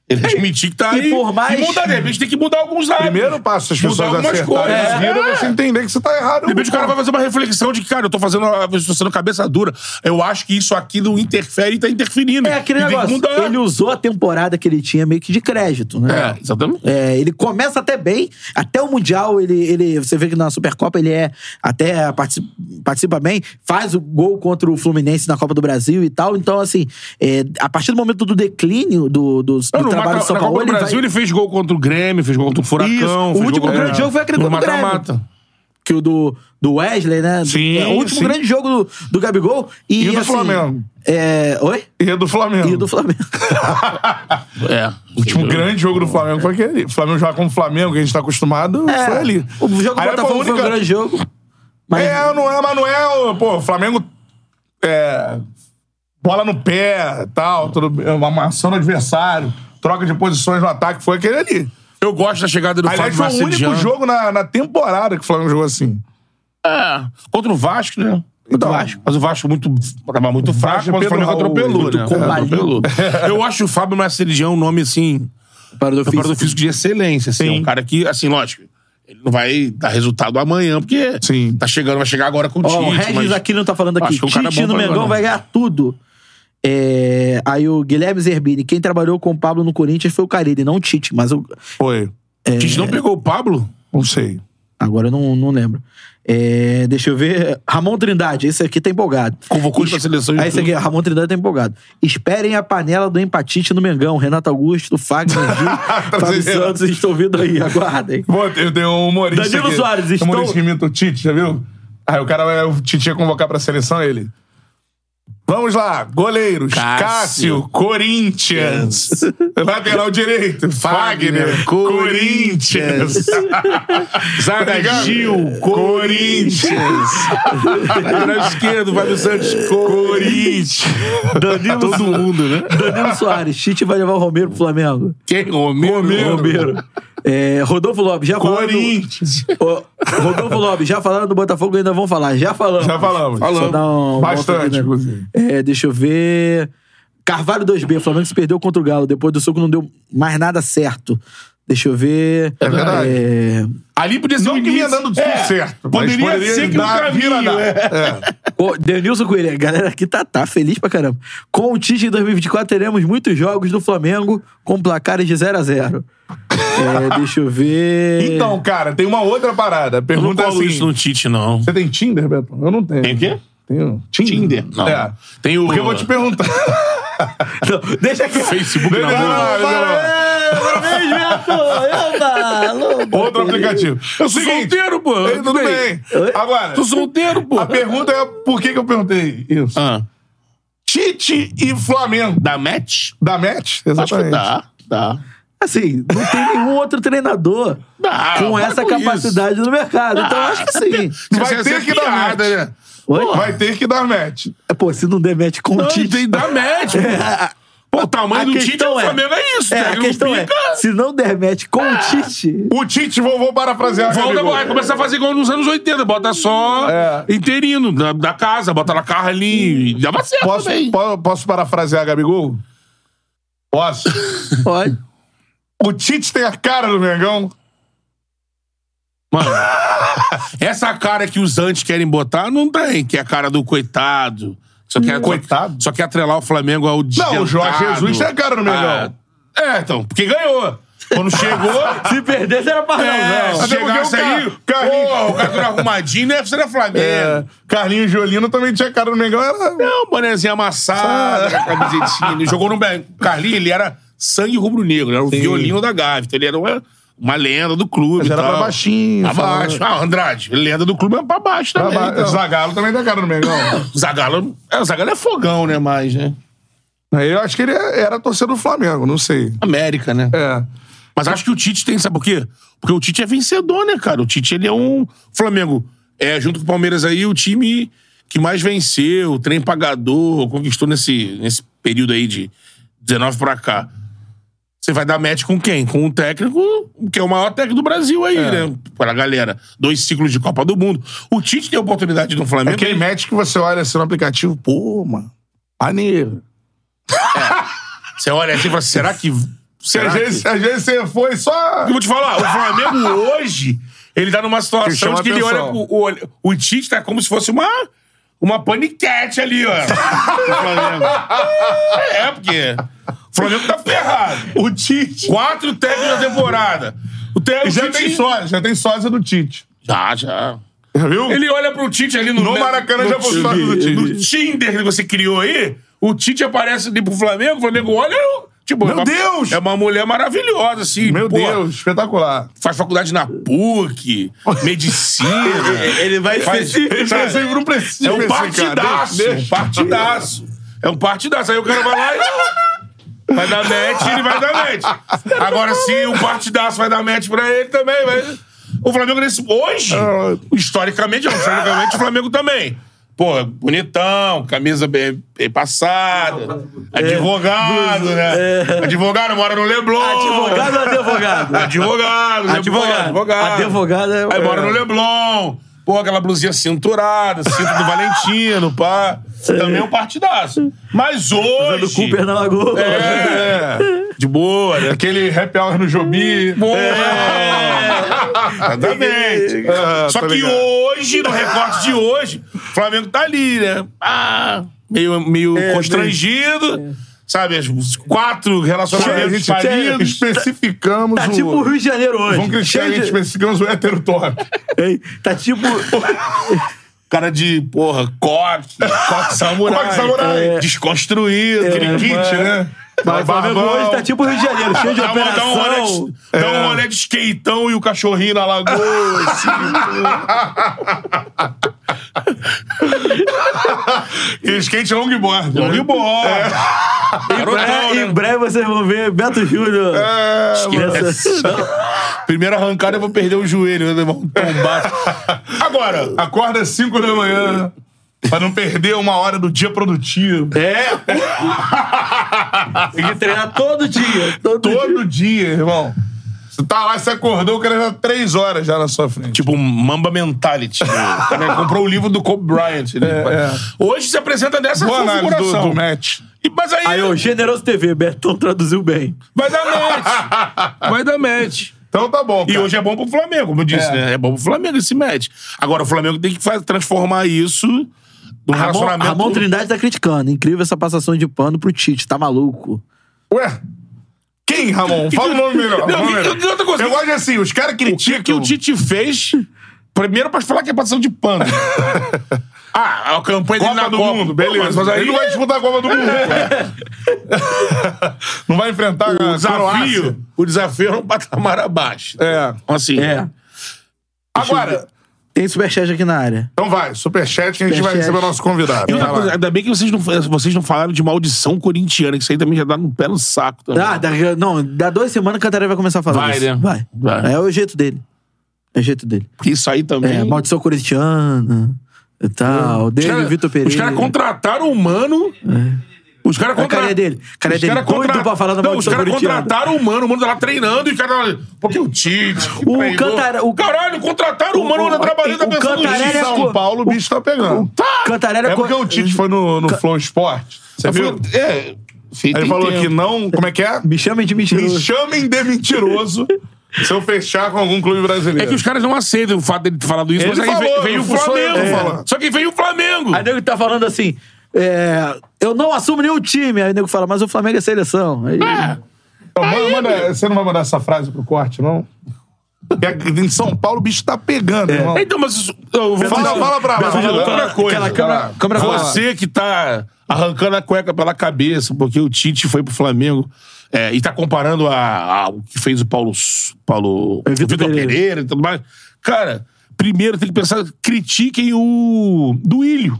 Ele admitir que tá
E
aí.
por mais-
E mudar, de repente tem que mudar alguns hábitos.
primeiro passo as
Mudar
pessoas
algumas
acertarem
coisas.
a vida,
É.
você entender que você tá errado.
De repente o cara vai fazer uma reflexão de, cara, eu tô fazendo, eu tô sendo cabeça dura. Eu acho que isso aqui não interfere e tá interferindo.
É aquele
E tem que
negócio.
mudar.
Ele usou a temporada que ele tinha meio que de crédito, né?
É, exatamente.
É, ele começa até bem, até o Mundial, ele, ele, você vê que na Supercopa ele é até participa, participa bem, faz o gol contra o Fluminense na Copa do Brasil e tal. Então, assim, é, a partir do momento do declínio do, do, do
Não, no
trabalho
mata,
do São
na
Paulo,
Copa do
ele
Brasil
vai,
ele fez gol contra o Grêmio, fez gol contra o Furacão.
Isso, o
fez gol
último
contra-
grande jogo foi aquele
no
contra o Grêmio.
mata-mata.
que o do, do Wesley, né?
Sim,
é o último
sim.
grande jogo do, do Gabigol. E,
E o do
assim,
Flamengo.
É, oi?
E do Flamengo.
E o do Flamengo.
É.
O último grande jogo do Flamengo foi aquele. O Flamengo jogar como Flamengo, que a gente tá acostumado,
É,
foi ali.
O jogo do
Aí foi a
Botafogo foi um
única-
grande jogo. Mas
É, não é, mas não é. o- Pô, o Flamengo. É. Bola no pé, tal, tudo, é, uma maçã no adversário, troca de posições no ataque, foi aquele ali.
Eu gosto da chegada do
Aliás,
Flávio
foi o único
Marcegiano.
jogo na, na temporada que o Flamengo jogou assim.
É, contra o Vasco, né?
Então.
Então, Vasco. Mas o Vasco muito, tava muito fraco,
Vasco,
mas o
Pedro
Flamengo
Raul,
atropelou,
muito
né?
combalido.
Atropelou.
né?
Eu acho o Fábio Marceligião um nome, assim,
Para do
preparador físico de excelência, assim.
Sim.
É um cara que, assim, lógico, ele não vai dar resultado amanhã, porque
Sim.
tá chegando, vai chegar agora com o Tite.
Ó, o Regis
mas...
aqui não tá falando aqui.
Acho que o cara é
Tite
bom
no
pra
Mengão
jogar.
vai ganhar tudo. É, Aí o Guilherme Zerbini, quem trabalhou com o Pablo no Corinthians foi o Carille, não o Tite, mas eu...
Foi.
O
É.
Tite não pegou o Pablo?
Não sei.
agora eu não, não lembro. É, Deixa eu ver. Ramon Trindade, esse aqui tá empolgado.
Convocou ele pra seleção e
Aí esse aqui,
tudo.
Ramon Trindade tá empolgado. Esperem a panela do empatite no Mengão. Renato Augusto,
*laughs*
Fagner,
Tá
Gil, Fábio Santos, estou ouvindo aí, aguardem.
Pô, eu tenho um humorista.
Danilo
que-
Soares,
um
estou-
humorista que imita o Tite, já viu? Aí o cara vai, o Tite ia convocar pra seleção ele. Vamos lá, goleiros. Cássio,
Cássio.
Corinthians. Lateral direito, Fagner,
Fagner,
Corinthians.
Tá
Zaga Gil, Corinthians. Lateral esquerdo, Fábio Santos, Corinthians. Tá
Danilo,
Todo mundo, né?
Danilo Soares, Tite vai levar o Romero pro Flamengo.
Quem? Romero.
Romero. É, Rodolfo Lopes, já falaram. Do,
Corinthians.
Ô, Rodolfo Lopes, já falaram do Botafogo, ainda vão falar. Já falamos.
Já falamos.
Só dá um-
Bastante,
volta aqui, né?
inclusive.
É, deixa eu ver. Carvalho 2B, Flamengo se perdeu contra o Galo. Depois do soco não deu mais nada certo. Deixa eu ver. É
verdade.
Ali podia ser
Não
o
que vinha
início.
dando tudo
É,
certo. mas
Poderia, ser que
dar-
o
vir a
caminho...
dar.
é.
É.
Ô, Denilson Coelho, a galera aqui tá, tá feliz pra caramba. Com o Tite em 2024 teremos muitos jogos do Flamengo com placares de 0 a 0 É, deixa eu ver.
Então, cara, tem uma outra parada. A
Eu É. não
Pergunta é
colo
assim.
isso no Tite, não.
Você tem Tinder, Beto? Eu não tenho.
Tem o quê?
Tenho.
Tinder? Não.
É.
Tem o...
Porque eu vou te
*laughs*
perguntar.
Não, deixa aqui.
Facebook, não.
Não, não, não.
É, Parabéns, Beto! Eba!
Outro aplicativo. É o
Tô
seguinte.
solteiro, pô.
Ei, Tudo bem. Agora,
Tô solteiro, pô.
a pergunta é por que, que eu perguntei isso?
Ah,
Tite e Flamengo.
dá match?
Da match?
Acho que
Exatamente.
dá. Dá.
Assim, não tem nenhum outro treinador
Dá.
com
Ah, para
essa
com isso.
capacidade no mercado. Então, acho que sim.
Vai *laughs*
Essa
ter
é
que dar
piada,
match.
né?
Oi?
Vai ter que dar match.
Pô, se não der match com o
Não,
Tite. É,
tem dá
*laughs*
match, pô. Pô, o
tá,
tamanho
A
do Tite
questão
do Flamengo é isso,
é,
né?
a
Ele
questão
não
é,
pica.
se não der match com o
*laughs*
Tite,
O Tite, vou, vou parafrasear.
Volta,
Gabigol.
vai começar a fazer igual nos anos 80. Bota só
É.
interino da, da casa, bota na carro ali. e Dava certo
Posso,
também.
po- posso parafrasear a Gabigol? Posso?
pode.
o Tite tem a cara do Mengão.
Mano, essa cara que os antes querem botar, não tem. Que é a cara do coitado. Só quer,
Hum, Coitado?
Só, só quer atrelar o Flamengo ao dia.
Não, o Jorge Jesus tem a cara do Mengão.
é, então, porque ganhou. Quando chegou.
Se perder, era para
é,
não. né?
se
Até porque
chegasse
o Car-
aí,
Carlinhos-
pô, o cara tudo arrumadinho, né? Seria
*laughs*
Flamengo.
É, Carlinhos Jolino também tinha cara do Mengão. Era...
Não, bonezinho amassado, com a camisetinha. Ele jogou no Be- Carlinhos, ele era sangue rubro-negro, ele era o violino da Gávea. Então ele era uma, uma lenda do clube.
Mas
e
era
tal.
pra baixinho.
Pra baixo. Ah, Andrade, lenda do clube é pra baixo
Pra
também.
ba-
então.
Zagallo também tem a cara do Mengão.
O Zagallo, é, o Zagallo é fogão, né? Mas, né?
Aí eu acho que ele é, era torcedor do Flamengo, não sei.
América, né?
É.
Mas acho que o Tite tem, sabe por quê? Porque o Tite é vencedor, né, cara? O Tite, ele é um... Flamengo, é, junto com o Palmeiras aí, o time que mais venceu, o trem pagador, conquistou nesse, nesse período aí de 19 pra cá. Você vai dar match com quem? Com o técnico, que é o maior técnico do Brasil aí, né? Para a galera. Dois ciclos de Copa do Mundo. O Tite tem a oportunidade no Flamengo.
Aquele match que você olha assim no aplicativo, pô, mano. Maneiro.
Você olha assim e fala, será que... Será
Às
que-
vezes, às vezes você foi só.
Eu vou te falar, o Flamengo hoje, ele tá numa
Que
situação
chama
de que ele olha
atenção.
pro. O, olho- o Tite tá como se fosse uma. Uma paniquete
*laughs*
ali, ó. O Flamengo. É, porque. O Flamengo tá ferrado.
O Tite.
Quatro técnicos na temporada. O técnico.
Já tem sósia, já tem sósia do Tite.
Já, já.
Viu?
Ele olha pro Tite ali no.
No Maracanã já foi sósia do Tite.
No Tinder que você criou aí, o Tite aparece ali pro Flamengo, o Flamengo olha. eu- Tipo,
Meu
é uma-
Deus!
É uma mulher maravilhosa, assim.
Meu
pô,
Deus, espetacular.
faz faculdade na PUC, medicina. *laughs*
Ele vai
faz,
Ele
sabe?
precisa, não precisa.
é um
esse cara.
partidaço,
Deixa-
um partidaço. É um partidaço. Aí o cara vai lá e. *laughs* Vai dar match, ele vai dar match. Agora sim, o partidaço vai dar match pra ele também. Mas o Flamengo nesse. Hoje,
Ah.
historicamente, não, historicamente, o Flamengo também. Pô, bonitão, camisa bem, bem passada, advogado, né? Advogado, mora no Leblon.
é. Advogado ou advogado?
Advogado, Leblon,
Advogado.
advogado.
Advogado é-
Aí mora no Leblon. Pô, aquela blusinha cinturada, cinto do Valentino, pá. Também é um partidaço. Mas
Do
hoje.
Cooper na Lagoa.
É. De boa, né?
Aquele happy hour no Tá, Jobi.
É. Exatamente.
Ah,
Só
tô
que
ligado.
hoje, no recorte de hoje, o Flamengo tá ali, né? Ah, meio, meio constrangido. Sabe, as- os quatro
A
relacionamentos
gente até
falidos.
especificamos
Tá
o...
tipo o Rio de Janeiro hoje.
Vamos criticar, a
Cheio
gente
de-
especificamos o hétero top.
Ei, Tá
*laughs*
tipo.
Cara de, porra, corte, corte samurai.
Corte samurai.
É. Desconstruído.
Aquele kit, né?
Mas o Flamengo
Barbão.
hoje tá tipo o Rio de Janeiro, cheio de
Dá, uma- dá um rolê
operação.
de,
É.
dá um rolê de skateão e o
*laughs*
cachorrinho na lagoa. assim.
E skate longboard.
Longboard.
É.
Em
Garotão,
breve,
né? É,
em breve vocês vão ver Beto Júnior.
Esquece. Primeira arrancada eu vou perder o joelho, eu vou levar um tombaço. Agora,
Acorda às 5 da manhã pra não perder uma hora do dia produtivo.
É.
Tem que treinar todo dia. Todo, dia.
Todo dia, irmão. Você tá lá, você acordou, o cara já tá três horas já na sua frente.
tipo, Mamba Mentality. né? O cara comprou o livro do Kobe Bryant. Né?
É, é.
Hoje se apresenta dessa
Boa análise do,
é configuração.
do match.
E- Mas aí,
Aí, ô, Generoso TV, Bertão traduziu bem.
vai dar match. Vai dar match.
Então tá bom,
E
cara.
hoje é bom pro Flamengo, como eu disse,
É.
né? É bom pro Flamengo esse match. Agora, o Flamengo tem que fa- transformar isso num
Ramon,
relacionamento...
Ramon Trindade tá criticando. Incrível essa passação de pano pro Tite, tá maluco.
Ué? Quem,
*laughs*
Ramon? Fala o nome melhor.
Não,
o nome
e-
melhor.
e outra coisa,
Eu gosto de assim, os caras
O que,
criticam.
que o Tite fez? Primeiro, pra falar que é passação de *laughs* pano. ah, a campanha dele na
Copa do
Copa.
Mundo, beleza.
Pô, mas aí é-
Ele não vai disputar a Copa do Mundo. cara. *laughs* não vai enfrentar
o
a Croácia.
desafio, o desafio era um patamar abaixo.
É.
Então, Assim,
É.
Agora,
Tem superchat aqui na área.
então vai, superchat que a gente vai
Superchat.
receber o nosso convidado.
E outra
Vai lá.
coisa, ainda bem que vocês não, vocês não falaram de maldição corintiana, que isso aí também já dá no pé no saco também.
Ah, dá- não, dá duas semanas que o Cantarelli vai começar a falar
Tá. Vai,
disso.
né?
Vai.
Vai.
É o jeito dele. É o jeito dele.
Porque isso aí também.
É, maldição corintiana e tal.
Hum. Os
Dele,
cara-
Vitor Pereira.
Os caras contrataram o mano. Os caras
A
contrataram.
carinha dele. A carinha dele doido pra falar da
Não, os
maldição
caras
corintiana.
contrataram o mano, o mano tá lá treinando e os caras. Porque o Tite. que
O
treinador.
Cantara- o-
Caralho, contrataram o mano, o,
o-
tá trabalhando, tá
o
pensando no
Cantarelli
Em
Tite.
é
São
co-
Paulo, o bicho tá pegando.
Cantarelli
É porque o Tite foi no, no Flow Sport. Você viu?
É. feito
Ele
em
falou
tempo.
que não. Como é que é?
Me chamem de
Me
mentiroso.
chamem de mentiroso se eu fechar com algum clube brasileiro.
É que os caras não aceitam o fato dele ter falado isso,
Ele
mas é aí
falou,
veio, veio o
não sou eu
Flamengo.
que
É.
falo.
Só que veio o Flamengo.
Aí o nego tá falando assim: é, eu não assumo nenhum time. Aí o nego fala, mas o Flamengo é seleção. Aí,
Então,
É
manda- manda- você não vai mandar essa frase pro corte, não? É, em São Paulo, o bicho tá pegando, irmão.
Então, mas isso- eu vou
Fala,
falar,
fala pra lá.
Vou falar
fala lá.
outra é coisa.
Aquela câmera- câmera "Ah,
Você que tá arrancando a cueca pela cabeça, porque o Tite foi pro Flamengo é, e tá comparando a, a- o que fez o Paulo, S- Paulo
É,
Vitor
Vitor
Pereira.
Pereira.
e tudo mais. Cara, primeiro tem que pensar, critiquem o Duílio.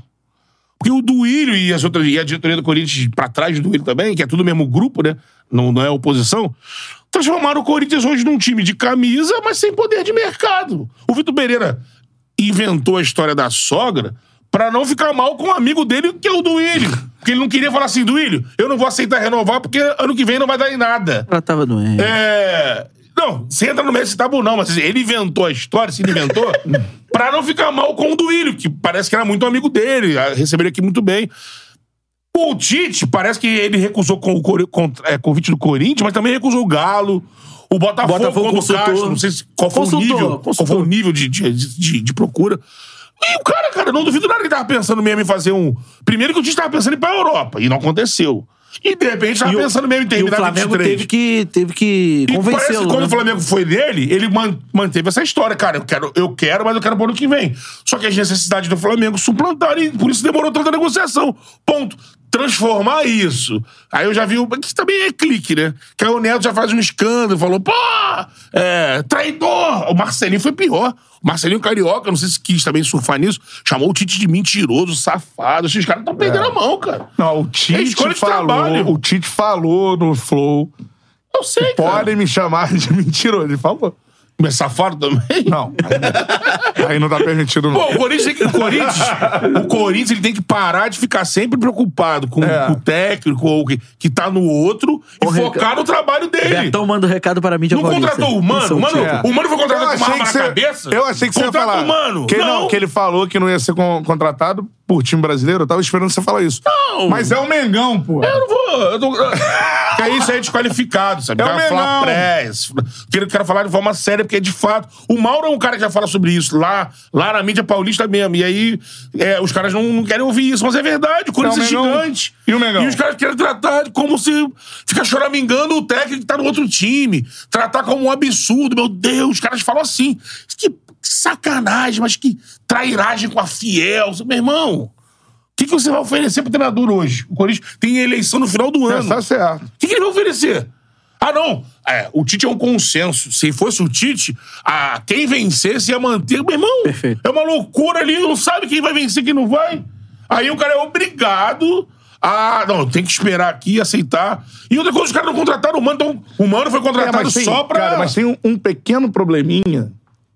Porque o Duílio e, as outras, e a diretoria do Corinthians pra trás do Duílio também, que é tudo o mesmo grupo, né? Não, não é oposição. Transformaram o Corinthians hoje num time de camisa, mas sem poder de mercado. O Vitor Pereira inventou a história da sogra pra não ficar mal com o amigo dele, que é o Duílio. Porque ele não queria falar assim, Duílio, eu não vou aceitar renovar porque ano que vem não vai dar em nada.
ela tava doente.
É. Não, você entra no meio desse tabu, não, mas assim, ele inventou a história, se
*laughs*
ele inventou, pra não ficar mal com o Duílio, que parece que era muito amigo dele, a- receberam aqui muito bem. O Tite, parece que ele recusou com o Cori- contra- é, convite do Corinthians, mas também recusou o Galo, o Botafogo,
Botafogo
quando o
consultou.
Castro, não sei se- qual foi o
Consultou,
nível, qual foi
consultou.
o nível de, de, de- de procura. E o cara, cara, não duvido nada que ele tava pensando mesmo em fazer um. Primeiro que o Tite tava pensando em ir pra Europa, e não aconteceu. E de repente tava
E o-
pensando mesmo em
e o
terminar
Flamengo
23.
teve que, teve que
E parece que
convencê-lo.
quando
né?
o Flamengo foi dele, ele man- manteve essa história. Cara, eu quero, eu quero, mas eu quero pro ano que vem. Só que as necessidades do Flamengo suplantaram e por isso demorou tanta negociação. Ponto. Transformar isso. Aí eu já vi. o- Que também é clique, né? Que aí o Neto já faz um escândalo, falou, pô, é, traidor. O Marcelinho foi pior. O Marcelinho Carioca, não sei se quis também surfar nisso, chamou o Tite de mentiroso, safado. Esses caras estão perdendo a mão, cara.
Não, o
É
Tite
escolha de trabalho.
falou. O Tite falou no Flow.
Eu sei, cara.
*laughs* Podem me chamar de mentiroso. Ele falou.
Mas safado também?
Não. Aí não tá permitido, não.
Pô, o Corinthians, tem que, o, Corinthians, o Corinthians ele tem que parar de ficar sempre preocupado com,
É.
com o técnico ou que, que tá no outro e
Ô,
focar
Ricardo.
no trabalho dele.
Betão manda o recado pra mim de
Não contratou o
um
Mano? O Mano,
É.
o Mano foi
Eu
contratado com uma
achei,
arma
que
na
você,
cabeça?
eu achei que você ia
Contrata
falar.
o Mano.
Que,
não.
que ele falou que não ia ser con- contratado por time brasileiro. Eu tava esperando você falar isso.
Não.
Mas é o Mengão, pô.
Eu não vou. Eu tô... Porque aí isso aí é desqualificado, sabe?
É
O
o
cara fala
Mengão.
press. Quero, quero falar de forma séria, porque de fato. O Mauro é um cara que já fala sobre isso lá, lá na mídia paulista mesmo. E aí é, os caras não, não querem ouvir isso, mas é verdade. O Corinthians é
É o Mengão.
gigante.
E o Mengão?
E os caras querem tratar como se ficar choramingando o técnico que tá no outro time. Tratar como um absurdo. Meu Deus, os caras falam assim. Que sacanagem, mas que trairagem com a fiel. Meu irmão. O que, que você vai oferecer pro treinador hoje? O Corinthians tem eleição no final do ano.
Tá certo.
O que, que ele vai oferecer? Ah, não. É, o Tite é um consenso. Se fosse o Tite, ah, quem vencesse ia manter. Meu irmão,
Perfeito.
é uma loucura ali. Não sabe quem vai vencer quem não vai. Aí o cara é obrigado a... Não, tem que esperar aqui e aceitar. E outra coisa, os caras não contrataram o Mano. Então, o Mano foi
É,
contratado
mas tem,
só pra...
cara, mas tem um, um pequeno probleminha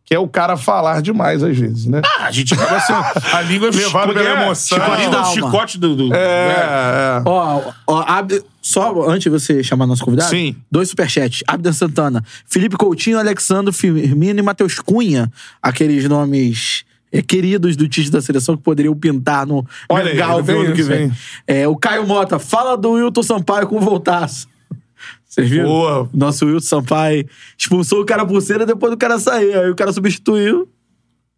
que é o cara falar demais às vezes, né?
Ah, a gente acaba sendo... A língua
*laughs*
é
Levado
como é
pela
que é?
emoção.
Chicote do...
Calma.
Chicote do, *laughs* do-
É, é.
Ó, ó, Ab- só antes de você chamar nosso convidado,
Sim.
dois superchats. Abdan Santana, Felipe Coutinho, Alexandre Firmino e Matheus Cunha, aqueles nomes eh, queridos do Tite da seleção que poderiam pintar no
Olha aí,
Galvão
tem
ano que
isso,
vem.
hein?
É, o Caio Mota, fala do Wilton Sampaio com o voltaço. Vocês
É.
viram?
Boa.
Nosso Wilton Sampaio expulsou o cara por cera depois do cara sair. Aí o cara substituiu.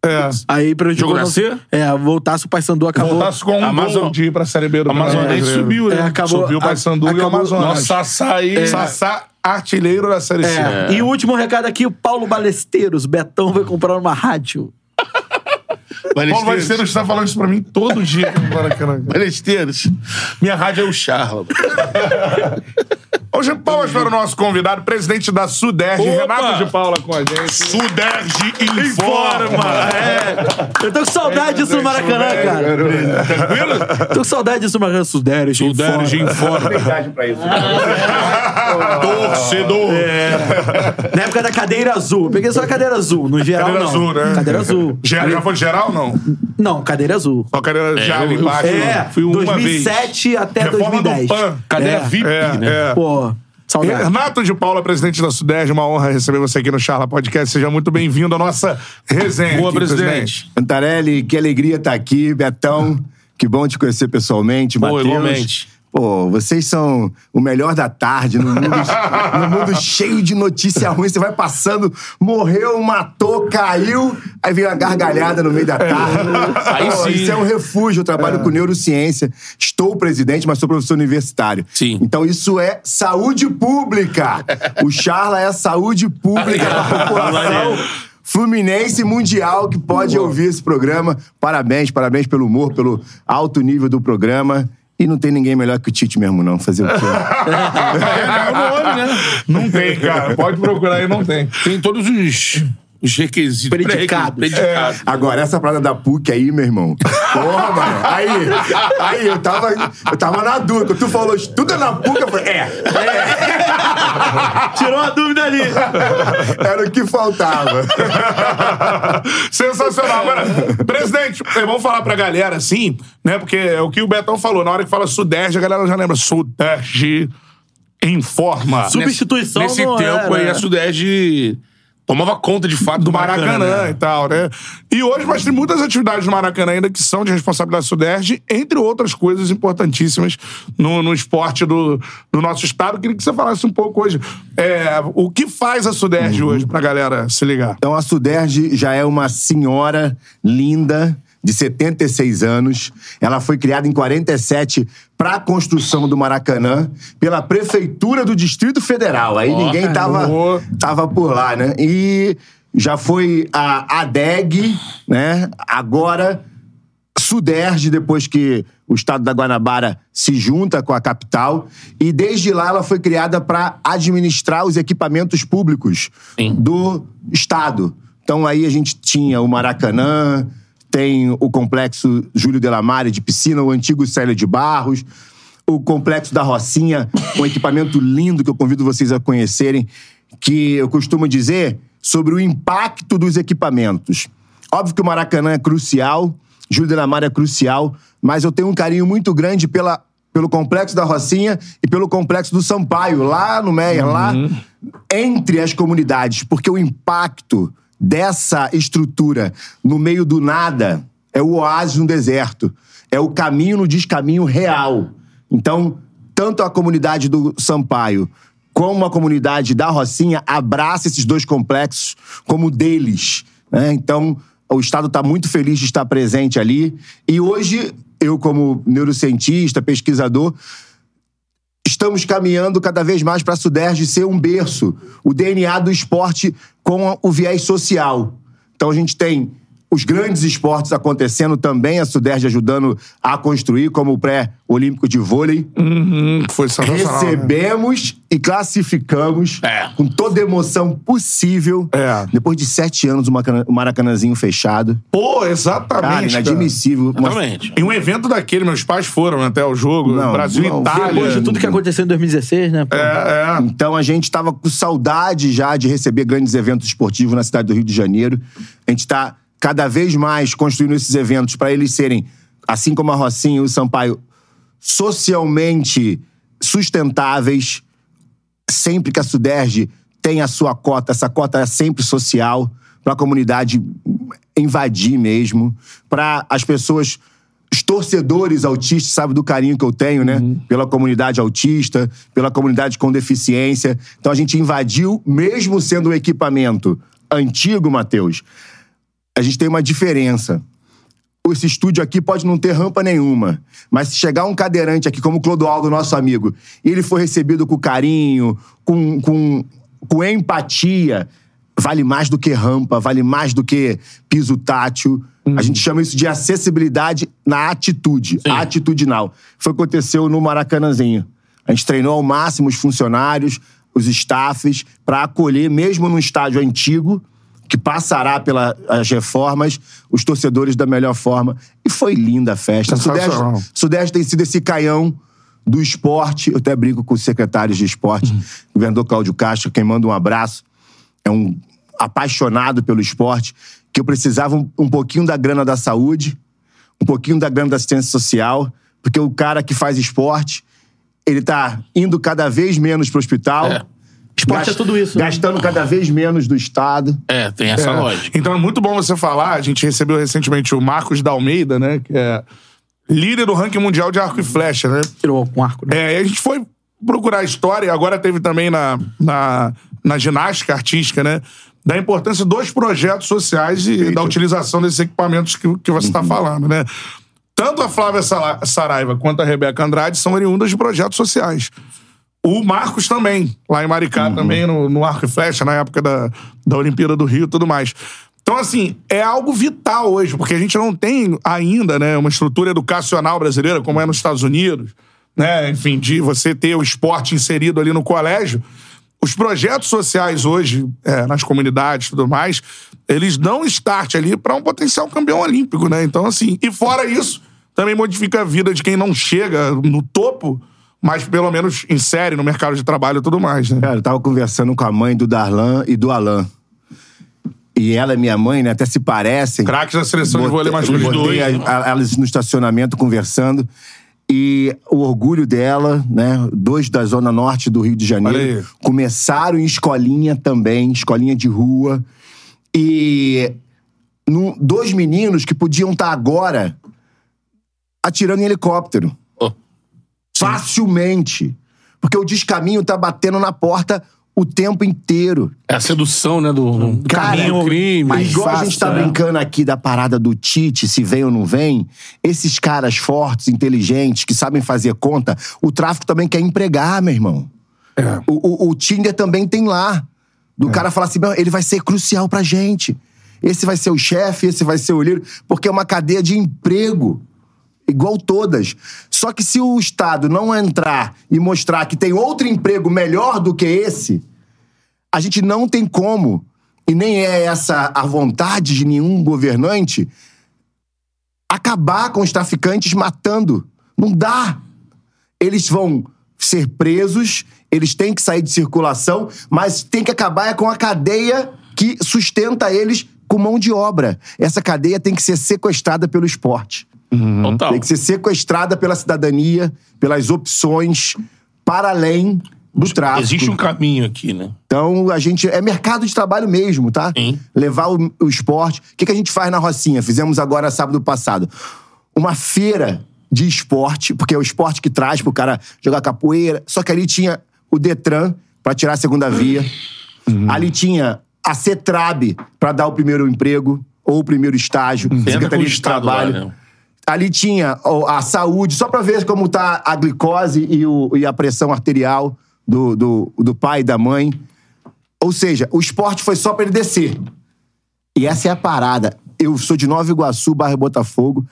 é.
Aí prejudicou.
Jogo na
nosso-
C?
É, voltaço o Pai Sandu acabou.
Voltasse com um
Amazon-
Amazon... de ir pra Série B do
Amazonense
Campeonato Brasileiro.
subiu,
É,
né?
acabou-
Subiu
a-
pra Sandu e o
acabou-
Amazonas.
Nossa,
Sassai. Sassá, artilheiro da Série C.
É. E o último recado aqui, o Paulo Balesteiros. Betão vai comprar uma rádio.
Paulo Valesteiro está falando isso pra mim todo dia aqui no Maracanã.
Balesteiros. Minha rádio é o Charla.
Hoje, palmas para o nosso convidado, presidente da Sudeste,
Opa!
Renato de Paula com a gente.
Suderge informa.
É.
É.
Eu tô com saudade disso no Maracanã, cara.
Tranquilo?
Tô com saudade disso no Maracanã. Suderes, *laughs*
Suderge informa.
*laughs*
Torcedor.
É,
É,
Na época da cadeira azul. Eu peguei só a cadeira azul, no geral
Cadeira
não.
azul, né?
Cadeira azul.
Geral, já foi geral não?
Não, cadeira azul.
Só queria já ali embaixo.
É,
Fui uma
2007 até
Reforma do
2010.
PAN, É,
Cadeira
é.
VIP,
vez. É,
né?
é.
Pô, saudade.
Renato de Paula, presidente da Sudeste, uma honra receber você aqui no Charla Podcast. Seja muito bem-vindo à nossa resenha.
Boa,
aqui,
presidente.
Antarelli, que alegria estar aqui, Betão. Que bom te conhecer pessoalmente,
Pô,
Matheus.
igualmente.
Pô, vocês são o melhor da
*laughs*
tarde no mundo, no mundo cheio de notícia ruim. Você vai passando, morreu, matou, caiu, aí veio a gargalhada no meio da tarde.
É. Aí
Pô,
sim.
Isso é um refúgio. Eu trabalho com neurociência, estou presidente, mas sou professor universitário.
Sim.
Então isso é saúde pública. O Charla é saúde pública para a população. Fluminense Mundial que pode ouvir esse programa. Parabéns, parabéns pelo humor, pelo alto nível do programa. E não tem ninguém melhor que o Tite mesmo, não. Fazer o quê?
É
Não tem, cara. Pode procurar aí, não tem.
né? Tem todos os, os requisitos.
Predicados.
Predicados.
Agora, essa parada da PUC aí, meu irmão. Porra, mano. Aí, aí eu tava, eu tava na dúvida. Quando Tu falou, estuda na PUC, eu falei, é,
Tirou a dúvida ali.
era o que faltava.
*laughs* Sensacional. Agora, presidente, eh, vamos falar pra galera assim, né? Porque é o que o Betão falou. Na hora que fala Sudeste, a galera já lembra. Sudeste informa. Né?
Substituição
Nesse
não
tempo
era.
aí, a Sudeste tomava conta, de fato, do,
do Maracanã, e
né?
tal, né? E hoje, mas tem muitas atividades no Maracanã ainda que são de responsabilidade Sudeste, entre outras coisas importantíssimas no, no esporte do, do nosso estado. Queria que você falasse um pouco hoje. é, o que faz a
Uhum.
Sudeste hoje pra galera se ligar?
Então a Suderge já é uma senhora linda, de 76 anos. Ela foi criada em 47 para a construção do Maracanã pela prefeitura do Distrito Federal. Aí ninguém tava,
boa.
tava por lá, né? E já foi a ADEG, né? Agora Suderge, depois que o estado da Guanabara se junta com a capital. E desde lá ela foi criada para administrar os equipamentos públicos do estado. Então aí a gente tinha o Maracanã, tem o complexo Júlio Delamare de piscina, o antigo Célio de Barros, o complexo da Rocinha, um equipamento lindo que eu convido vocês a conhecerem, que eu costumo dizer sobre o impacto dos equipamentos. Óbvio que o Maracanã é crucial, Júlio Delamar é crucial, mas eu tenho um carinho muito grande pela, pelo Complexo da Rocinha e pelo Complexo do Sampaio, lá no Meyer, lá entre as comunidades, porque o impacto dessa estrutura no meio do nada é o oásis no deserto, é o caminho no descaminho real. Então, tanto a comunidade do Sampaio como a comunidade da Rocinha abraça esses dois complexos como deles. né? Então, o Estado está muito feliz de estar presente ali. E hoje, eu, como neurocientista, pesquisador, estamos caminhando cada vez mais para a Suderge ser um berço, o DNA do esporte com o viés social. Então a gente tem os grandes esportes acontecendo também, a Suderge ajudando a construir, como o pré-olímpico de vôlei.
Hum, Foi sensacional. né?
Recebemos e classificamos
É.
com toda a emoção possível.
É.
Depois de sete anos, o Maracanã- o Maracanãzinho fechado.
Pô,
Cara,
exatamente. cara.
inadmissível. Uma-
Exatamente.
Em um evento daquele, meus pais foram até o jogo,
Não,
Brasil e
não,
Itália.
depois
Depois de tudo que aconteceu em 2016, né? pô?
É, é.
Então a gente estava com saudade já de receber grandes eventos esportivos na cidade do Rio de Janeiro. A gente está cada vez mais construindo esses eventos para eles serem, assim como a Rocinha e o Sampaio, socialmente sustentáveis. Sempre que a Suderge tem a sua cota, essa cota é sempre social, para a comunidade invadir mesmo, para as pessoas os torcedores autistas sabem do carinho que eu tenho, né? Pela comunidade autista, pela comunidade com deficiência. Então a gente invadiu, mesmo sendo um equipamento antigo, Matheus. A gente tem uma diferença. Esse estúdio aqui pode não ter rampa nenhuma, mas se chegar um cadeirante aqui, como o Clodoaldo, nosso amigo, e ele for recebido com carinho, com, com, com empatia, vale mais do que rampa, vale mais do que piso tátil. A gente chama isso de acessibilidade na atitude, atitudinal. Foi o que aconteceu no Maracanãzinho. A gente treinou ao máximo os funcionários, os staffs, para acolher, mesmo num estádio antigo, que passará pelas reformas, os torcedores da melhor forma. E foi linda a festa. Sudeste,
Sensacional.
Sudeste tem sido esse caião do esporte. Eu até brinco com os secretários de esporte, o governador Cláudio Castro, quem manda um abraço, é um apaixonado pelo esporte, que eu precisava um, um pouquinho da grana da saúde, um pouquinho da grana da assistência social, porque o cara que faz esporte, ele tá indo cada vez menos pro hospital.
Esporte é tudo isso, né?
Gastando cada vez menos do Estado.
É, tem essa
É.
lógica.
Então é muito bom você falar. A gente recebeu recentemente o Marcos da Almeida, né? Que é líder do ranking mundial de arco e flecha, né?
Tirou com arco, né?
É, e a gente foi procurar a história, e agora teve também na, na, na ginástica artística, né? Da importância dos projetos sociais e da utilização desses equipamentos que, que você está falando, né? Tanto a Flávia Sala- Saraiva quanto a Rebeca Andrade são oriundas de projetos sociais. O Marcos também, lá em Maricá, também, no, no arco e flecha, na época da, da Olimpíada do Rio e tudo mais. Então, assim, é algo vital hoje, porque a gente não tem ainda né, uma estrutura educacional brasileira, como é nos Estados Unidos, né? Enfim, de você ter o esporte inserido ali no colégio. Os projetos sociais hoje, é, nas comunidades e tudo mais, eles dão start ali para um potencial campeão olímpico, né? Então, assim, e fora isso, também modifica a vida de quem não chega no topo mas pelo menos insere no mercado de trabalho e tudo mais, né?
Cara, eu tava conversando com a mãe do Darlan e do Alan. E ela e minha mãe, né, até se parecem.
Craques da seleção de vôlei masculino.
botei
Dois.
a- a- elas no estacionamento conversando. E o orgulho dela, né? Dois da Zona Norte do Rio de
Olha aí.
Janeiro. Começaram em escolinha também, escolinha de rua. E num- dois meninos que podiam estar agora atirando em helicóptero.
Oh.
Facilmente. Porque o descaminho tá batendo na porta o tempo inteiro.
É a sedução, né? Do, do
Cara,
caminho ao crime.
Mas igual a
fácil,
gente tá
né?
brincando aqui da parada do Tite, se vem ou não vem, esses caras fortes, inteligentes, que sabem fazer conta, o tráfico também quer empregar, meu irmão.
É.
O, o, o Tinder também tem lá. Do cara falar assim, "Meu, ele vai ser crucial pra gente. Esse vai ser o chefe, esse vai ser o líder, porque é uma cadeia de emprego. Igual todas. Só que se o Estado não entrar e mostrar que tem outro emprego melhor do que esse, a gente não tem como, e nem é essa a vontade de nenhum governante, acabar com os traficantes matando. Não dá. Eles vão ser presos, eles têm que sair de circulação, mas tem que acabar é com a cadeia que sustenta eles com mão de obra. Essa cadeia tem que ser sequestrada pelo esporte.
Total.
Tem que ser sequestrada pela cidadania, pelas opções, para além do tráfico.
Existe um caminho aqui, né?
Então, a gente. É mercado de trabalho mesmo, tá?
Sim.
Levar o, o esporte. O que, que a gente faz na Rocinha? Fizemos agora sábado passado. Uma feira de esporte, porque é o esporte que traz pro cara jogar capoeira. Só que ali tinha o Detran pra tirar a segunda via.
Uhum.
Ali tinha a CETRAB pra dar o primeiro emprego ou o primeiro estágio,
Uhum. Entra com o
Secretaria de
Estado lá,
Trabalho.
né?
Ali tinha ó, a saúde, só pra ver como tá a glicose e, o- e a pressão arterial do, do, do pai e da mãe. Ou seja, o esporte foi só pra ele descer. E essa é a parada. Eu sou de Nova Iguaçu, bairro Botafogo,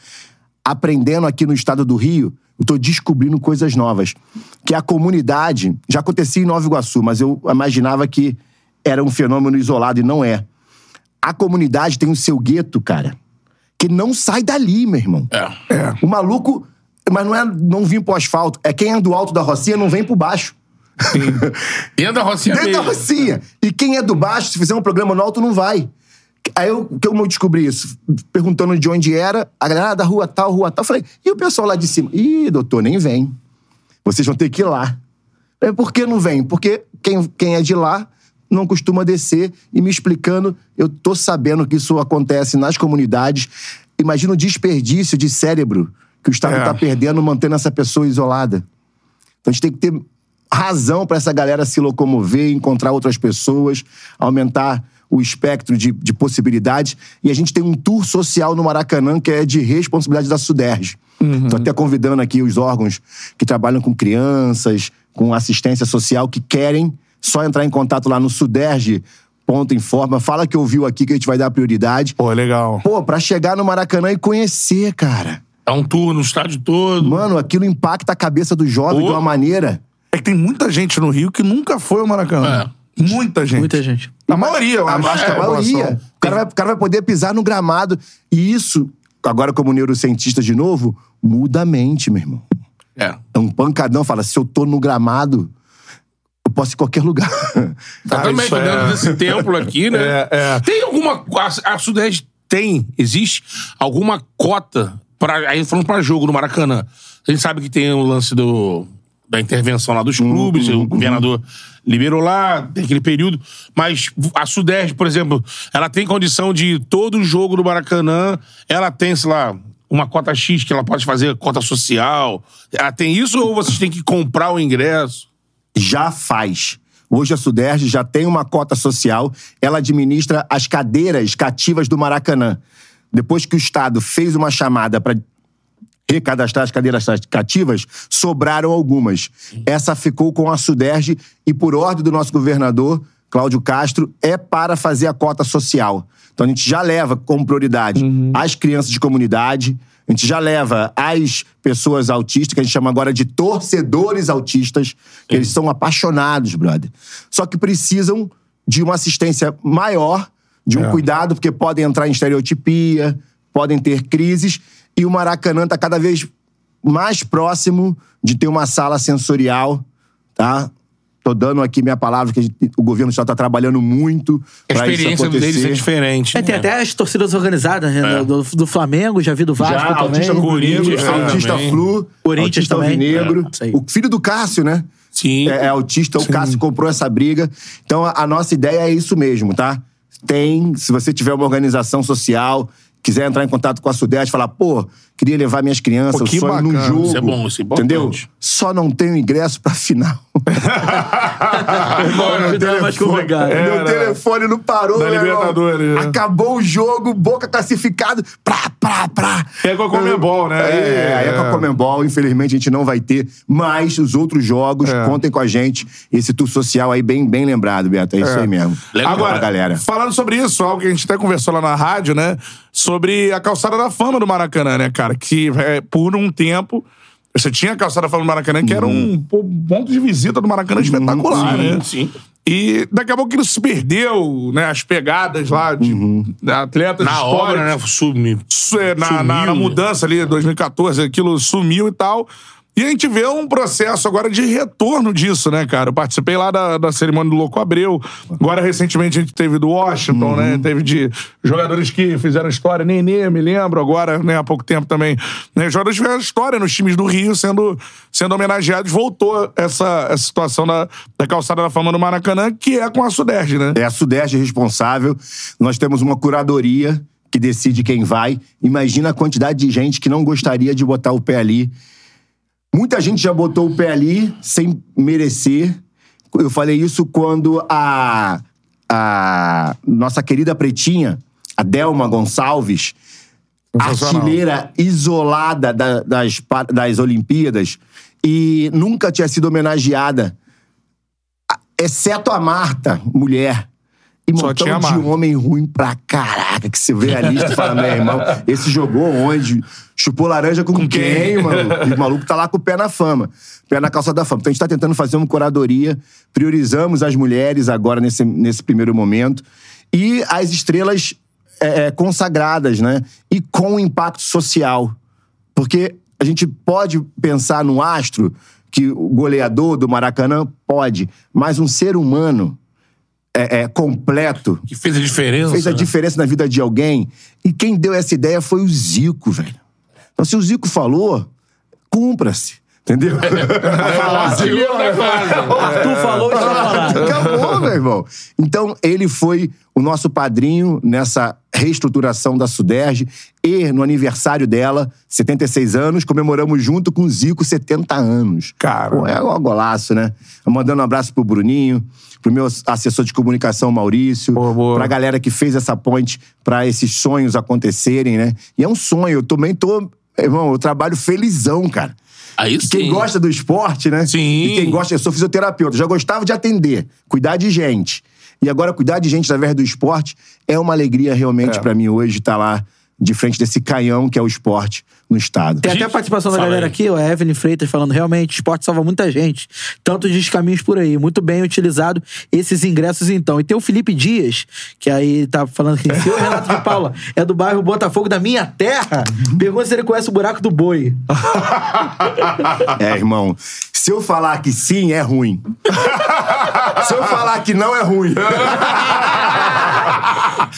aprendendo aqui no estado do Rio, eu tô descobrindo coisas novas. Que a comunidade, já acontecia em Nova Iguaçu, mas eu imaginava que era um fenômeno isolado e não é. A comunidade tem o seu gueto, cara, que não sai dali, meu irmão.
É.
O maluco, mas não é não vir pro asfalto, é quem é do alto da Rocinha não vem pro baixo.
Dentro da Rocinha
Dentro da
mesmo.
Rocinha. E quem é do baixo, se fizer um programa no alto, não vai. Aí eu, que eu descobri isso, perguntando de onde era, a galera ah, da rua tal, rua tal. Eu falei, e o pessoal lá de cima? Ih, doutor, nem vem. Vocês vão ter que ir lá. Eu falei, Por que não vem? Porque quem, quem é de lá não costuma descer. E me explicando, eu tô sabendo que isso acontece nas comunidades. Imagina o desperdício de cérebro que o Estado
É.
está perdendo mantendo essa pessoa isolada. Então a gente tem que ter razão para essa galera se locomover, encontrar outras pessoas, aumentar o espectro de, de possibilidades. E a gente tem um tour social no Maracanã que é de responsabilidade da Suderj. Estou até convidando aqui os órgãos que trabalham com crianças, com assistência social, que querem só entrar em contato lá no Suderj. Ponto informa, fala que ouviu aqui que a gente vai dar prioridade.
Pô, legal.
Pô, pra chegar no Maracanã e conhecer, cara.
Dá um tour no estádio todo.
Mano, aquilo impacta a cabeça do jovem
Pô.
de uma maneira.
É que tem muita gente no Rio que nunca foi ao Maracanã. Muita gente.
Muita gente.
A maioria, eu acho.
acho que
é,
a maioria.
população.
O cara, vai, o cara vai poder pisar no gramado. E isso, agora como neurocientista de novo, muda a mente, meu irmão.
É.
É um pancadão, fala, se eu tô no gramado, eu posso ir em qualquer lugar. *laughs*
Tá também
isso
dentro
é-
*laughs* desse templo aqui, né?
*laughs* É, é.
Tem alguma. A, a Sudeste tem, existe alguma cota para Aí falando pra jogo no Maracanã. A gente sabe que tem o lance do, da intervenção lá dos
Uhum.
clubes, o governador liberou lá, tem aquele período. Mas a Sudeste, por exemplo, ela tem condição de todo jogo do Maracanã, ela tem, sei lá. Uma cota X que ela pode fazer, cota social. Ela tem isso ou vocês têm que comprar o ingresso?
já faz. Hoje a Suderj já tem uma cota social, ela administra as cadeiras cativas do Maracanã. Depois que o Estado fez uma chamada para recadastrar as cadeiras cativas, sobraram algumas. Essa ficou com a Suderj e, por ordem do nosso governador, Cláudio Castro, é para fazer a cota social. Então a gente já leva como prioridade as crianças de comunidade, a gente já leva as pessoas autistas, que a gente chama agora de torcedores autistas, que eles são apaixonados, brother. Só que precisam de uma assistência maior de
É.
um cuidado, porque podem entrar em estereotipia, podem ter crises, e o Maracanã está cada vez mais próximo de ter uma sala sensorial, tá? Tô dando aqui minha palavra, que a gente- o governo já está trabalhando muito
A
para isso
experiência
acontecer.
deles é diferente.
É, tem
né?
até as torcidas organizadas, né? Do, do Flamengo, já vi do Vasco
É. Já,
também.
autista Coringo,
Corinthians
autista
também.
Flu,
É, Corinthians
autista
também.
Alvinegro.
É, isso aí.
o filho do Cássio, né?
Sim.
é, é autista, o Cássio comprou essa briga. Então a, a nossa ideia é isso mesmo, tá? Tem, se você tiver uma organização social, quiser entrar em contato com a Sudeste, falar, pô, queria levar minhas crianças,
Pô,
o
que
sonho num
bacana.
jogo.
Isso é bom, isso é importante.
Entendeu? Só não tenho ingresso pra final.
Agora,
Meu telefone.
mais complicado.
É,
Meu
né?
telefone não parou,
Da
meu irmão.
Libertadores, né?
Acabou o jogo, boca classificado. Pra, pra, pra.
É com a Comembol, né?
É, aí é com a Comembol, infelizmente a gente não vai ter, mas os outros jogos,
É.
contem com a gente. Esse tour social aí, bem, bem lembrado, Beto, é isso aí mesmo.
Legal.
Agora,
né,
galera.
Falando sobre isso, algo que a gente até conversou lá na rádio, né? Sobre a calçada da fama do Maracanã, né, cara? Que é, por um tempo. Você tinha a calçada da fama do Maracanã, que era um pô, ponto de visita do Maracanã
um
espetacular,
Uhum. Sim,
né?
sim.
E daqui a pouco ele se perdeu, né? As pegadas lá de de atletas
Na
históricos.
obra, né? Sub...
Isso é, na,
Sumiu,
na- na
né?
mudança ali, 2014, aquilo sumiu e tal. E E a gente vê um processo agora de retorno disso, né, cara? Eu participei lá da, da cerimônia do Louco Abreu. Agora, recentemente, a gente teve do Washington, né? Teve de jogadores que fizeram história. Nenê, me lembro, agora, né? Há pouco tempo também. Né? Jogadores que fizeram história nos times do Rio sendo, sendo homenageados. Voltou essa, essa situação da, da calçada da fama no Maracanã, que é com a Sudeste, né?
É a Sudeste responsável. Nós temos uma curadoria que decide quem vai. Imagina a quantidade de gente que não gostaria de botar o pé ali. Muita gente já botou o pé ali sem merecer. Eu falei isso quando a, a nossa querida pretinha, a Delma Gonçalves,
Sensacional.
artilheira isolada da- das, pa- das Olimpíadas, e nunca tinha sido homenageada, a- exceto a Marta, mulher. E
Só
montão
tinha a
de
Marta.
homem ruim pra caraca, que você vê a lista e fala, meu irmão, esse jogou onde? Chupou laranja com, quem, mano? E o maluco tá lá com o pé na fama. Pé na calça da fama. Então a gente tá tentando fazer uma curadoria, priorizamos as mulheres agora nesse, nesse primeiro momento. E as estrelas é, é, consagradas, né? E com impacto social. Porque a gente pode pensar num astro que o goleador do Maracanã pode, mas um ser humano é, é, completo
Que fez a diferença.
fez a
né?
diferença na vida de alguém. E quem deu essa ideia foi o Zico, velho. Então, se o Zico falou, cumpra-se. Entendeu?
É,
*laughs* Falar,
Se liga na quadra.
Arthur
É.
falou e
*laughs*
tá falado.
Acabou, meu irmão. Então, ele foi o nosso padrinho nessa reestruturação da Suderge e no aniversário dela, 76 anos, comemoramos junto com o Zico 70 anos.
Cara.
Pô, é um golaço, né? Mandando um abraço pro Bruninho, pro meu assessor de comunicação, Maurício,
Boa, boa.
pra galera que fez essa ponte pra esses sonhos acontecerem, né? E é um sonho, eu também tô... Irmão, eu trabalho felizão, cara.
Aí sim.
Quem gosta do esporte, né?
Sim.
E quem gosta, eu sou fisioterapeuta, já gostava de atender, cuidar de gente. E agora cuidar de gente através do esporte é uma alegria realmente pra mim hoje estar lá de frente desse canhão que é o esporte no estado.
Tem até
Gente,
a participação da
fala
galera
aí.
aqui, ó, a Evelyn Freitas falando, realmente, esporte salva muita gente. Tantos descaminhos por aí. Muito bem utilizado esses ingressos, então. E tem o Felipe Dias, que aí tá falando que seu Renato de
*laughs*
Paula é do bairro Botafogo da minha terra. Pergunta se ele conhece o buraco do boi.
É, irmão. Se eu falar que sim,
*laughs*
é ruim. Se eu falar que não, é ruim.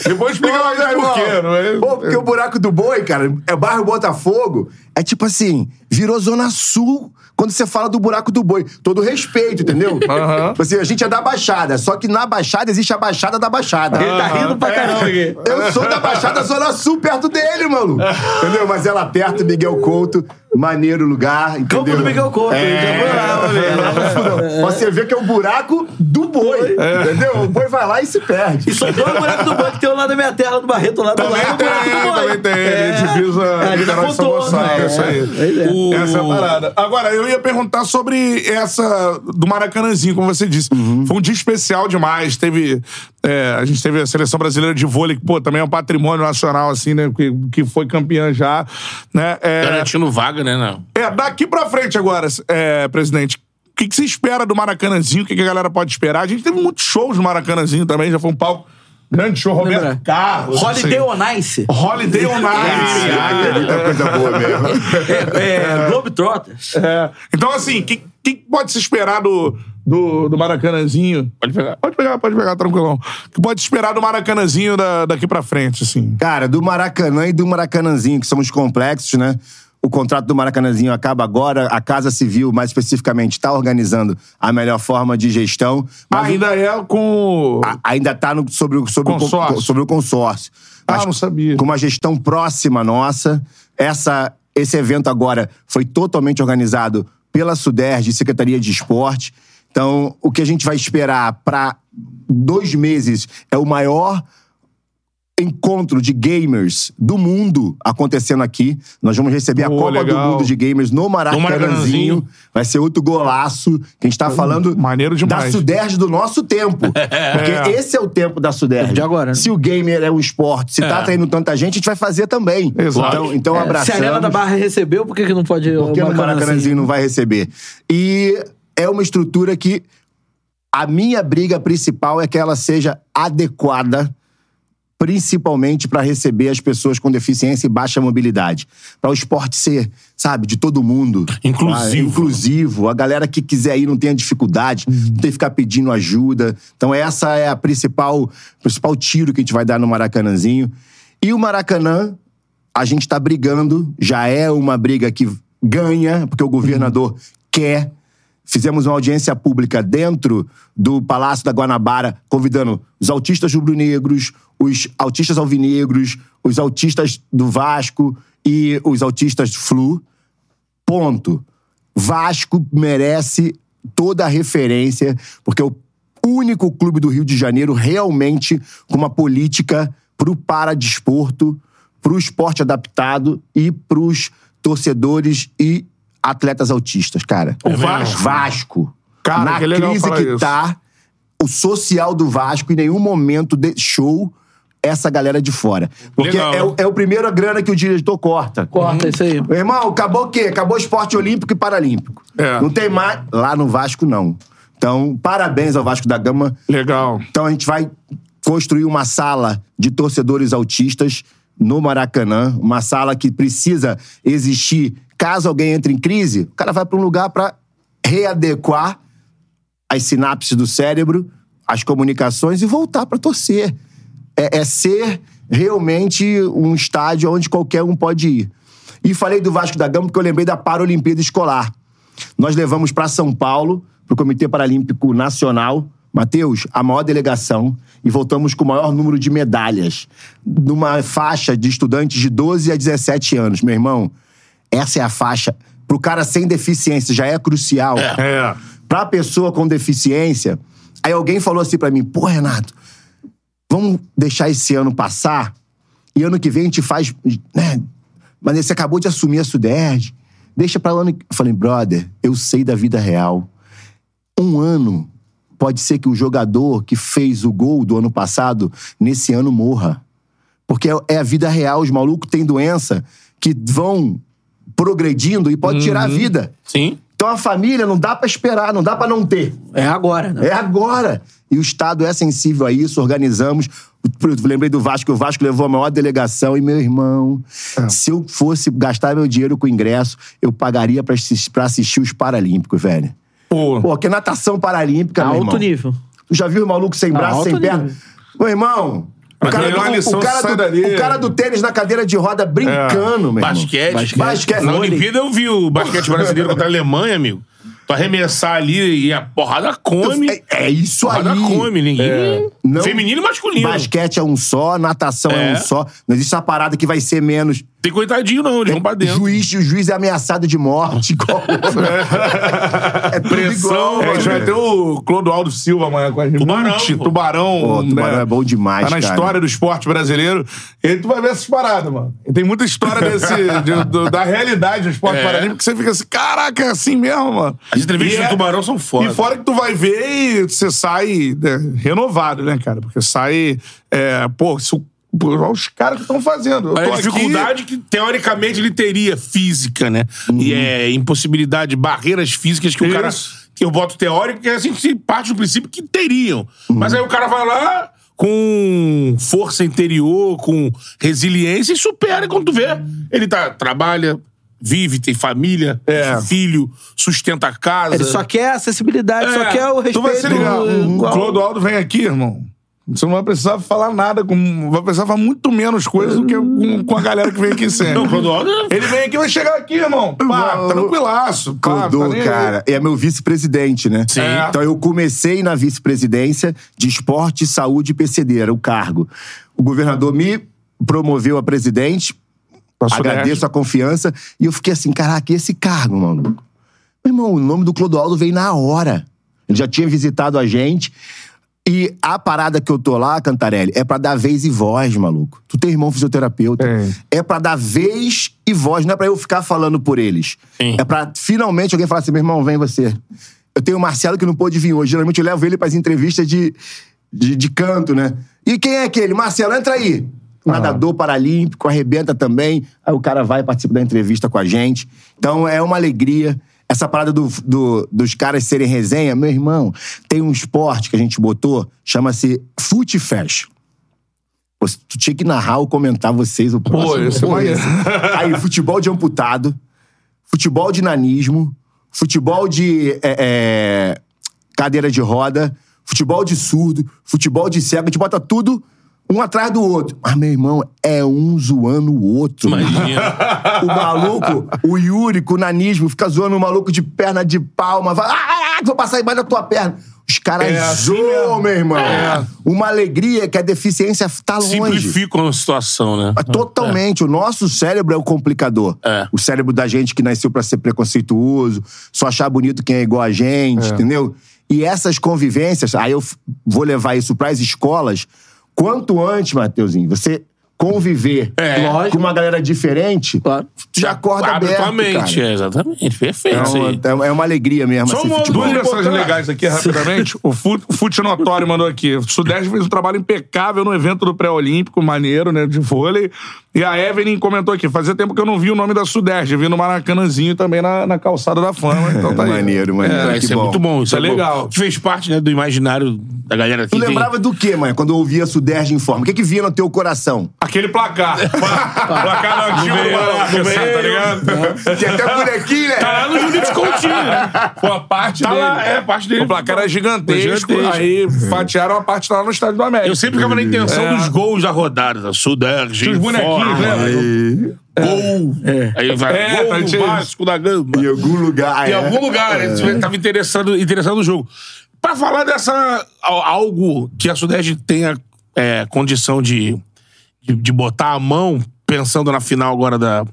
Depois explica mais
Não,
aí por quê,
irmão.
não é?
Pô, porque o buraco do boi, cara, é bairro Botafogo, é tipo assim, virou Zona Sul quando você fala do buraco do boi. Todo respeito, entendeu?
Aham.
Tipo assim, a gente é da Baixada, só que na Baixada existe a Baixada da Baixada.
Ele tá rindo
é.
pra caramba aqui.
Eu sou da Baixada Zona Sul, perto dele, maluco. Entendeu? Mas ela perto, Miguel Couto, maneiro lugar, entendeu?
Campo do Miguel Couto, ele já foi lá,
É,
meu
lá no fundão. Você vê que é o buraco do boi,
É.
entendeu? O boi vai lá e se perde.
E só é dois buracos do boi que tem um lá da minha terra, do Barreto, lá do
Também
lado do
tem,
buraco do boi.
também tem.
É.
Ele divisa
É,
a
ele
Litoral de São
contorno,
Gonçalo,
é.
isso aí.
Pois é.
O-
Essa é a parada. Agora, eu ia perguntar sobre essa do Maracanãzinho, como você disse.
Uhum.
Foi um dia especial demais. Teve. é, a gente teve a seleção brasileira de vôlei, que, pô, também é um patrimônio nacional, assim, né? Que, que foi campeã já. Né? É,
Garantindo vaga, né? Não.
é, daqui pra frente agora, é, presidente. O que, que você espera do Maracanãzinho? O que, que a galera pode esperar? A gente teve muitos shows no Maracanãzinho também, já foi um palco. Grande show,
Lembra?
Roberto Carlos.
Holiday
assim.
on Ice.
Holiday on
um
Ice.
Ai, é Ah, muita coisa boa mesmo.
É, Globetrotters.
É. Então, assim, o que, que pode se esperar do, do, do Maracanãzinho? Pode pegar. Pode pegar, pode pegar, tranquilão. O que pode se esperar do Maracanãzinho da- daqui pra frente, assim?
Cara, do Maracanã e do Maracanãzinho, que somos complexos, né? O contrato do Maracanãzinho acaba agora, a Casa Civil, mais especificamente, está organizando a melhor forma de gestão,
Ah,
mas ainda,
Ainda é com.
a, ainda tá no- sobre, o- sobre, O, con-
Consórcio.
sobre o consórcio.
Ah, não sabia.
Com uma gestão próxima nossa, essa, esse evento agora foi totalmente organizado pela Suderge, Secretaria de Esporte. Então, o que a gente vai esperar para dois meses é o maior encontro de gamers do mundo acontecendo aqui. Nós vamos receber a
Pô,
Copa do
legal.
Mundo de Gamers no Maracanãzinho.
Maracanãzinho.
Vai ser outro golaço que a gente tá falando
maneiro
da
demais.
Suderge do nosso tempo. Porque esse é o tempo da Suderge.
De agora, né?
Se o gamer é um esporte, se tá atraindo tanta gente, a gente vai fazer também.
Exato.
Então, então
É. Se a
abraçamos.
Arena da Barra recebeu, por que, que não pode assim? ir
Por que o Maracanãzinho não vai receber? E é uma estrutura que a minha briga principal é que ela seja adequada principalmente para receber as pessoas com deficiência e baixa mobilidade. Para o esporte ser, sabe, de todo mundo.
Inclusivo.
Ah, inclusivo. A galera que quiser ir não tenha dificuldade, não tem que ficar pedindo ajuda. Então essa é a principal, principal tiro que a gente vai dar no Maracanãzinho. E o Maracanã, a gente está brigando, já é uma briga que ganha, porque o governador quer Fizemos uma audiência pública dentro do Palácio da Guanabara, convidando os autistas rubro-negros, os autistas alvinegros, os autistas do Vasco e os autistas Flu. Ponto. Vasco merece toda a referência, porque é o único clube do Rio de Janeiro realmente com uma política pro paradesporto, pro esporte adaptado e pros torcedores e atletas autistas, cara.
O Vasco.
Vasco.
Cara,
na
que legal
crise
falar
que
isso.
tá, o social do Vasco em nenhum momento deixou essa galera de fora. Porque
Legal.
é, o- é o primeiro a grana que o diretor corta.
Corta isso aí.
Meu irmão, acabou o quê? Acabou o esporte olímpico e paralímpico.
É.
Não tem mais. Lá no Vasco, não. Então, parabéns ao Vasco da Gama.
Legal.
Então a gente vai construir uma sala de torcedores autistas no Maracanã, uma sala que precisa existir. Caso alguém entre em crise, o cara vai para um lugar para readequar as sinapses do cérebro, as comunicações e voltar para torcer. É, é ser realmente um estádio onde qualquer um pode ir. E falei do Vasco da Gama porque eu lembrei da Paralimpíada Escolar. Nós levamos para São Paulo, para o Comitê Paralímpico Nacional, Matheus, a maior delegação, e voltamos com o maior número de medalhas, numa faixa de estudantes de 12 a 17 anos. Meu irmão, essa é a faixa. Para o cara sem deficiência, já é crucial
É.
pra pessoa com deficiência. Aí alguém falou assim pra mim: pô, Renato, vamos deixar esse ano passar e ano que vem a gente faz. Né? Mas você acabou de assumir a Suderj, deixa pra ano. que-" Eu falei: brother, eu sei da vida real. Um ano pode ser que o jogador que fez o gol do ano passado, nesse ano morra. Porque é- é a vida real, os malucos têm doença que vão progredindo e pode tirar a vida.
Sim.
Então a família não dá pra esperar, não dá pra não ter.
É agora, né?
É agora. E o Estado é sensível a isso, organizamos. Eu Lembrei do Vasco, o Vasco levou a maior delegação. E, meu irmão, se eu fosse gastar meu dinheiro com ingresso, eu pagaria pra assistir, pra assistir os Paralímpicos, velho.
Pô.
Pô, que natação paralímpica, meu
Tá Alto
irmão.
nível.
Tu já viu o maluco sem braço,
alto
sem perna?
nível.
Meu irmão, o
Mas
cara,
melhor
do,
lição,
o, cara
sai
do-
dali.
o cara do tênis na cadeira de roda brincando, meu irmão.
Basquete.
Basquete. Basquete.
Na
Vôlei.
Olimpíada eu vi o basquete brasileiro contra a Alemanha, amigo. Tu arremessar ali e a porrada come.
É, é isso aí. é,
porrada come, ninguém.
Não-
Feminino e masculino.
Basquete é um só, natação
É.
é. um só. Não existe essa parada que vai ser menos.
Tem coitadinho, não, eles vão pra dentro.
Juiz, o juiz é ameaçado de morte. igual
*laughs*
outro. é tudo
Pressão.
igual,
É, a gente vai
velho.
ter o Clodoaldo Silva amanhã com a gente.
Tubarão,
Multi,
pô.
tubarão.
Pô, Tubarão é bom demais,
Tá na
cara.
história do esporte brasileiro. E tu vai ver essas paradas, mano. E tem muita história
*laughs*
desse, de- do- da realidade do esporte
É.
paralímpico que você fica assim, caraca, é assim mesmo, mano.
As entrevistas
E é
é
do Tubarão são foda.
E fora que tu vai ver e você sai né, renovado, né, cara? Porque sai, é, pô, isso, pô, olha os caras que estão fazendo. Eu
Olha
tô
a
aqui-
dificuldade que, teoricamente, ele teria física, né? E é impossibilidade, barreiras físicas que o cara.
Isso.
Que eu boto teórico, é assim que a gente parte do princípio que teriam. Mas aí o cara vai lá com força interior, com resiliência e supera. E quando tu vê, ele tá, trabalha, vive, tem família,
É.
filho, sustenta a casa.
Ele só quer é acessibilidade, só quer o respeito.
Tu vai se ligar. Hum, O
igual.
Clodoaldo vem aqui, irmão. Você não vai precisar falar nada, com, vai precisar falar muito menos coisa do que com, com a galera que vem aqui sempre.
Não, o Clodoaldo.
*laughs* Ele vem aqui e vai chegar aqui, irmão. Pá,
Não.
tranquilaço. Pá, tá
Clodô,
nem aí.
cara, é meu vice-presidente, né?
Sim.
É. Então eu comecei na vice-presidência de esporte, saúde e PCD, era o cargo. O governador me promoveu a presidente,
Passo
agradeço a confiança, e eu fiquei assim, caraca, e esse cargo, maluco? Meu irmão, o nome do Clodoaldo veio na hora. Ele já tinha visitado a gente. E a parada que eu tô lá, Cantarelli, é pra dar vez e voz, maluco. Tu tem irmão fisioterapeuta.
Tem.
É pra dar vez e voz, não é pra eu ficar falando por eles.
Sim.
É pra finalmente alguém falar assim: meu irmão, vem você. Eu tenho o Marcelo que não pôde vir hoje. Geralmente eu levo ele pras entrevistas de, de, de canto, né? E quem é aquele? Marcelo, entra aí. Nadador paralímpico, arrebenta também. Aí o cara vai e participa da entrevista com a gente. Então é uma alegria. Essa parada do- do- dos caras serem resenha, meu irmão, tem um esporte que a gente botou, chama-se Fute Fest. Você- tu tinha que narrar ou comentar vocês o próximo.
isso é maneiro.
Aí, futebol de amputado, futebol de nanismo, futebol de é, é, cadeira de roda, futebol de surdo, futebol de cego. A gente bota tudo um atrás do outro. Mas, meu irmão, é um zoando o outro.
Imagina.
O maluco, o Yuri, com o nanismo, fica zoando o maluco de perna de palma. Vai, ah, ah, ah, que vou passar embaixo da tua perna. Os caras
É assim
zoam,
mesmo.
meu irmão.
É.
Uma alegria que a deficiência tá longe.
Simplificam a situação, né?
Totalmente. O nosso cérebro é o complicador.
É.
O cérebro da gente que nasceu pra ser preconceituoso, só achar bonito quem é igual a gente, entendeu? E essas convivências, aí eu f- vou levar isso pras escolas. Quanto antes, Mateuzinho, você conviver
É.
com uma galera diferente, tu já acorda
Abre
aberto,
tua mente,
cara.
é, exatamente. Perfeito
É
isso aí.
uma, é uma alegria mesmo.
Só um
assim,
uma-
futebol.
*laughs* Duas
Vamos
mensagens
botar-
legais aqui, rapidamente. o Fute, Fute Notório mandou aqui. O Sudeste fez um trabalho impecável no evento do pré-olímpico, maneiro, né? De vôlei. E a Evelyn comentou aqui: fazia tempo que eu não vi o nome da Sudeste, vi no Maracanãzinho também na, na calçada da fama. Então tá aí.
maneiro, maneiro.
É,
que
isso é
bom.
muito bom.
Isso
Isso
é legal.
Bom. Fez parte né, do imaginário da galera aqui. *laughs*
Tu lembrava do quê, mãe, quando eu ouvia Suderge em forma? O que que vinha no teu coração?
Aquele placar. placar no antigo do Maraca, sabe, tá ligado? É,
*laughs*
Tinha até bonequinho, né?
Tá lá no Judite Coutinho. né?
Pô, a parte
Tá
dele.
lá, é, a parte dele.
O placar era gigantesco,
Gigantesco.
aí fatiaram a parte lá no Estádio do América.
Eu sempre ficava na intenção
É.
dos gols da rodada. Suderge,
Tinha os bonequinhos,
forma,
lembra?
Gol. né? Aí vai,
É,
gol
tá,
do
tinha isso.
Vasco da Gama.
Em algum lugar.
em
é.
algum lugar. Ele tava interessado, interessado no jogo. Pra falar dessa. al- algo que a Sudeste tenha é, condição de, de, de botar a mão, pensando na final agora da,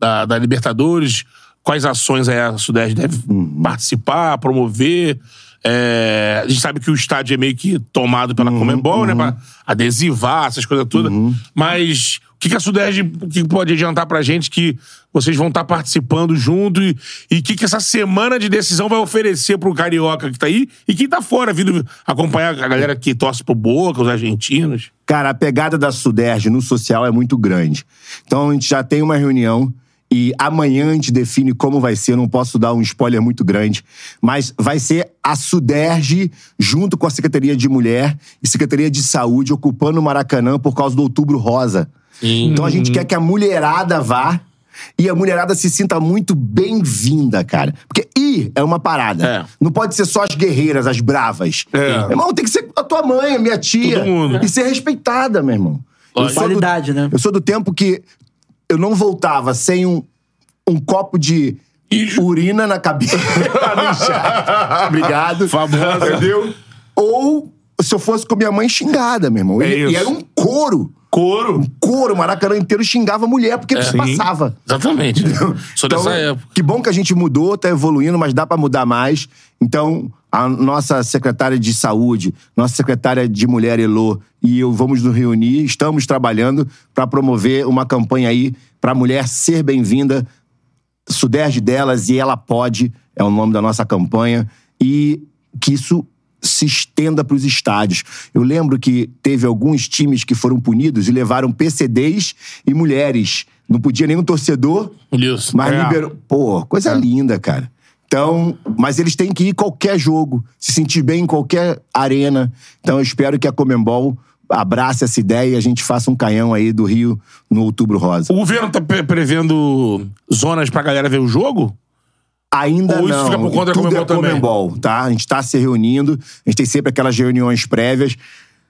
da, da Libertadores, quais ações aí a Sudeste deve participar, promover. É, a gente sabe que o estádio é meio que tomado pela Comembol, né? Pra adesivar, essas coisas todas. Mas o que, que a Sudeste o que pode adiantar pra gente que vocês vão estar participando junto e e o que, que essa semana de decisão vai oferecer pro Carioca que tá aí e quem tá fora, vindo acompanhar a galera que torce pro Boca, os argentinos.
Cara, a pegada da Suderge no social é muito grande. Então a gente já tem uma reunião e amanhã a gente define como vai ser. Eu não posso dar um spoiler muito grande, mas vai ser a Suderge junto com a Secretaria de Mulher e Secretaria de Saúde ocupando o Maracanã por causa do Outubro Rosa. Então a gente quer
Uhum.
que a mulherada vá e a mulherada se sinta muito bem-vinda, cara. Porque ir é uma parada.
É.
Não pode ser só as guerreiras, as bravas.
É.
Irmão, tem que ser a tua mãe, a minha tia.
Todo mundo.
E ser respeitada, meu irmão. Eu sou, do,
Qualidade, né?
eu sou do tempo que eu não voltava sem um, um copo de urina
*laughs*
na cabeça. *laughs* pra mijar. Obrigado.
Famosa.
Entendeu? Ou se eu fosse com minha mãe xingada, meu irmão.
É
e, e
isso.
era um couro. Um
Couro. É.
Couro, o Maracanã inteiro xingava a mulher porque não se passava. *laughs*
Exatamente. é Sou
Então,
dessa época.
Que bom que a gente mudou, tá evoluindo, mas dá pra mudar mais. Então, a nossa secretária de saúde, nossa secretária de mulher, Elô, e eu vamos nos reunir, estamos trabalhando pra promover uma campanha aí pra mulher ser bem-vinda, Suderge delas e ela pode, é o nome da nossa campanha, e que isso se estenda para os estádios. Eu lembro que teve alguns times que foram punidos e levaram PCDs e mulheres. Não podia nenhum torcedor
Isso.
mas
É.
liberou. Pô, coisa linda, cara. Então, mas eles têm que ir em qualquer jogo, se sentir bem em qualquer arena. Então, eu espero que a Comembol abrace essa ideia e a gente faça um canhão aí do Rio no Outubro Rosa.
O governo tá pre- prevendo zonas pra galera ver o jogo?
Ainda
Ou isso
não.
fica por conta da
Tudo
Comembol
é
também?
Comembol, tá? A gente tá se reunindo, a gente tem sempre aquelas reuniões prévias.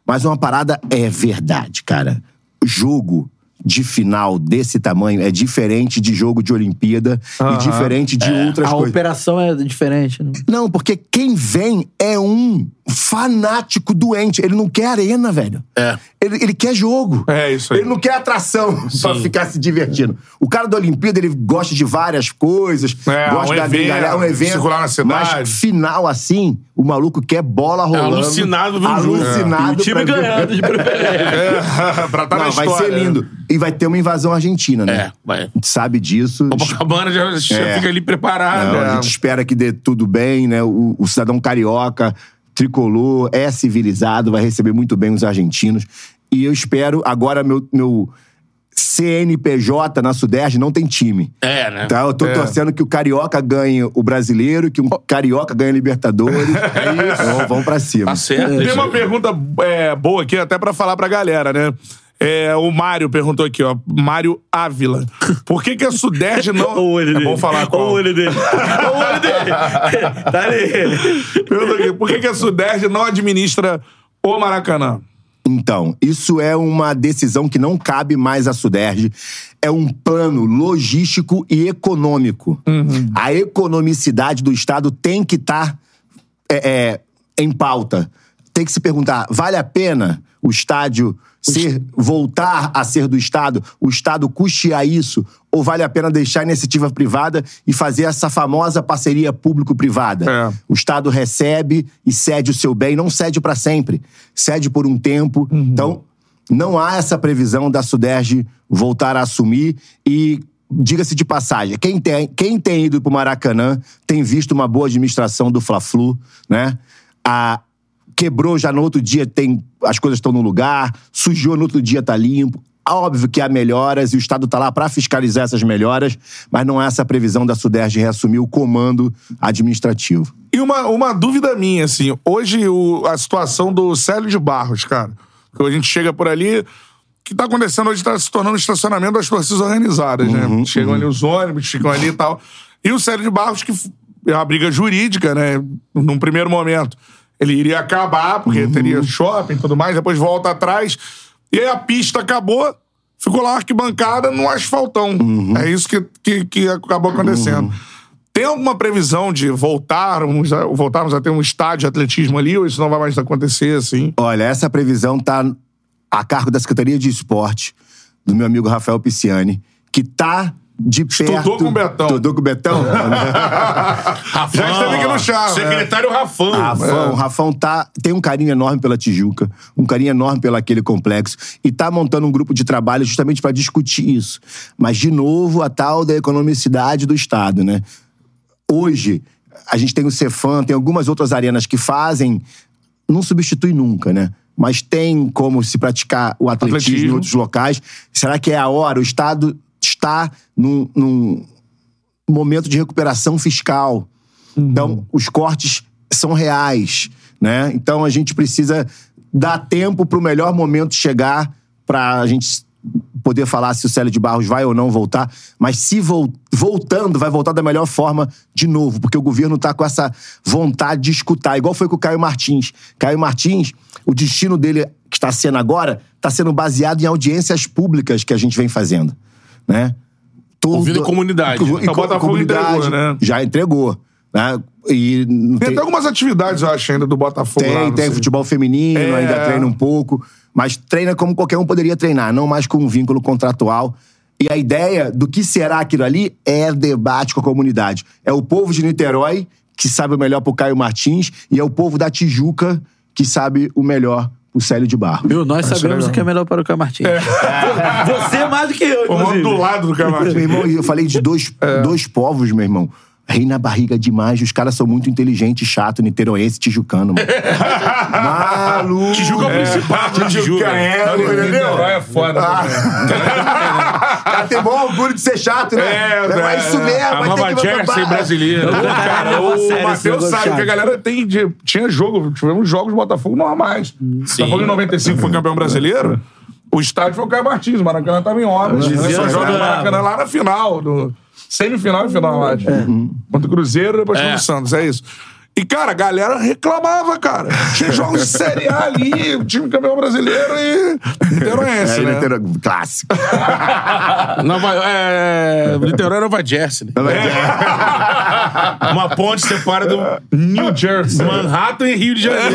Mas uma parada é verdade, cara. Jogo de final desse tamanho é diferente de jogo de Olimpíada e diferente de outras
A
coisas.
operação é diferente. Né?
Não, porque quem vem é um fanático doente. Ele não quer arena, velho.
É.
Ele, ele quer jogo.
É isso aí.
Ele não quer atração *laughs* pra ficar se divertindo. O cara da Olimpíada, ele gosta de várias coisas.
É,
gosta
um
da
evento,
galera, um evento.
circular na cidade.
Mas final assim, o maluco quer bola rolando.
alucinado ver o jogo.
Alucinado.
E o time
pra ver-
ganhando de preferência.
*laughs*
É, pra tá na
Não, vai
história.
ser lindo. E vai ter uma invasão argentina, né?
É, vai.
A gente sabe disso.
Copacabana já, já
É.
fica ali preparado.
Não,
né?
A gente espera que dê tudo bem, né? O, o cidadão carioca, tricolor, é civilizado, vai receber muito bem os argentinos. E eu espero, agora, meu, meu CNPJ na Sudeste não tem time.
É, né?
Tá, eu tô torcendo que o Carioca ganhe o brasileiro, que um Carioca ganhe a Libertadores. É isso. Então, vamos pra cima.
Tá certo.
Tem
isso
uma
aí.
pergunta é, boa aqui, até pra falar pra galera, né? É, o Mário perguntou aqui, ó. Mário Ávila. Por que que a Sudeste não...
Olha o olho
é
dele.
bom falar
Olha o
qual.
olho
*laughs*
dele. Olha o olho dele. Tá ali.
Perguntou aqui, por que que a Sudeste não administra o Maracanã?
Então, isso é uma decisão que não cabe mais à Suderge. É um plano logístico e econômico. A economicidade do Estado tem que tá estar é, em pauta. Tem que se perguntar: vale a pena o estádio ser, voltar a ser do Estado? O Estado custear isso? Ou vale a pena deixar a iniciativa privada e fazer essa famosa parceria público-privada?
É.
O Estado recebe e cede o seu bem, não cede para sempre, cede por um tempo. Então, não há essa previsão da Suderge voltar a assumir e. Diga-se de passagem, quem tem, quem tem ido para o Maracanã tem visto uma boa administração do Fla-Flu, né? A, quebrou já no outro dia, tem as coisas estão no lugar, sujou no outro dia tá limpo. Óbvio que há melhoras e o Estado está lá para fiscalizar essas melhoras, mas não há essa previsão da Suderge reassumir o comando administrativo.
E uma, uma dúvida minha, assim, hoje o- a situação do Célio de Barros, cara, que a gente chega por ali, o que tá acontecendo hoje tá se tornando um estacionamento das torcidas organizadas, né? Chegam ali os ônibus, ficam ali e tal. E o Célio de Barros, que f- é uma briga jurídica, né? Num primeiro momento, ele iria acabar, porque teria shopping e tudo mais, depois volta atrás. E aí a pista acabou, ficou lá uma arquibancada no asfaltão. É isso que, que, que acabou acontecendo. Tem alguma previsão de voltarmos a, voltarmos a ter um estádio de atletismo ali, ou isso não vai mais acontecer, *laughs* assim?
Olha, essa previsão está a cargo da Secretaria de Esporte, do meu amigo Rafael Pisciani, que tá de perto...
Estudou com o Betão.
Estudou com o
*laughs*
Betão? né?
Rafão,
Já esteve aqui no né? Charla,
Secretário Rafão.
Rafão, Rafão tá, tem um carinho enorme pela Tijuca, um carinho enorme pelo aquele complexo, e tá montando um grupo de trabalho justamente para discutir isso. Mas, de novo, a tal da economicidade do Estado, né? Hoje, a gente tem o Cefam, tem algumas outras arenas que fazem, não substitui nunca, né? Mas tem como se praticar o atletismo,
Atletismo.
em outros locais. Será que é a hora? O Estado está num- num, momento de recuperação fiscal.
Uhum.
Então, os cortes são reais, né? Então, a gente precisa dar tempo para o melhor momento chegar para a gente poder falar se o Célio de Barros vai ou não voltar. Mas se vol- voltando, vai voltar da melhor forma de novo, porque o governo está com essa vontade de escutar. Igual foi com o Caio Martins. Caio Martins, o destino dele que está sendo agora, está sendo baseado em audiências públicas que a gente vem fazendo, né? Todo...
Ouvindo a comunidade. né? Então
Enco-
A
enco-
Botafogo
comunidade
entregou, né?
Já entregou. Né? E não
Tem
tem,
até algumas atividades, eu acho, ainda do Botafogo. lá,
tem,
não
tem
sei.
futebol feminino,
É.
ainda treina um pouco. Mas treina como qualquer um poderia treinar, não mais com um vínculo contratual. E a ideia do que será aquilo ali é debate com a comunidade. É o povo de Niterói que sabe o melhor pro Caio Martins e é o povo da Tijuca que sabe o melhor pro Célio de Barro.
Viu? Nós sabemos
legal.
o que é melhor para o Caio Martins. *laughs* Você mais do que eu,
O nome
inclusive.
do lado do
Meu
Camargo.
irmão, eu falei
*laughs*
de dois,
É.
dois povos, meu irmão. Rei na barriga demais, os caras são muito inteligentes, chato, niteroense, tijucano,
*laughs*
mano. Maluco.
Tijuca é o principal de Tijuca.
é,
Tá no Rio de
meu irmão.
Janeiro, é foda.
Ah,
Cara, tem bom orgulho de ser chato, né?
É,
É,
é.
isso mesmo,
A
vai ter
nova
que levantar.
Jersey brasileira.
Cara, o Matheus
Matheus
sabe que a galera tem de- tinha jogo, tivemos jogos do Botafogo normais. Botafogo em 95 foi campeão brasileiro. O estádio foi o Caio Martins, o Maracanã tava em obras.
Dizia
Só joga o
jogar.
Maracanã lá na final, do semifinal e final, eu acho.
É.
Contra o Cruzeiro, depois contra o Santos, é isso. E, cara, a galera reclamava, cara. Tinha jogos de Série A ali, o time campeão brasileiro e niteroense,
É,
né?
Niterói, clássico.
*laughs* Nova, é, Niterói é Nova Jersey. né? Uma ponte separa do
New Jersey.
Manhattan e Rio de Janeiro.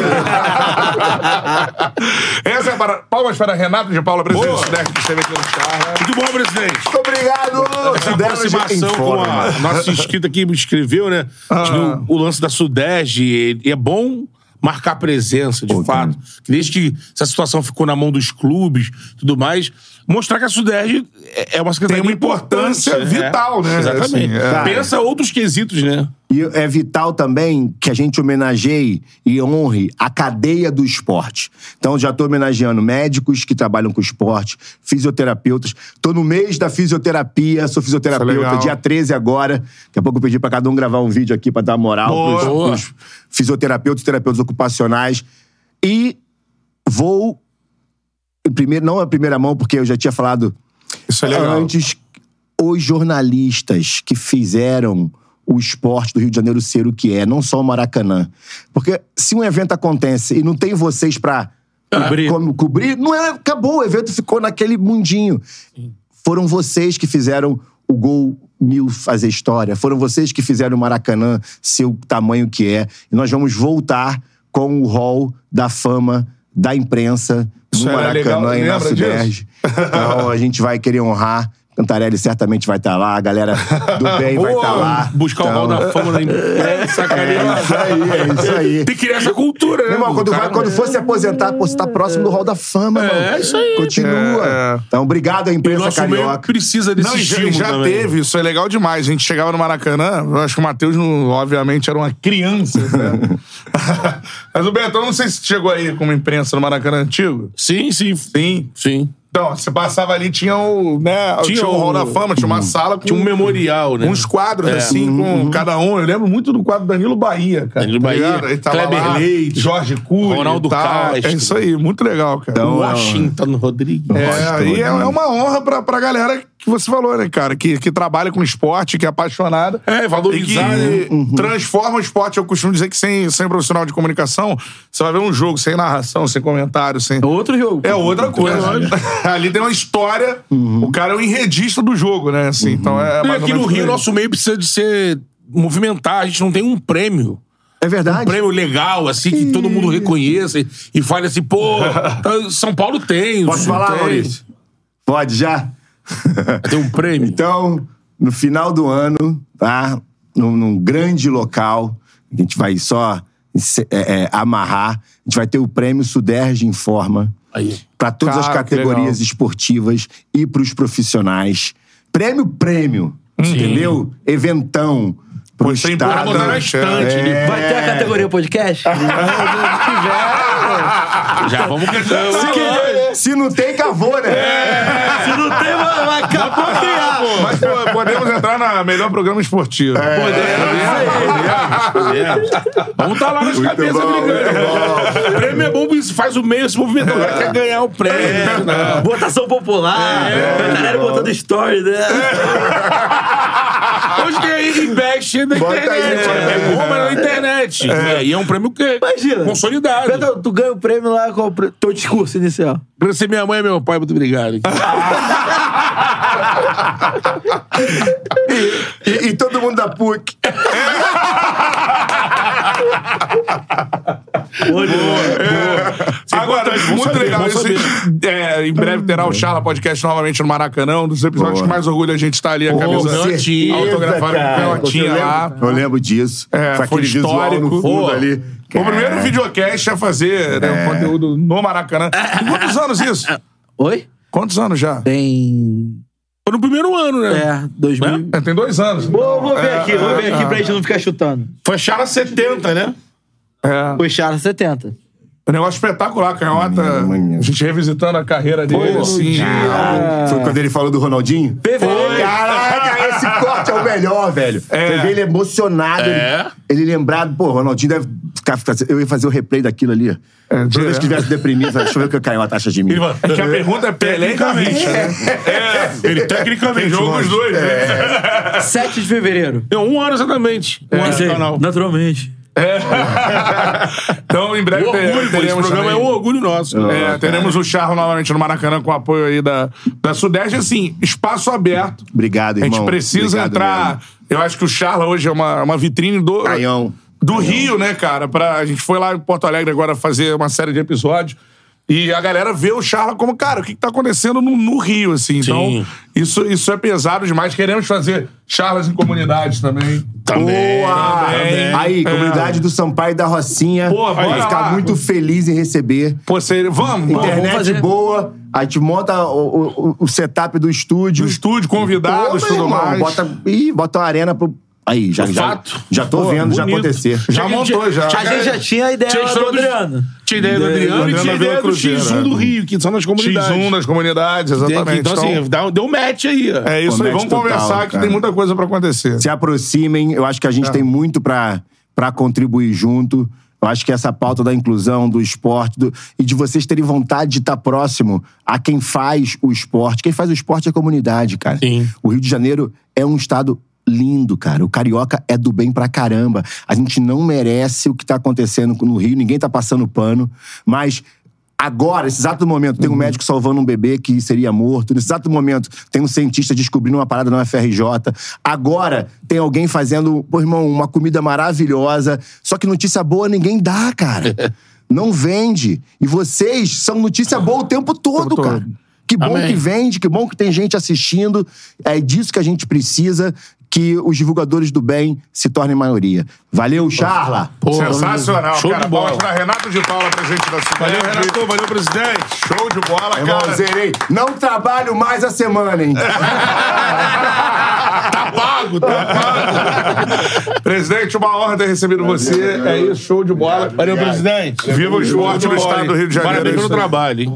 Essa é para... Palmas para Renato de Paula, presidente do Sudeste, que esteve aqui no Charla.
Muito bom, presidente.
Muito obrigado.
Essa
Sudeste
aproximação
em
com
forma.
a nossa inscrita que me escreveu, né? Acho que o- O lance da Sudeste. E e é bom marcar presença, de fato. Que Desde que essa situação ficou na mão dos clubes e tudo mais, mostrar que a Sudeste é- é uma secretaria
Tem uma importância
importante, né?
vital, né?
Exatamente.
Assim, é.
Pensa outros quesitos, né?
E é vital também que a gente homenageie e honre a cadeia do esporte. Então, já estou homenageando médicos que trabalham com esporte, fisioterapeutas. Estou no mês da fisioterapia, sou
Isso é
fisioterapeuta,
legal.
dia 13 agora. Daqui a pouco eu pedi para cada um gravar um vídeo aqui para dar moral
Boa.
para os fisioterapeutas, terapeutas ocupacionais. E vou em primeiro, não a primeira mão, porque eu já tinha falado
Isso é legal.
antes, os jornalistas que fizeram o esporte do Rio de Janeiro ser o que é, não só o Maracanã. Porque se um evento acontece e não tem vocês pra
É.
Cobrir.
como cobrir, não é, acabou, o evento ficou naquele mundinho. Foram vocês que fizeram o gol mil fazer história, foram vocês que fizeram o Maracanã ser o tamanho que é. E nós vamos voltar com o hall da fama da imprensa
Isso
do
era legal,
Maracanã e
lembra
na
disso?
Sudeste. Então a gente vai querer honrar. Cantarelli certamente vai estar lá, a galera do bem vai estar lá.
Buscar o
Então,
hall da fama da imprensa,
É isso aí, é
*laughs*
isso aí.
Tem que criar essa cultura, né?
Meu irmão,
do
quando,
cara,
vai, quando for se aposentar, pô, você tá próximo do Hall da Fama, mano. É isso aí. Continua.
É.
Então, obrigado à
O
imprensa
nosso meio
carioca.
precisa desse
Não, e já,
estímulo
e já
também.
teve, isso é legal demais. A gente chegava no Maracanã, eu acho que o Matheus, não- obviamente, era uma criança. né? *laughs* Mas o Beto, eu não sei se chegou aí como imprensa no Maracanã antigo.
Sim, sim.
Sim.
Sim.
Então, você passava ali, tinha o, né, tinha
Tinha
o Hall
o-
da Fama, tinha uma sala com
Tinha um memorial, né?
uns quadros,
É.
assim, com cada um. Eu lembro muito do quadro Danilo Bahia, cara.
Danilo
tá
Bahia,
ligado? Ele tava
Kleber
lá,
Leite,
Jorge Cury,
Ronaldo
e tal.
Castro. Então, é,
É isso aí, muito legal, cara.
Washington Rodrigues.
Então, É, e é, é uma honra pra, pra galera que você falou, né, cara? Que, que trabalha com esporte, que é apaixonada. E
É,
que
valorizar, né?
transforma o esporte. Eu costumo dizer que sem, sem profissional de comunicação, você vai ver um jogo sem narração, sem comentário, sem.
Outro jogo.
É outra coisa. *laughs* Ali tem uma história. O cara é o enredista do jogo, né? Assim, então é
E
mais ou
aqui no
menos
Rio,
por aí.
nosso meio precisa de ser movimentar. A gente não tem um prêmio.
É verdade.
prêmio legal, assim, que todo mundo reconheça e, e fale assim, pô, tá- São Paulo tem.
Posso
Sul
falar,
tem.
Maurício? Pode já?
*laughs*
Tem um prêmio.
Então, no final do ano, tá? Num, num grande local, a gente vai só se- é, é, amarrar. A gente vai ter o prêmio Suderge em Forma.
Aí.
Para todas as
Cara, que
categorias
legal.
esportivas e para os profissionais. Prêmio, prêmio. Entendeu? Eventão. Pro
Hum. Pô, isso é
estado.
importante,
Botar na
é.
estante. né?
Vai ter a categoria
*laughs*
podcast?
Já vamos cantando.
Tá
Se, se não tem, cavou, né?
É.
Se não tem, vai vai acabar criar.
Ah, Mas pô, podemos entrar na melhor programa esportivo. É.
Vamos tá lá nas
Muito
cabeças
bom,
brigando. O prêmio é bom, por isso faz o meio se movimentar. Agora quer ganhar o prêmio. né?
Votação
É,
popular, a galera botando story, né?
*laughs* Hoje tem aí impact cheio da
Bota
internet.
aí, bota
É
aí.
bom, mas na internet. É, E é um prêmio que
Imagina.
consolidado.
Pedro, tu ganha o prêmio lá com o pre- teu discurso inicial.
Agradecer minha mãe e meu pai, muito obrigado.
E, e todo mundo da PUC.
Agora, muito legal. Esse, é, em breve terá o Charla Podcast novamente no Maracanã. Um dos episódios
Boa.
que mais orgulho a gente tá ali, a
Com
camisa
certeza,
autografada com
cara.
canhotinha
Eu lembro-
lá.
Eu lembro disso.
Ah, É,
Foi
foi
aquele visual no
histórico.
fundo
Pô,
ali.
O primeiro videocast a fazer né, um conteúdo no Maracanã. Tem Quantos anos isso?
Oi?
Quantos anos já?
Tem.
Foi no primeiro ano, né?
É, 2000.
É, tem dois anos.
Vou, vou
É,
ver aqui, vou ver aqui pra gente não ficar chutando.
Foi Chala 70, né?
É.
Foi Charles 70.
Um negócio espetacular, canhota.
Maneiro, maneiro.
A gente revisitando a carreira dele,
Pô,
assim.
Ah. Foi quando ele falou do Ronaldinho?
Perfeito.
Caraca, esse corte é o melhor, velho. Você vê ele emocionado.
É.
Ele, ele lembrado, pô, o Ronaldinho deve ficar, ficar- Eu ia fazer o replay daquilo ali. Toda vez que estivesse deprimido, deixa eu ver o que caiu a taxa de mim.
É que a pergunta é Pelé e né? Tecnicamente,
É, ele tecnicamente
Jogou os dois. né?
7 de fevereiro. É.
Não, um ano exatamente. É. Um ano de canal.
Naturalmente.
Então, em breve
Um
teremos
orgulho, pô, esse programa
também.
é um orgulho nosso.
É, teremos o Charro novamente no Maracanã com o apoio aí da, da Sudeste. Assim, espaço aberto.
Obrigado,
A
irmão.
gente precisa
Obrigado
entrar.
mesmo.
Eu acho que o Charla hoje é uma, uma vitrine do.
Caião.
Do Rio, né, cara? Pra, a gente foi lá em Porto Alegre agora fazer uma série de episódios. E a galera vê o Charla como, cara, o que, que tá acontecendo no, no Rio, assim. Então,
Sim.
isso, isso é pesado demais. Queremos fazer charlas em comunidades também.
Também,
Boa! é.
também.
Aí, comunidade do Sampaio e da Rocinha.
Pô,
vai
bora
ficar
lá.
muito feliz em receber.
Pô, você- vamos, vamos.
Internet
fazer.
boa, a gente monta o, o- o setup do
Do
estúdio.
estúdio,
Pô,
convidados,
meu
tudo
irmão,
mais.
Bota, ih, bota uma arena pro. Aí, já, já,
Fato.
já tô vendo, já
bonito.
acontecer.
Já montou, já.
A gente já tinha a ideia
Tinha a
lá do
história do-
É, Adriano.
Tinha ideia do Adriano e
Adriano
tinha
da Vila
ideia do
Cruzeiro,
X1
né?
do Rio, que são nas comunidades.
X1 das um comunidades,
Tem aqui,
exatamente.
Então, assim, dá- deu match aí. ó.
é isso aí.
Conecta
Vamos conversar
total,
que
cara.
tem muita coisa pra acontecer. É.
se aproximem. Eu acho que a gente tem muito pra pra contribuir junto. Eu acho que essa pauta da inclusão, do esporte, do- e de vocês terem vontade de estar próximo a quem faz o esporte. Quem faz o esporte é a comunidade, cara.
Sim.
O Rio de Janeiro é um estado lindo, cara. O carioca é do bem pra caramba. A gente não merece o que tá acontecendo no Rio, ninguém tá passando pano, mas agora, nesse exato momento, tem um médico salvando um bebê que seria morto. Nesse exato momento, tem um cientista descobrindo uma parada na FRJ. Agora, tem alguém fazendo, pô, irmão, uma comida maravilhosa. Só que notícia boa ninguém dá, cara. Não vende. E vocês são notícia boa o tempo todo,
todo.
cara. Que bom
Amém.
que vende, que bom que tem gente assistindo. É disso que a gente precisa que os divulgadores do bem se tornem maioria. Valeu, Charla!
Sensacional,
Show
cara.
de bola.
Palmas pra Renato de Paula, presidente da cidade.
Valeu, Renato. Valeu, presidente.
Show de bola,
Irmão,
cara.
zerei. Não trabalho mais a semana, hein?
Tá pago, tá *laughs* pago. presidente, uma honra ter recebido você. É isso, show de bola.
Valeu, presidente.
Viva o esporte no estado do Rio de Janeiro.
Parabéns pelo trabalho, hein?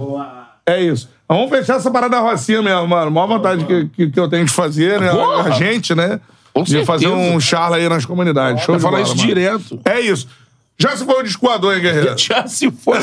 É isso. Vamos fechar essa parada rocinha mesmo, mano. Maior vontade que, que, que eu tenho de fazer, né?
Porra!
A gente, né?
Com
de
certeza.
fazer um charla aí nas comunidades. Show
Vou
de
falar
bola,
isso
mano.
direto.
É isso. Já se foi o descoador, hein, guerreiro?
*laughs* Já se foi.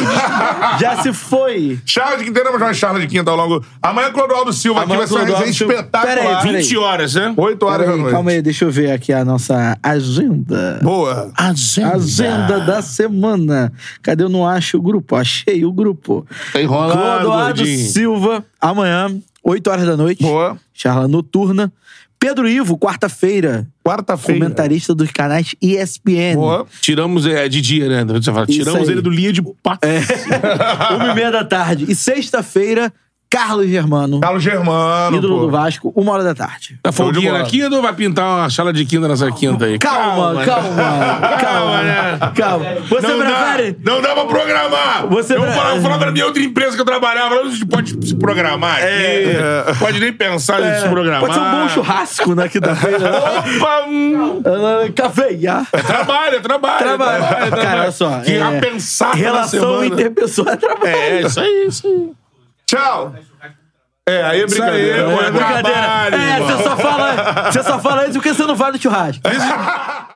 Já se foi.
Charla de que teremos mais charla de quinta ao longo. Amanhã, Clodoaldo Silva, aqui
Amanhã,
vai ser uma
Clodoaldo
resenha
Silva.
Pera aí,
espetacular.
vinte-
20 horas, né?
8 horas da
Peraí,
noite.
calma aí, deixa eu ver aqui a nossa agenda.
Boa.
Agenda.
Agenda da semana. Cadê eu não acho o grupo? Achei o grupo.
Tá enrolado,
Clodoaldo
gordinho.
Silva, amanhã, 8 horas da noite.
Boa.
Charla noturna. Pedro Ivo, quarta-feira,
Quarta-feira.
comentarista dos canais ESPN.
Boa.
Tiramos, é de dia, né? Você fala,
Isso
tiramos
aí.
ele do linha de passe.
Uma e meia da tarde. E sexta-feira, Carlos Germano,
Carlos Germano.
ídolo
pô.
do Vasco, uma hora da tarde.
Tá
Show de
folguinha
bola.
na quinta ou vai pintar uma chala de quinta nessa quinta aí?
Calma, calma,
*laughs*
calma, calma. Você
né? Não dá,
prefere?
não dá pra programar.
Você
eu
pre-
falava, eu falava da minha outra empresa que eu trabalhava. A gente pode se programar aqui.
É.
Pode nem pensar em se programar.
Pode ser um bom churrasco na *laughs* quinta-feira.
Opa, hum.
Ah, Cafeia.
Trabalha, trabalha.
É, Trabalho. Cara, olha só.
Que
é,
já pensar
Relação interpessoal é trabalho.
É, isso aí, isso aí.
Tchau. É, aí é brincadeira.
aí,
pô,
é
é
brincadeira.
trabalho,
É,
irmão.
você só fala, você só fala isso porque você não vai no churrasco.